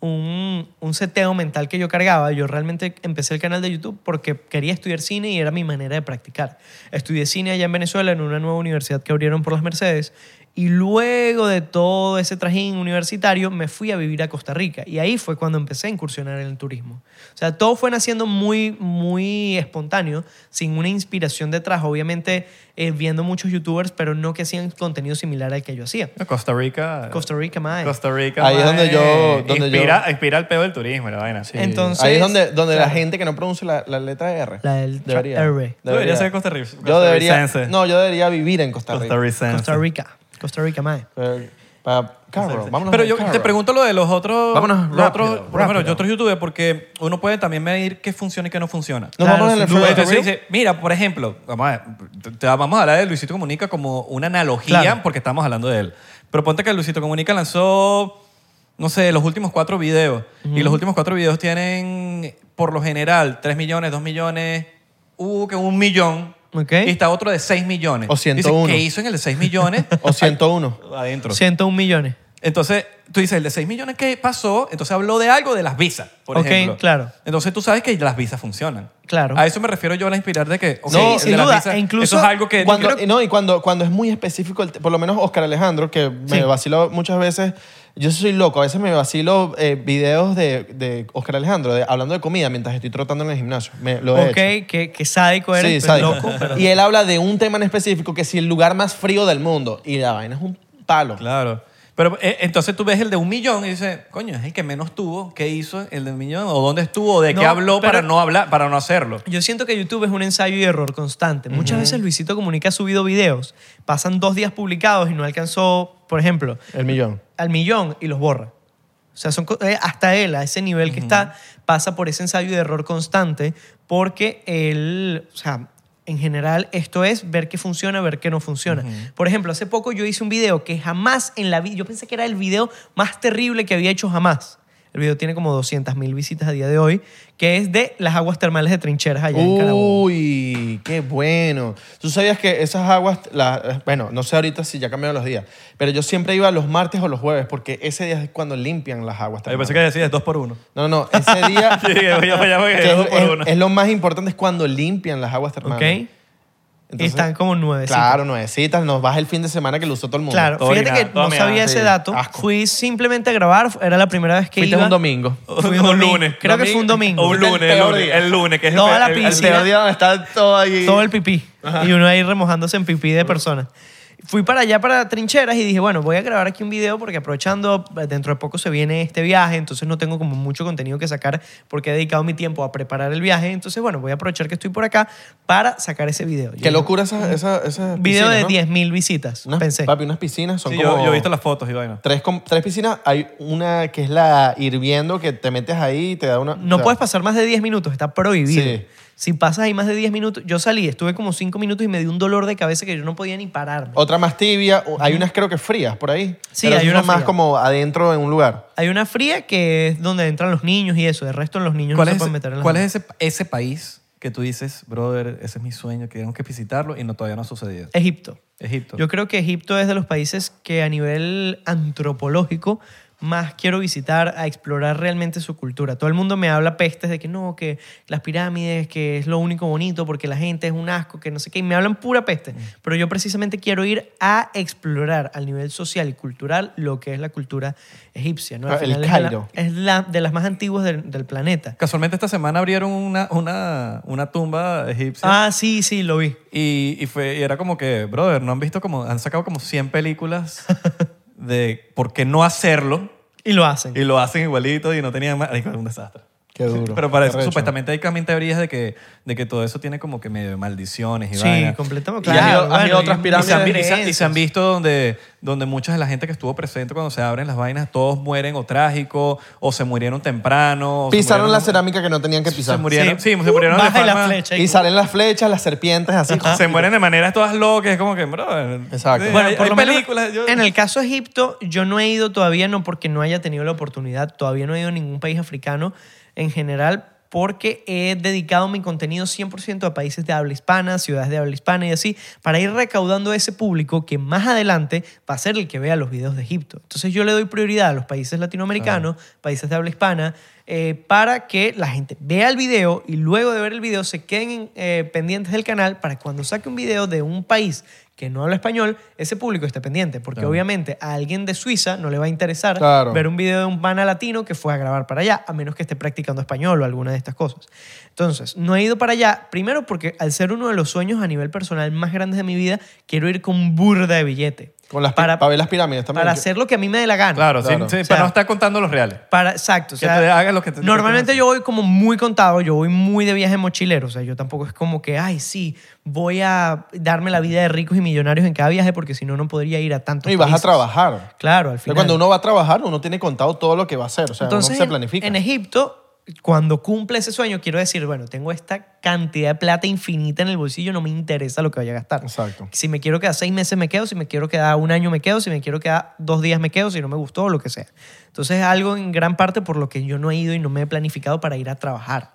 Speaker 1: un, un seteo mental que yo cargaba. Yo realmente empecé el canal de YouTube porque quería estudiar cine y era mi manera de practicar. Estudié cine allá en Venezuela en una nueva universidad que abrieron por las Mercedes. Y luego de todo ese trajín universitario, me fui a vivir a Costa Rica. Y ahí fue cuando empecé a incursionar en el turismo. O sea, todo fue naciendo muy, muy espontáneo, sin una inspiración detrás. Obviamente, eh, viendo muchos youtubers, pero no que hacían contenido similar al que yo hacía.
Speaker 2: Costa Rica.
Speaker 1: Costa Rica, mae.
Speaker 2: Costa Rica.
Speaker 3: Ahí es
Speaker 2: mae,
Speaker 3: donde yo- donde
Speaker 2: inspira,
Speaker 3: yo-
Speaker 2: inspira el pedo del turismo y la vaina. Sí.
Speaker 1: Entonces-
Speaker 3: Ahí es donde, donde la
Speaker 1: claro.
Speaker 3: gente que no pronuncia la, la letra R.
Speaker 1: La del tra-
Speaker 3: debería,
Speaker 1: R.
Speaker 2: Tú deberías ser Costa Rica.
Speaker 3: Yo debería.
Speaker 2: costarricense.
Speaker 3: No, yo debería vivir en Costa Rica.
Speaker 2: Costarricense.
Speaker 1: Costa Rica. Costa Rica, mae.
Speaker 3: Eh, pa- Carro, vámonos.
Speaker 2: Pero
Speaker 3: al
Speaker 2: yo
Speaker 3: carro.
Speaker 2: te pregunto lo de los otros.
Speaker 3: Vámonos
Speaker 2: los
Speaker 3: rápido,
Speaker 2: otros, por lo menos,
Speaker 3: rápido.
Speaker 2: yo otros youtubers, porque uno puede también medir qué funciona y qué no funciona.
Speaker 3: Nos
Speaker 1: Claro,
Speaker 3: vamos en el
Speaker 1: sin duda.
Speaker 3: Fast and
Speaker 2: Entonces
Speaker 3: Furious.
Speaker 2: dice, mira, por ejemplo, vamos a, te- te- vamos a hablar de Luisito Comunica como una analogía
Speaker 1: Claro.
Speaker 2: porque estamos hablando de él. Pero ponte que Luisito Comunica lanzó, no sé, los últimos cuatro videos. Y los últimos cuatro videos tienen, por lo general, 3 millones, 2 millones, hubo que un millón.
Speaker 1: Ok.
Speaker 2: Y está otro de 6 millones.
Speaker 3: O
Speaker 2: Dice,
Speaker 3: 101.
Speaker 2: ¿Qué hizo en el de 6 millones?
Speaker 3: O 101.
Speaker 2: Adentro.
Speaker 1: 101 millones.
Speaker 2: Entonces, tú dices, el de 6 millones que pasó, entonces habló de algo de las visas, por
Speaker 1: Ok,
Speaker 2: ejemplo.
Speaker 1: claro.
Speaker 2: Entonces tú sabes que las visas funcionan.
Speaker 1: Claro.
Speaker 2: A eso me refiero yo a la inspirar de que, ok,
Speaker 1: Sí,
Speaker 2: el de
Speaker 1: sin
Speaker 2: las
Speaker 1: duda,
Speaker 2: visas,
Speaker 1: e incluso
Speaker 2: eso es algo que
Speaker 3: Cuando, y no, y cuando, cuando es muy específico, el te- por lo menos Oscar Alejandro, que me
Speaker 1: Sí.
Speaker 3: vaciló muchas veces, yo soy loco, a veces me vacilo eh, videos de, de Oscar Alejandro de- hablando de comida mientras estoy trotando en el gimnasio. Me, lo he
Speaker 1: ok, que, que sádico
Speaker 3: hecho.
Speaker 1: eres,
Speaker 3: Sí,
Speaker 1: pero
Speaker 3: sádico.
Speaker 1: loco. pero-
Speaker 3: Y él habla de un tema en específico que es el lugar más frío del mundo. Y la vaina es un palo.
Speaker 2: Claro. Pero eh, entonces tú ves el de un millón y dices, coño, es el que menos tuvo, ¿qué hizo el de un millón? ¿O dónde estuvo? ¿De qué
Speaker 1: No,
Speaker 2: habló
Speaker 1: pero-
Speaker 2: para no hablar, para no hacerlo?
Speaker 1: Yo siento que YouTube es un ensayo y error constante. Muchas veces Luisito Comunica ha subido videos, pasan dos días publicados y no alcanzó, por ejemplo,
Speaker 3: El millón.
Speaker 1: al millón y los borra. O sea, son, co- eh, hasta él, a ese nivel que está, pasa por ese ensayo y error constante porque él, o sea, en general esto es ver qué funciona, ver qué no funciona. Por ejemplo, hace poco yo hice un video que jamás en la vida, yo pensé que era el video más terrible que había hecho jamás. El video tiene como 200.000 visitas a día de hoy, que es de las aguas termales de trincheras allá en Carabobo.
Speaker 3: Uy, qué bueno. Tú sabías que esas aguas, la- bueno, no sé ahorita si ya cambiaron los días, pero yo siempre iba los martes o los jueves porque ese día es cuando limpian las aguas.
Speaker 2: Yo
Speaker 3: termales.
Speaker 2: pensé que decías dos por uno.
Speaker 3: No, no, ese día
Speaker 2: Sí, ya me- ya me-
Speaker 3: que es,
Speaker 2: dos por
Speaker 3: es-
Speaker 2: uno.
Speaker 3: es lo más importante es cuando limpian las aguas termales.
Speaker 1: ¿Ok? y están como nueve.
Speaker 3: Claro, nuevecitas, nos vas el fin de semana que lo usó todo el mundo.
Speaker 1: Claro,
Speaker 2: Todo
Speaker 1: fíjate
Speaker 2: orinado,
Speaker 1: que
Speaker 2: todo
Speaker 1: no
Speaker 2: meado,
Speaker 1: sabía
Speaker 3: sí.
Speaker 1: ese dato.
Speaker 3: Asco.
Speaker 1: Fui simplemente a grabar, era la primera vez que
Speaker 3: Fuiste
Speaker 1: iba. Oh,
Speaker 3: un domingo.
Speaker 1: Fui un domingo. Creo que fue un domingo.
Speaker 2: O un
Speaker 3: Fuiste
Speaker 2: lunes, el
Speaker 3: el peor
Speaker 2: lunes,
Speaker 3: día.
Speaker 2: el lunes, que es el
Speaker 1: No,
Speaker 2: pe-
Speaker 1: a la
Speaker 2: el- el
Speaker 3: El
Speaker 1: piscina.
Speaker 3: peor día donde está todo ahí.
Speaker 1: Todo el pipí. Y uno ahí remojándose en pipí de personas. Fui para allá, para trincheras, y dije, bueno, voy a grabar aquí un video porque aprovechando, eh, dentro de poco se viene este viaje, entonces no tengo como mucho contenido que sacar porque he dedicado mi tiempo a preparar el viaje. Entonces, bueno, voy a aprovechar que estoy por acá para sacar ese video. Yo-
Speaker 3: Qué locura esas esas- esas
Speaker 1: Video
Speaker 3: piscinas,
Speaker 1: de
Speaker 3: ¿no?
Speaker 1: 10.000 visitas,
Speaker 3: Unas-
Speaker 1: pensé.
Speaker 3: Papi, unas piscinas son
Speaker 2: Sí,
Speaker 3: como...
Speaker 2: yo, yo he visto las fotos y vaina.
Speaker 3: Tres, com- tres piscinas, hay una que es la hirviendo que te metes ahí y te da una...
Speaker 1: No
Speaker 3: o sea,
Speaker 1: puedes pasar más de 10 minutos, está prohibido.
Speaker 3: Sí.
Speaker 1: Si pasas ahí más de 10 minutos, yo salí, estuve como 5 minutos y me dio un dolor de cabeza que yo no podía ni pararme.
Speaker 3: Otra más tibia, o- hay unas creo que frías por ahí.
Speaker 1: Sí,
Speaker 3: pero
Speaker 1: hay
Speaker 3: esas son
Speaker 1: una
Speaker 3: más
Speaker 1: fría.
Speaker 3: como adentro en un lugar.
Speaker 1: Hay una fría que es donde entran los niños y eso, de resto los niños no
Speaker 2: ¿Cuál
Speaker 1: se
Speaker 2: es,
Speaker 1: pueden
Speaker 2: ese,
Speaker 1: meter en la
Speaker 2: cuál es ese, ese país que tú dices, brother, ese es mi sueño, que tenemos que visitarlo y no, todavía no ha sucedido?
Speaker 1: Egipto.
Speaker 2: Egipto.
Speaker 1: Yo creo que Egipto es de los países que a nivel antropológico más quiero visitar a explorar realmente su cultura. Todo el mundo me habla pestes de que no, que las pirámides, que es lo único bonito porque la gente es un asco, que no sé qué, y me hablan pura
Speaker 2: Mm.
Speaker 1: peste. Pero yo precisamente quiero ir a explorar al nivel social y cultural lo que es la cultura egipcia. ¿no? Al
Speaker 3: Ah, el
Speaker 1: final es la-
Speaker 3: Cairo.
Speaker 1: Es la, de las más antiguas del, del planeta.
Speaker 2: Casualmente esta semana abrieron una, una, una tumba egipcia.
Speaker 1: Ah, sí, sí, lo vi.
Speaker 2: Y, y fue, y era como que, brother, no han visto como, han sacado como 100 películas de por qué no hacerlo
Speaker 1: Y lo hacen.
Speaker 2: y lo hacen igualito y no tenían más. Es un desastre.
Speaker 3: Qué duro.
Speaker 2: Pero para eso,
Speaker 3: Arrecho.
Speaker 2: supuestamente hay también teorías de que, de que todo eso tiene como que medio de maldiciones y
Speaker 1: Sí,
Speaker 2: vainas.
Speaker 1: completamente.
Speaker 3: Y has ido-
Speaker 1: Claro,
Speaker 3: has ido a otras
Speaker 1: y-
Speaker 2: Y se, han,
Speaker 3: pirámides
Speaker 2: vi- y se- y
Speaker 1: creencias.
Speaker 2: se han visto donde, donde mucha de la gente que estuvo presente cuando se abren las vainas, todos mueren o trágico, o se murieron temprano. o se
Speaker 3: Pisaron la
Speaker 2: murieron-
Speaker 3: cerámica que no tenían que pisar.
Speaker 2: Se murieron, sí,
Speaker 1: Uh,
Speaker 2: se murieron de
Speaker 1: baja y la
Speaker 2: forma-
Speaker 1: flecha.
Speaker 3: Y salen las flechas, las serpientes, así.
Speaker 2: Se mueren de maneras todas locas, es como que, brother.
Speaker 3: Exacto.
Speaker 2: sí,
Speaker 1: Bueno,
Speaker 2: hay-
Speaker 1: por
Speaker 2: hay
Speaker 1: lo menos
Speaker 2: películas. yo-
Speaker 1: en el caso de Egipto, yo no he ido todavía, no porque no haya tenido la oportunidad, todavía no he ido a ningún país africano en general, porque he dedicado mi contenido 100% a países de habla hispana, ciudades de habla hispana y así, para ir recaudando ese público que más adelante va a ser el que vea los videos de Egipto. Entonces yo le doy prioridad a los países latinoamericanos, países de habla hispana, eh, para que la gente vea el video y luego de ver el video se queden eh, pendientes del canal para cuando saque un video de un país que no habla español, ese público esté pendiente, porque obviamente a alguien de Suiza no le va a interesar
Speaker 3: Claro.
Speaker 1: ver un video de un pana latino que fue a grabar para allá, a menos que esté practicando español o alguna de estas cosas. Entonces, no he ido para allá, primero porque al ser uno de los sueños a nivel personal más grandes de mi vida, quiero ir con burda de billete.
Speaker 3: Con las pi-
Speaker 1: para,
Speaker 3: para ver las pirámides también.
Speaker 1: para
Speaker 3: Yo-
Speaker 1: hacer lo que a mí me dé la gana.
Speaker 2: Claro, sí,
Speaker 3: Claro.
Speaker 2: sí,
Speaker 1: O sea-
Speaker 2: pero no está contando los reales.
Speaker 1: Para, exacto. o
Speaker 2: Que
Speaker 1: sea,
Speaker 2: te hagas lo que te-
Speaker 1: normalmente
Speaker 2: lo que te-
Speaker 1: yo voy como muy contado, yo voy muy de viaje mochilero. O sea, yo tampoco es como que, ay, sí, voy a darme la vida de ricos y millonarios en cada viaje porque si no, no podría ir a tantos
Speaker 3: Y vas a
Speaker 1: países.
Speaker 3: trabajar.
Speaker 1: Claro, al
Speaker 3: Pero
Speaker 1: final.
Speaker 3: cuando uno va a trabajar, uno tiene contado todo lo que va a hacer. O sea,
Speaker 1: Entonces,
Speaker 3: uno se
Speaker 1: en-
Speaker 3: planifica.
Speaker 1: En, Egipto, cuando cumple ese sueño, quiero decir, bueno, tengo esta cantidad de plata infinita en el bolsillo, no me interesa lo que vaya a gastar.
Speaker 3: Exacto.
Speaker 1: Si me quiero quedar seis meses, me quedo. Si me quiero quedar un año, me quedo. Si me quiero quedar dos días, me quedo. Si no me gustó, lo que sea. Entonces, algo en gran parte por lo que yo no he ido y no me he planificado para ir a trabajar.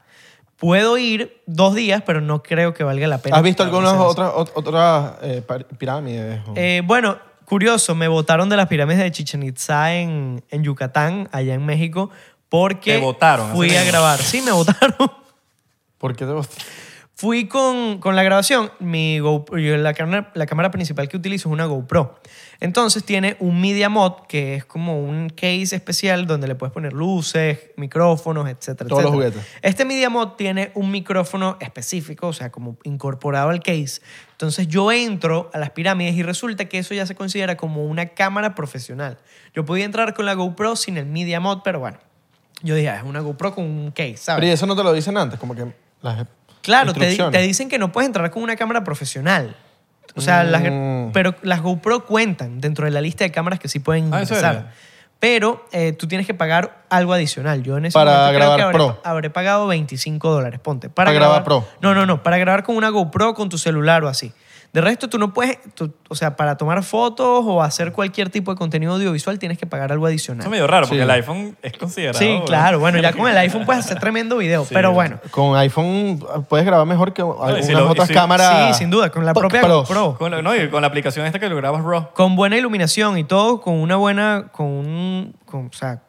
Speaker 1: Puedo ir dos días, pero no creo que valga la pena.
Speaker 3: ¿Has visto
Speaker 1: Claro,
Speaker 3: algunas
Speaker 1: o sea,
Speaker 3: otras, ot- otras eh, par- pirámides? o-
Speaker 1: eh, bueno, Curioso, me votaron de las pirámides de Chichen Itza en, en Yucatán, allá en México, porque
Speaker 2: Te botaron,
Speaker 1: fui
Speaker 2: así
Speaker 1: a
Speaker 2: mismo.
Speaker 1: grabar. Sí, me votaron.
Speaker 3: ¿Por qué te gusta?
Speaker 1: Fui con, con la grabación, mi GoPro- yo la, cámara, la cámara principal que utilizo es una GoPro. Entonces tiene un media mod que es como un case especial donde le puedes poner luces, micrófonos, etcétera,
Speaker 3: Todos los
Speaker 1: etcétera.
Speaker 3: juguetes.
Speaker 1: Este media mod tiene un micrófono específico, o sea, como incorporado al case. Entonces yo entro a las pirámides y resulta que eso ya se considera como una cámara profesional. Yo podía entrar con la GoPro sin el media mod, pero bueno, yo dije, "Ah, es una GoPro con un case, ¿sabes?
Speaker 3: Pero ¿y eso no te lo dicen antes, como que las
Speaker 1: Claro, te, di- te
Speaker 3: instrucciones?
Speaker 1: dicen que no puedes entrar con una cámara profesional. O sea, las-
Speaker 3: Mm.
Speaker 1: pero las GoPro cuentan dentro de la lista de cámaras que sí pueden
Speaker 2: Ah, ¿en serio?
Speaker 1: ingresar. Pero eh, tú tienes que pagar algo adicional. Yo en ese
Speaker 3: Para
Speaker 1: momento creo
Speaker 3: grabar
Speaker 1: que habré,
Speaker 3: pro.
Speaker 1: habré pagado 25 dólares, ponte.
Speaker 3: Para grabar pro.
Speaker 1: No, no, no. Para grabar con una GoPro, con tu celular o así. De resto, tú no puedes... tú- o sea, para tomar fotos o hacer cualquier tipo de contenido audiovisual tienes que pagar algo adicional.
Speaker 2: Eso es medio raro porque
Speaker 3: Sí.
Speaker 2: el iPhone es considerado.
Speaker 1: Sí, claro. Bueno, ya con el iPhone puedes hacer tremendo video. pero bueno.
Speaker 3: Con iPhone ah, puedes grabar mejor que algunas
Speaker 2: si lo- y
Speaker 3: otras
Speaker 2: si-
Speaker 3: cámaras.
Speaker 1: Sí, sin duda, con la
Speaker 3: pro-
Speaker 1: propia
Speaker 3: pros.
Speaker 1: GoPro.
Speaker 2: Con la, no, y con la aplicación esta que lo grabas RAW.
Speaker 1: con buena iluminación y todo, con una buena, con un, con, o sea,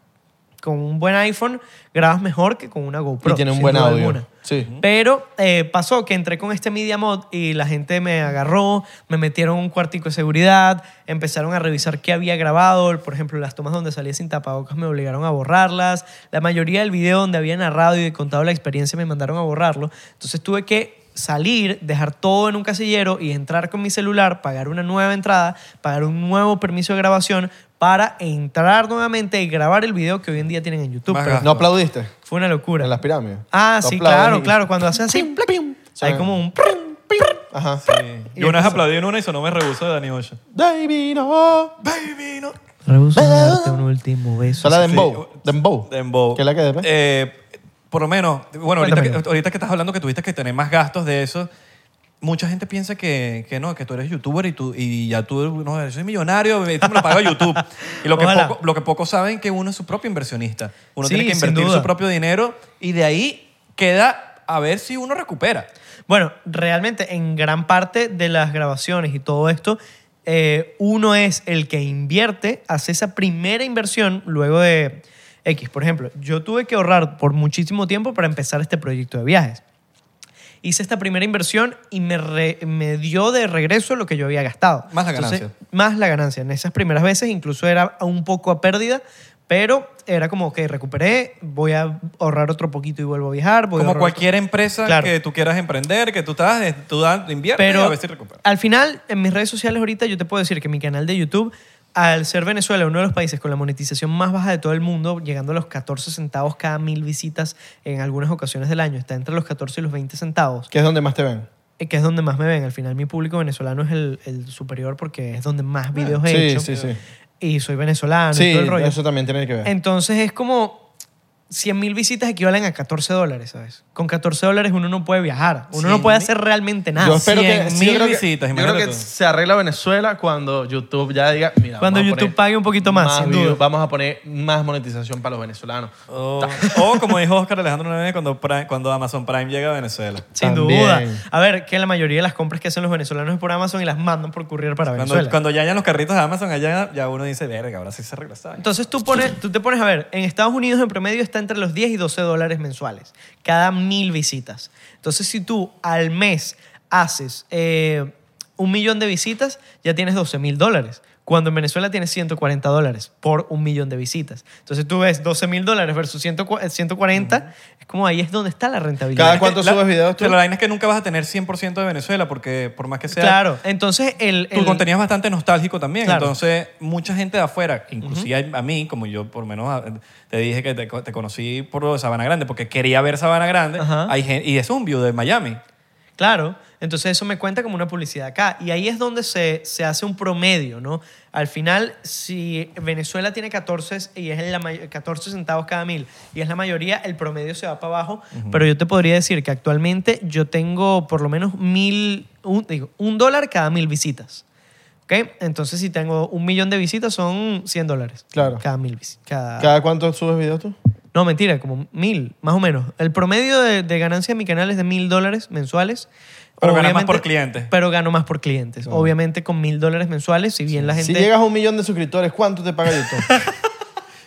Speaker 1: con un buen iPhone grabas mejor que con una GoPro.
Speaker 3: Y tiene un
Speaker 1: sin
Speaker 3: buen
Speaker 1: duda
Speaker 3: audio.
Speaker 1: alguna.
Speaker 3: Sí.
Speaker 1: Pero eh, pasó que entré con este Media Mod y la gente me agarró, me metieron un cuartico de seguridad, empezaron a revisar qué había grabado, por ejemplo, las tomas donde salía sin tapabocas me obligaron a borrarlas, la mayoría del video donde había narrado y contado la experiencia me mandaron a borrarlo, entonces tuve que salir, dejar todo en un casillero y entrar con mi celular, pagar una nueva entrada, pagar un nuevo permiso de grabación para entrar nuevamente y grabar el video que hoy en día tienen en YouTube.
Speaker 2: Más
Speaker 1: Pero
Speaker 3: ¿No aplaudiste
Speaker 1: fue una locura.
Speaker 3: en las pirámides?
Speaker 1: Ah,
Speaker 3: Tú
Speaker 1: sí,
Speaker 3: aplaudes
Speaker 1: claro,
Speaker 3: y-
Speaker 1: claro. Cuando hace así,
Speaker 3: Pim,
Speaker 1: plac,
Speaker 3: pim.
Speaker 1: hay
Speaker 3: Sí.
Speaker 1: como un...
Speaker 3: Ajá.
Speaker 2: Sí. Yo una vez aplaudí en una y sonó Me Rehuso de Danny Ocean.
Speaker 3: Baby, no.
Speaker 2: Baby, no.
Speaker 1: Rehuso darte un último beso.
Speaker 3: Eso es la
Speaker 2: Sí.
Speaker 3: Dembow. Dembow.
Speaker 2: Dembow.
Speaker 3: ¿Qué es la que después?
Speaker 2: Eh, por lo menos, bueno, ahorita que,
Speaker 1: Cuéntame.
Speaker 2: ahorita que estás hablando que tuviste que tener más gastos de eso, mucha gente piensa que, que no, que tú eres youtuber y, tú, y ya tú, no, yo soy millonario, esto me lo paga YouTube. Y lo que,
Speaker 1: Ojalá.
Speaker 2: poco, lo que poco saben que uno es su propio inversionista. Uno
Speaker 1: Sí,
Speaker 2: tiene que
Speaker 1: sin
Speaker 2: invertir
Speaker 1: duda.
Speaker 2: su propio dinero y de ahí queda a ver si uno recupera.
Speaker 1: Bueno, realmente en gran parte de las grabaciones y todo esto, eh, uno es el que invierte, hace esa primera inversión luego de X. Por ejemplo, yo tuve que ahorrar por muchísimo tiempo para empezar este proyecto de viajes. Hice esta primera inversión y me, re- me dio de regreso lo que yo había gastado.
Speaker 2: Más la
Speaker 1: Entonces,
Speaker 2: ganancia.
Speaker 1: más la ganancia. En esas primeras veces incluso era un poco a pérdida, pero era como que recuperé, voy a ahorrar otro poquito y vuelvo a viajar. voy a
Speaker 2: Como
Speaker 1: ahorrar otro-
Speaker 2: cualquier empresa
Speaker 1: Claro.
Speaker 2: que tú quieras emprender, que tú estás, tú das- inviertes y a
Speaker 1: pero
Speaker 2: ver si recuperas.
Speaker 1: al final, en mis redes sociales ahorita, yo te puedo decir que mi canal de YouTube, al ser Venezuela uno de los países con la monetización más baja de todo el mundo, llegando a los 14 centavos cada mil visitas en algunas ocasiones del año, está entre los 14 y los 20 centavos,
Speaker 3: ¿Qué es donde más te ven?
Speaker 1: eh, que es donde más me ven. Al final, mi público venezolano es el, el superior porque es donde más videos he
Speaker 3: Ah, Sí,
Speaker 1: hecho.
Speaker 3: sí, sí.
Speaker 1: Y soy venezolano y
Speaker 3: Sí,
Speaker 1: todo el rollo.
Speaker 3: eso también tiene que ver.
Speaker 1: Entonces es como 100 mil visitas equivalen a 14 dólares, ¿sabes? Con 14 dólares uno no puede viajar, uno no
Speaker 2: 100.000.
Speaker 1: puede hacer realmente nada.
Speaker 3: Yo espero que
Speaker 2: 100.000
Speaker 3: sí, yo creo que-
Speaker 2: visitas,
Speaker 3: yo creo
Speaker 2: imagínate
Speaker 3: que
Speaker 2: tú.
Speaker 3: se arregla Venezuela cuando YouTube ya diga, mira,
Speaker 1: Cuando
Speaker 3: vamos a
Speaker 1: YouTube
Speaker 3: poner
Speaker 1: pague un poquito más, sin duda.
Speaker 3: views, vamos a poner más monetización para los venezolanos.
Speaker 2: O, Oh. o como dijo Oscar Alejandro una vez cuando, Prime- cuando Amazon Prime llega a Venezuela.
Speaker 1: Sin
Speaker 3: También.
Speaker 1: duda. A ver, que la mayoría de las compras que hacen los venezolanos es por Amazon y las mandan por courier para Venezuela.
Speaker 2: Cuando, cuando ya hayan los carritos de Amazon allá, ya uno dice, verga, ahora sí se regresa.
Speaker 1: Entonces tú, pones, tú te pones a ver, en Estados Unidos en promedio está entre los 10 y 12 dólares mensuales, cada mil visitas. Entonces si tú al mes haces eh, un millón de visitas, ya tienes 12 mil dólares. Cuando en Venezuela tienes 140 dólares por un millón de visitas. Entonces tú ves 12 mil dólares versus 140, es como ahí es donde está la rentabilidad.
Speaker 3: Cada cuánto subes videos tú?
Speaker 2: Pero la vaina es que nunca vas a tener 100% de Venezuela porque por más que sea...
Speaker 1: Claro, entonces el...
Speaker 2: Tu
Speaker 1: el-
Speaker 2: contenido es bastante nostálgico también,
Speaker 1: Claro.
Speaker 2: entonces mucha gente de afuera, inclusive a mí, como yo por lo menos a- te dije que te, co- te conocí por Sabana Grande, porque quería ver Sabana Grande,
Speaker 1: Ajá.
Speaker 2: hay gen- y es un view de Miami.
Speaker 1: Claro, entonces eso me cuenta como una publicidad acá. Y ahí es donde se, se hace un promedio, ¿no? Al final, si Venezuela tiene 14, y es la may- 14 centavos cada mil y es la mayoría, el promedio se va para abajo. Pero yo te podría decir que actualmente yo tengo por lo menos mil, un, digo, un dólar cada mil visitas. ¿Ok? Entonces, si tengo un millón de visitas, son 100 dólares.
Speaker 3: Claro.
Speaker 1: Cada mil visitas. Cada,
Speaker 3: ¿Cada cuánto subes videos tú?
Speaker 1: no, mentira, como mil, más o menos. El promedio de, de ganancia de mi canal es de mil dólares mensuales.
Speaker 2: Pero ganas más
Speaker 1: obviamente-
Speaker 2: por clientes.
Speaker 1: Pero gano más por clientes. Obviamente con mil dólares mensuales, si bien la gente...
Speaker 3: Si llegas a un millón de suscriptores, ¿cuánto te paga YouTube?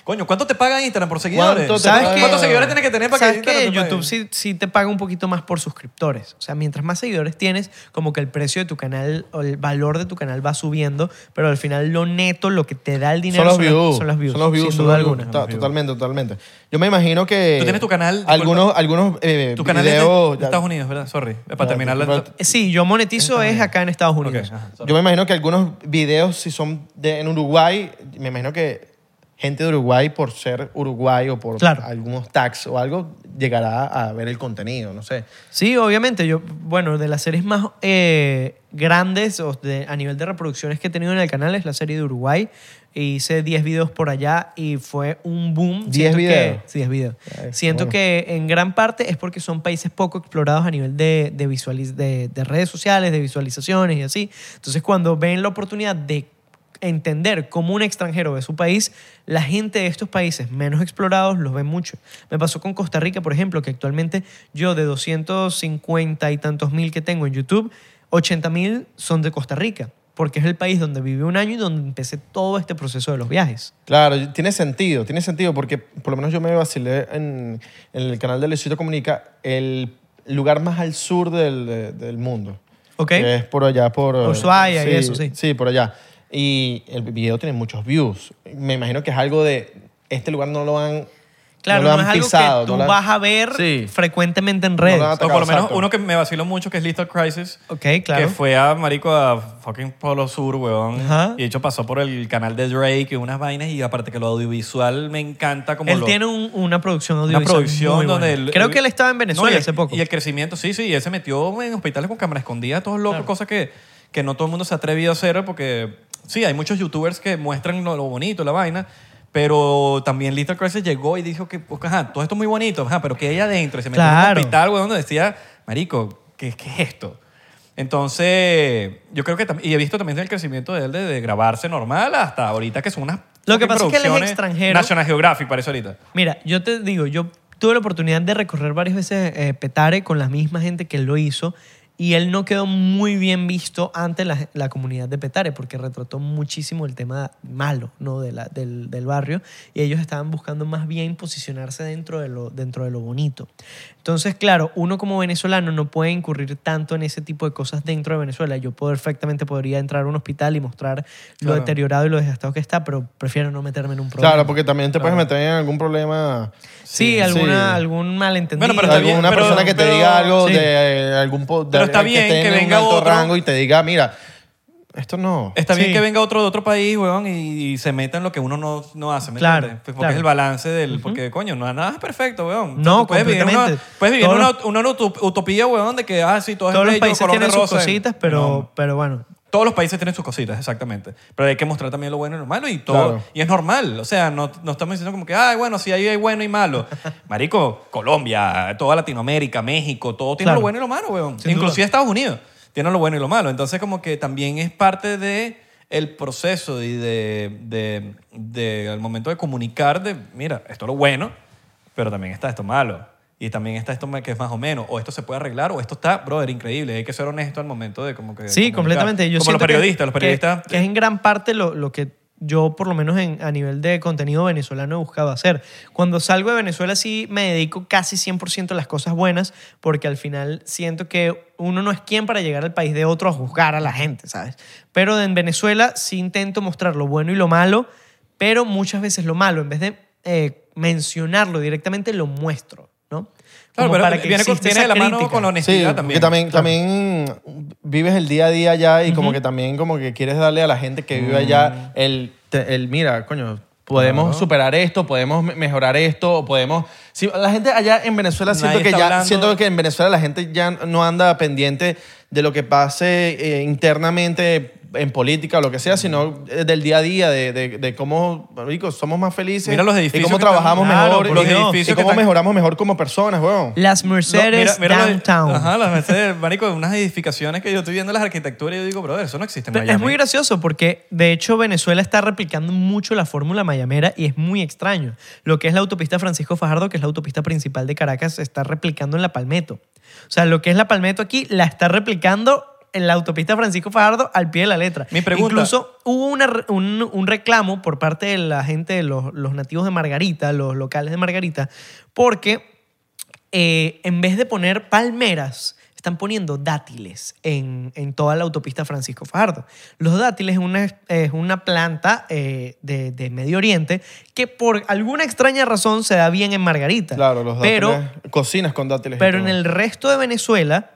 Speaker 2: Coño, ¿cuánto te paga Instagram por seguidores?
Speaker 3: ¿Cuánto te
Speaker 1: ¿Sabes paga? qué?
Speaker 2: ¿Cuántos seguidores tienes que tener para
Speaker 1: ¿Sabes
Speaker 2: que
Speaker 1: qué?
Speaker 2: Instagram te pague?
Speaker 1: YouTube sí, sí te paga un poquito más por suscriptores. O sea, mientras más seguidores tienes, como que el precio de tu canal o el valor de tu canal va subiendo, pero al final lo neto, lo que te da el dinero
Speaker 3: son los views.
Speaker 1: son las views.
Speaker 3: Son los views,
Speaker 1: sin
Speaker 3: son
Speaker 1: duda
Speaker 3: los views.
Speaker 1: alguna.
Speaker 3: Ta- Totalmente, totalmente. Yo me imagino que...
Speaker 2: Tú tienes tu canal, disculpa.
Speaker 3: Algunos, algunos eh,
Speaker 2: Tu canal es
Speaker 3: videos-
Speaker 2: de- de,
Speaker 3: ya-
Speaker 2: Estados Unidos, ¿verdad? Sorry. Para
Speaker 3: Ya,
Speaker 2: terminar la...
Speaker 3: disculpa.
Speaker 1: Eh, Sí, yo monetizo es acá en Estados
Speaker 2: Ok,
Speaker 1: Unidos.
Speaker 2: ajá.
Speaker 3: Yo me imagino que algunos videos, si son de, en Uruguay, me imagino que gente de Uruguay, por ser Uruguay o por
Speaker 1: Claro.
Speaker 3: algunos tags o algo, llegará a ver el contenido, no sé.
Speaker 1: Sí, obviamente. Yo, bueno, de las series más eh, grandes o de- a nivel de reproducciones que he tenido en el canal es la serie de Uruguay. Hice 10 videos por allá y fue un boom.
Speaker 3: 10
Speaker 1: Siento que-
Speaker 3: videos.
Speaker 1: sí, 10 videos.
Speaker 3: Ay,
Speaker 1: Siento
Speaker 3: bueno.
Speaker 1: que en gran parte es porque son países poco explorados a nivel de, de, visualiz- de, de redes sociales, de visualizaciones y así. Entonces, cuando ven la oportunidad de entender cómo un extranjero ve su país, la gente de estos países menos explorados los ve mucho. Me pasó con Costa Rica, por ejemplo, que actualmente yo de 250 y tantos mil que tengo en YouTube, 80 mil son de Costa Rica, porque es el país donde viví un año y donde empecé todo este proceso de los viajes.
Speaker 3: Claro, tiene sentido, tiene sentido, porque por lo menos yo me vacilé en, en el canal de Luisito Comunica, el lugar más al sur del, del mundo.
Speaker 1: ¿Ok?
Speaker 3: Que es por allá, por...
Speaker 1: Ushuaia y eso, sí.
Speaker 3: Sí, por allá. Y el video tiene muchos views. Me imagino que es algo de... Este lugar no lo han...
Speaker 1: Claro,
Speaker 3: lo
Speaker 1: no,
Speaker 3: han
Speaker 1: es algo
Speaker 3: pisado,
Speaker 1: que tú
Speaker 3: no lo han-
Speaker 1: vas a ver
Speaker 3: Sí.
Speaker 1: frecuentemente en redes.
Speaker 3: No lo han
Speaker 2: O por
Speaker 3: atacado,
Speaker 2: lo menos
Speaker 3: exacto.
Speaker 2: uno que me vaciló mucho, que es Little Crisis.
Speaker 1: ok, claro.
Speaker 2: Que fue a Marico a fucking Polo Sur, weón.
Speaker 1: Ajá.
Speaker 2: Y de hecho pasó por el canal de Drake y unas vainas. Y aparte que lo audiovisual me encanta como
Speaker 1: él
Speaker 2: lo-
Speaker 1: tiene un- una producción
Speaker 2: una
Speaker 1: audiovisual. muy
Speaker 2: producción
Speaker 1: buena.
Speaker 2: donde... el-
Speaker 1: Creo
Speaker 2: el-
Speaker 1: que él estaba en Venezuela
Speaker 2: No, y el-
Speaker 1: hace poco.
Speaker 2: Y el crecimiento, sí, sí. Y él se metió en hospitales con cámara escondida, todos locos, cosas que, que no todo el mundo se ha atrevido a hacer porque... Sí, hay muchos youtubers que muestran lo, lo bonito, la vaina, pero también Little Crisis llegó y dijo que, pues, ajá, todo esto es muy bonito, ajá, pero que hay adentro. Y se metió en un
Speaker 1: Claro.
Speaker 2: hospital, weón, donde decía, marico, ¿qué, qué es esto? Entonces, yo creo que también, y he visto también el crecimiento de él de, de grabarse normal hasta ahorita que son unas...
Speaker 1: Lo que pasa es que él es
Speaker 2: producciones
Speaker 1: extranjero.
Speaker 2: National Geographic, parece ahorita.
Speaker 1: Mira, yo te digo, yo tuve la oportunidad de recorrer varias veces eh, Petare con la misma gente que él lo hizo y él no quedó muy bien visto ante la, la comunidad de Petare porque retrató muchísimo el tema malo ¿no? de la- del, del barrio y ellos estaban buscando más bien posicionarse dentro de, lo, dentro de lo bonito. Entonces, claro, uno como venezolano no puede incurrir tanto en ese tipo de cosas dentro de Venezuela. Yo perfectamente podría entrar a un hospital y mostrar lo
Speaker 2: Claro.
Speaker 1: deteriorado y lo desgastado que está, pero prefiero no meterme en un problema.
Speaker 3: Claro, porque también te puedes meter en algún problema.
Speaker 1: Sí,
Speaker 2: Sí,
Speaker 1: alguna,
Speaker 3: sí.
Speaker 1: algún malentendido.
Speaker 2: Bueno, pero está bien,
Speaker 3: alguna
Speaker 2: pero-
Speaker 3: persona que te
Speaker 2: pero-
Speaker 3: diga algo
Speaker 1: sí.
Speaker 3: de eh, algún po- de
Speaker 2: Pero está
Speaker 3: alguien
Speaker 2: bien
Speaker 3: esté
Speaker 2: que
Speaker 3: en un
Speaker 2: venga
Speaker 3: alto
Speaker 2: otro.
Speaker 3: rango y te diga, mira, esto no.
Speaker 2: Está bien
Speaker 1: Sí.
Speaker 2: que venga otro de otro país, weón, y, y se meta en lo que uno no, no hace, ¿me
Speaker 1: Claro,
Speaker 2: entiendes? Pues porque
Speaker 1: claro.
Speaker 2: es el balance del... Porque, coño, no, nada es perfecto, weón.
Speaker 1: No,
Speaker 2: tú puedes vivir en
Speaker 1: completamente.
Speaker 2: una, puedes vivir en una,
Speaker 1: Todos-
Speaker 2: una utu- utopía, weón, de que, ah, sí, todo
Speaker 1: Todos
Speaker 2: es
Speaker 1: los
Speaker 2: bello,
Speaker 1: países
Speaker 2: color de
Speaker 1: tienen sus
Speaker 2: rosa. eh,
Speaker 1: cositas, pero,
Speaker 2: No.
Speaker 1: pero bueno.
Speaker 2: Todos los países tienen sus cositas, exactamente. Pero hay que mostrar también lo bueno y lo malo y todo.
Speaker 3: Claro.
Speaker 2: Y es normal. O sea, no, no estamos diciendo como que, ay, bueno, sí, ahí hay bueno y malo. Marico, Colombia, toda Latinoamérica, México, todo tiene
Speaker 1: Claro.
Speaker 2: lo bueno y lo malo, weón.
Speaker 1: Sin
Speaker 2: Inclusive
Speaker 1: duda.
Speaker 2: Estados Unidos tiene lo bueno y lo malo. Entonces, como que también es parte de el proceso y de, de, de- al momento de comunicar de, mira, esto es lo bueno, pero también está esto malo. Y también está esto que es más o menos. O esto se puede arreglar, o esto está, brother, increíble. Hay que ser honesto al momento de como que
Speaker 1: Sí,
Speaker 2: comunicar.
Speaker 1: completamente. Yo
Speaker 2: Como los
Speaker 1: siento que-
Speaker 2: periodistas, los
Speaker 1: que-
Speaker 2: periodistas. eh.
Speaker 1: Que, es en gran parte lo, lo que yo, por lo menos en- a nivel de contenido venezolano, he buscado hacer. Cuando salgo de Venezuela sí me dedico casi 100% a las cosas buenas, porque al final siento que uno no es quien para llegar al país de otro a juzgar a la gente, ¿sabes? Pero en Venezuela sí intento mostrar lo bueno y lo malo, pero muchas veces lo malo, en vez de eh, mencionarlo directamente, lo muestro, ¿no?
Speaker 2: Claro,
Speaker 1: Como
Speaker 2: pero viene,
Speaker 1: exista
Speaker 2: con- viene de
Speaker 1: esa
Speaker 2: la mano
Speaker 1: crítica.
Speaker 2: con la
Speaker 3: Sí,
Speaker 2: honestidad
Speaker 3: porque
Speaker 2: también.
Speaker 3: también, también vives el día a día allá y como que también como que quieres darle a la gente que vive
Speaker 2: Mm.
Speaker 3: allá el, te- el mira, coño, podemos superar esto, podemos me- mejorar esto, o podemos... Sí, la gente allá en Venezuela siento
Speaker 2: Nadie
Speaker 3: que
Speaker 2: está
Speaker 3: ya
Speaker 2: hablando.
Speaker 3: siento que en Venezuela la gente ya no anda pendiente de lo que pase eh, internamente en política o lo que sea, sino eh, del día a día, de, de- de cómo marico, somos más felices
Speaker 2: Mira los
Speaker 3: y
Speaker 2: edificios
Speaker 3: cómo
Speaker 2: que están-
Speaker 3: trabajamos
Speaker 1: Claro,
Speaker 3: mejor
Speaker 1: por
Speaker 3: y-
Speaker 1: Dios.
Speaker 3: y,
Speaker 2: Edificios que
Speaker 3: cómo
Speaker 2: están-
Speaker 3: mejoramos mejor como personas, weón.
Speaker 1: Las
Speaker 2: No,
Speaker 1: Mercedes
Speaker 2: los-
Speaker 1: Downtown.
Speaker 2: ajá, las Mercedes, marico, unas edificaciones que yo estoy viendo en las arquitecturas y yo digo, brother, eso no existe en
Speaker 1: Pero
Speaker 2: Miami.
Speaker 1: Es muy gracioso porque, de hecho, Venezuela está replicando mucho la fórmula mayamera y es muy extraño. Lo que es la autopista Francisco Fajardo, que es la autopista principal de Caracas, se está replicando en La Palmetto. O sea, lo que es La Palmetto aquí, la está replicando en la autopista Francisco Fajardo al pie de la letra.
Speaker 2: Mi pregunta-
Speaker 1: Incluso hubo una re- un, un reclamo por parte de la gente, de los, los nativos de Margarita, los locales de Margarita, porque eh, en vez de poner palmeras, están poniendo dátiles en, en toda la autopista Francisco Fajardo. Los dátiles es una, es una planta eh, de, de Medio Oriente que por alguna extraña razón se da bien en Margarita.
Speaker 3: Claro, los dátiles.
Speaker 1: pero,
Speaker 3: cocinas con dátiles. y
Speaker 1: pero en
Speaker 3: todo.
Speaker 1: el resto de Venezuela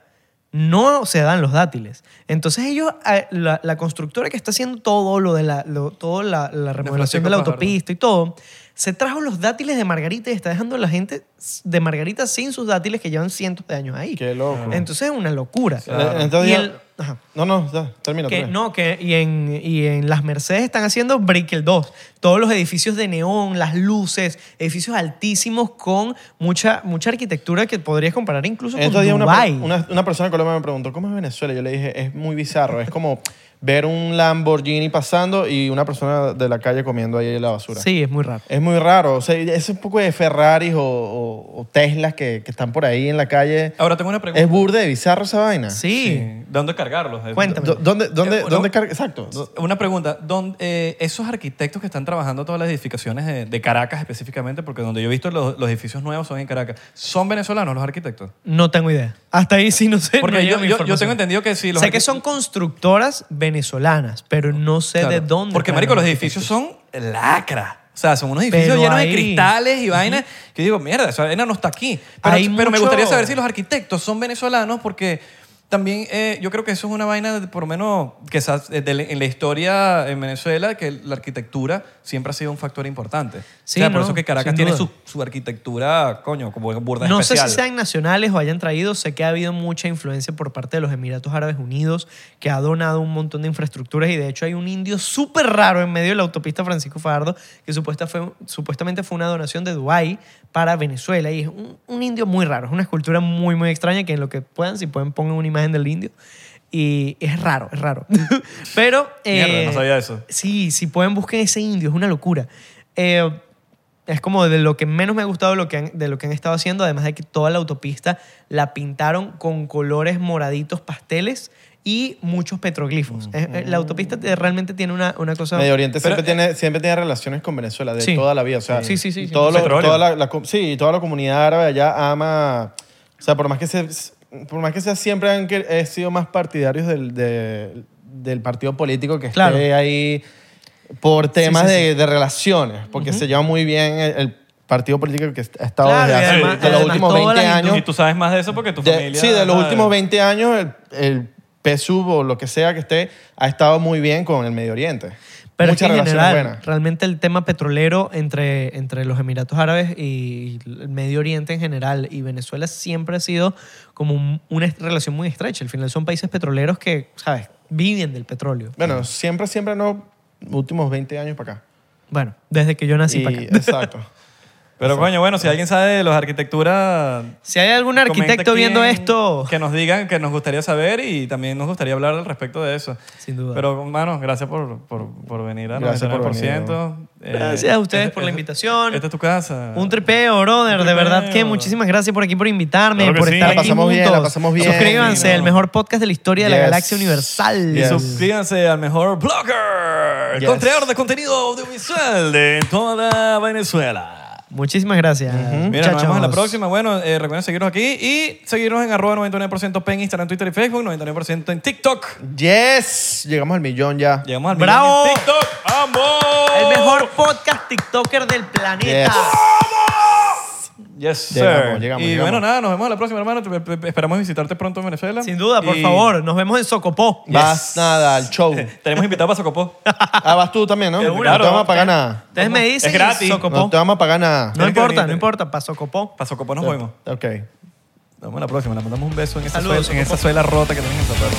Speaker 1: no se dan los dátiles. Entonces ellos, eh, la, la constructora que está haciendo todo lo de la, lo- todo la, la remodelación de la
Speaker 2: Fajardo.
Speaker 1: autopista y todo, se trajo los dátiles de Margarita y está dejando a la gente de Margarita sin sus dátiles que llevan cientos de años ahí.
Speaker 3: Qué loco. Eh,
Speaker 1: Entonces es una locura.
Speaker 3: En- entonces
Speaker 1: Y
Speaker 3: ya-
Speaker 1: el- ajá.
Speaker 3: No, no, ya, termina.
Speaker 1: Que,
Speaker 3: termina.
Speaker 1: no, que y en, y en las Mercedes están haciendo Brickell 2. Todos los edificios de neón, las luces, edificios altísimos con mucha, mucha arquitectura que podrías comparar incluso
Speaker 3: En
Speaker 1: con
Speaker 3: estos días una,
Speaker 1: Dubái.
Speaker 3: per- una- una persona en Colombia me preguntó, ¿cómo es Venezuela? Yo le dije, es muy bizarro. Es como ver un Lamborghini pasando y una persona de la calle comiendo ahí la basura.
Speaker 1: Sí, es muy raro.
Speaker 3: Es muy raro. O sea, es un poco de Ferraris o, o- o Teslas que, que están por ahí en la calle.
Speaker 2: Ahora tengo una pregunta.
Speaker 3: Es burde de bizarro esa vaina.
Speaker 1: Sí.
Speaker 2: Sí, ¿Dónde cargarlos?
Speaker 1: Cuéntame.
Speaker 3: Do- ¿Dónde, dónde,
Speaker 2: Eh, bueno.
Speaker 3: dónde carga? Exacto. Do-
Speaker 2: Una pregunta, ¿dónde, eh, esos arquitectos que están trabajando todas las edificaciones de, de Caracas específicamente, porque donde yo he visto los, los edificios nuevos son en Caracas, ¿son venezolanos los arquitectos?
Speaker 1: No tengo idea. Hasta ahí sí no sé. no
Speaker 2: Porque
Speaker 1: llega
Speaker 2: yo,
Speaker 1: mi
Speaker 2: yo- yo
Speaker 1: información.
Speaker 2: tengo entendido que sí. Los
Speaker 1: sé que
Speaker 2: arquitectos-
Speaker 1: son constructoras venezolanas, pero no sé
Speaker 2: claro,
Speaker 1: de dónde.
Speaker 2: Porque,
Speaker 1: traen
Speaker 2: marico, los
Speaker 1: arquitectos.
Speaker 2: edificios son lacra. O sea, son unos edificios
Speaker 1: Pero
Speaker 2: llenos
Speaker 1: ahí-
Speaker 2: de cristales y vainas que digo, mierda, esa vaina no está aquí. Pero,
Speaker 1: Hay
Speaker 2: pero me
Speaker 1: mucho-
Speaker 2: gustaría saber si los arquitectos son venezolanos porque también eh, yo creo que eso es una vaina, de- por lo menos quizás eh, de la- en la historia en Venezuela, que la arquitectura siempre ha sido un factor importante.
Speaker 1: Sí,
Speaker 2: o sea, por
Speaker 1: no,
Speaker 2: eso que Caracas
Speaker 1: sin
Speaker 2: tiene
Speaker 1: duda.
Speaker 2: su, su arquitectura, coño, como burda
Speaker 1: No
Speaker 2: especial.
Speaker 1: sé si sean nacionales o hayan traído, sé que ha habido mucha influencia por parte de los Emiratos Árabes Unidos, que ha donado un montón de infraestructuras y de hecho hay un indio súper raro en medio de la autopista Francisco Fajardo, que supuesta fue- supuestamente fue una donación de Dubái para Venezuela y es un, un indio muy raro, es una escultura muy, muy extraña que en lo que puedan, si pueden pongan una imagen del indio. Y es raro, es raro. Pero...
Speaker 2: Mierda,
Speaker 1: eh,
Speaker 2: no sabía eso.
Speaker 1: Sí, si pueden busquen ese indio, es una locura. Eh, es como de lo que menos me ha gustado de lo, que han, de lo que han estado haciendo, además de que toda la autopista la pintaron con colores moraditos pasteles y muchos petroglifos. Es- es- la autopista te- realmente tiene una, una cosa...
Speaker 3: Medio Oriente
Speaker 2: Pero,
Speaker 3: siempre, tiene, siempre tiene relaciones con Venezuela de
Speaker 1: eh, Sí.
Speaker 3: toda la vida. O sea,
Speaker 1: Sí, sí, sí, sí.
Speaker 3: todo lo-
Speaker 2: Petróleo.
Speaker 3: toda la, la com- sí, toda la comunidad árabe allá ama. O sea, por más que se, por más que sea, siempre han quer- eh, sido más partidarios del, de- del partido político que
Speaker 1: Claro.
Speaker 3: esté ahí por temas
Speaker 1: sí,
Speaker 3: de, de relaciones, porque se lleva muy bien el, el partido político que est- ha estado
Speaker 1: Claro, y
Speaker 3: desde hace-
Speaker 1: además-
Speaker 3: de los
Speaker 1: además
Speaker 3: últimos
Speaker 1: todas
Speaker 3: 20
Speaker 1: las
Speaker 3: años.
Speaker 2: Y tú sabes más de eso porque tu
Speaker 3: De-
Speaker 2: familia...
Speaker 3: sí, de los
Speaker 2: ¿sabes?
Speaker 3: últimos 20 años, el, el PSUV o lo que sea que esté, ha estado muy bien con el Medio Oriente.
Speaker 1: Pero es
Speaker 3: Muchas
Speaker 1: que en
Speaker 3: relaciones
Speaker 1: general,
Speaker 3: buenas.
Speaker 1: realmente el tema petrolero entre, entre los Emiratos Árabes y el Medio Oriente en general y Venezuela siempre ha sido como un- una relación muy estrecha. Al final son países petroleros que, ¿sabes? Viven del petróleo.
Speaker 3: Bueno, siempre, siempre no, últimos 20 años para acá.
Speaker 1: Bueno, desde que yo nací
Speaker 3: Y-
Speaker 1: para Ah, acá.
Speaker 3: Exacto.
Speaker 2: Pero, coño, bueno, si alguien sabe de los arquitecturas...
Speaker 1: Si hay algún
Speaker 2: Comenta
Speaker 1: arquitecto
Speaker 2: quién-
Speaker 1: viendo esto,
Speaker 2: Que nos digan que nos gustaría saber y también nos gustaría hablar al respecto de eso.
Speaker 1: Sin duda.
Speaker 2: Pero, hermano, gracias por, por, por venir a
Speaker 3: Gracias por
Speaker 2: 99%.
Speaker 1: Gracias a ustedes por la invitación.
Speaker 2: Esta eh, este es tu casa.
Speaker 1: un tripeo, brother.
Speaker 2: Un
Speaker 1: De verdad
Speaker 2: tripeo.
Speaker 1: que muchísimas gracias por aquí, por invitarme,
Speaker 2: Claro que
Speaker 1: por
Speaker 2: sí.
Speaker 1: estar
Speaker 2: La
Speaker 1: aquí
Speaker 3: pasamos bien,
Speaker 1: juntos.
Speaker 3: la pasamos bien.
Speaker 1: Suscríbanse,
Speaker 2: Sí,
Speaker 1: el
Speaker 2: no.
Speaker 1: mejor podcast de la historia de la
Speaker 3: Yes.
Speaker 1: galaxia universal.
Speaker 2: Y
Speaker 3: Yes.
Speaker 2: suscríbanse al mejor blogger,
Speaker 3: Yes.
Speaker 2: con creador de contenido audiovisual de toda Venezuela.
Speaker 1: Muchísimas gracias.
Speaker 2: Mira, nos vemos en la
Speaker 1: muchachos.
Speaker 2: próxima. Bueno, eh, recuerden seguirnos aquí y seguirnos en arroba 99% en Instagram, Twitter y Facebook, 99% en TikTok.
Speaker 3: Yes, llegamos al millón ya.
Speaker 2: Llegamos al
Speaker 1: ¡Bravo!
Speaker 2: millón en TikTok. ¡Vamos!
Speaker 1: El mejor podcast TikToker del planeta.
Speaker 3: Yes.
Speaker 2: Yes, sir.
Speaker 3: Llegamos, llegamos,
Speaker 2: y
Speaker 3: llegamos.
Speaker 2: bueno, nada, nos vemos la próxima, hermano. Te- te- te- Esperamos visitarte pronto en Venezuela.
Speaker 1: Sin duda, por
Speaker 2: Y
Speaker 1: favor. Nos vemos en Socopó.
Speaker 3: Vas nada al show.
Speaker 2: Tenemos invitado para Socopó.
Speaker 3: Ah, vas tú también, ¿no?
Speaker 2: Seguro.
Speaker 3: No te vamos
Speaker 2: Claro.
Speaker 3: a pagar nada.
Speaker 1: Ustedes me dicen
Speaker 2: Es gratis.
Speaker 1: Socopó.
Speaker 3: No te vamos a pagar nada.
Speaker 1: No
Speaker 2: Tienes que
Speaker 1: importa,
Speaker 2: venir.
Speaker 1: no importa. Para Socopó.
Speaker 2: Para Socopó nos vemos.
Speaker 3: Ok.
Speaker 2: Nos vemos la próxima. Le mandamos un beso en esa,
Speaker 1: Saludos,
Speaker 2: suela, en
Speaker 1: Socopó.
Speaker 2: esa suela rota que tenemos en zapatos.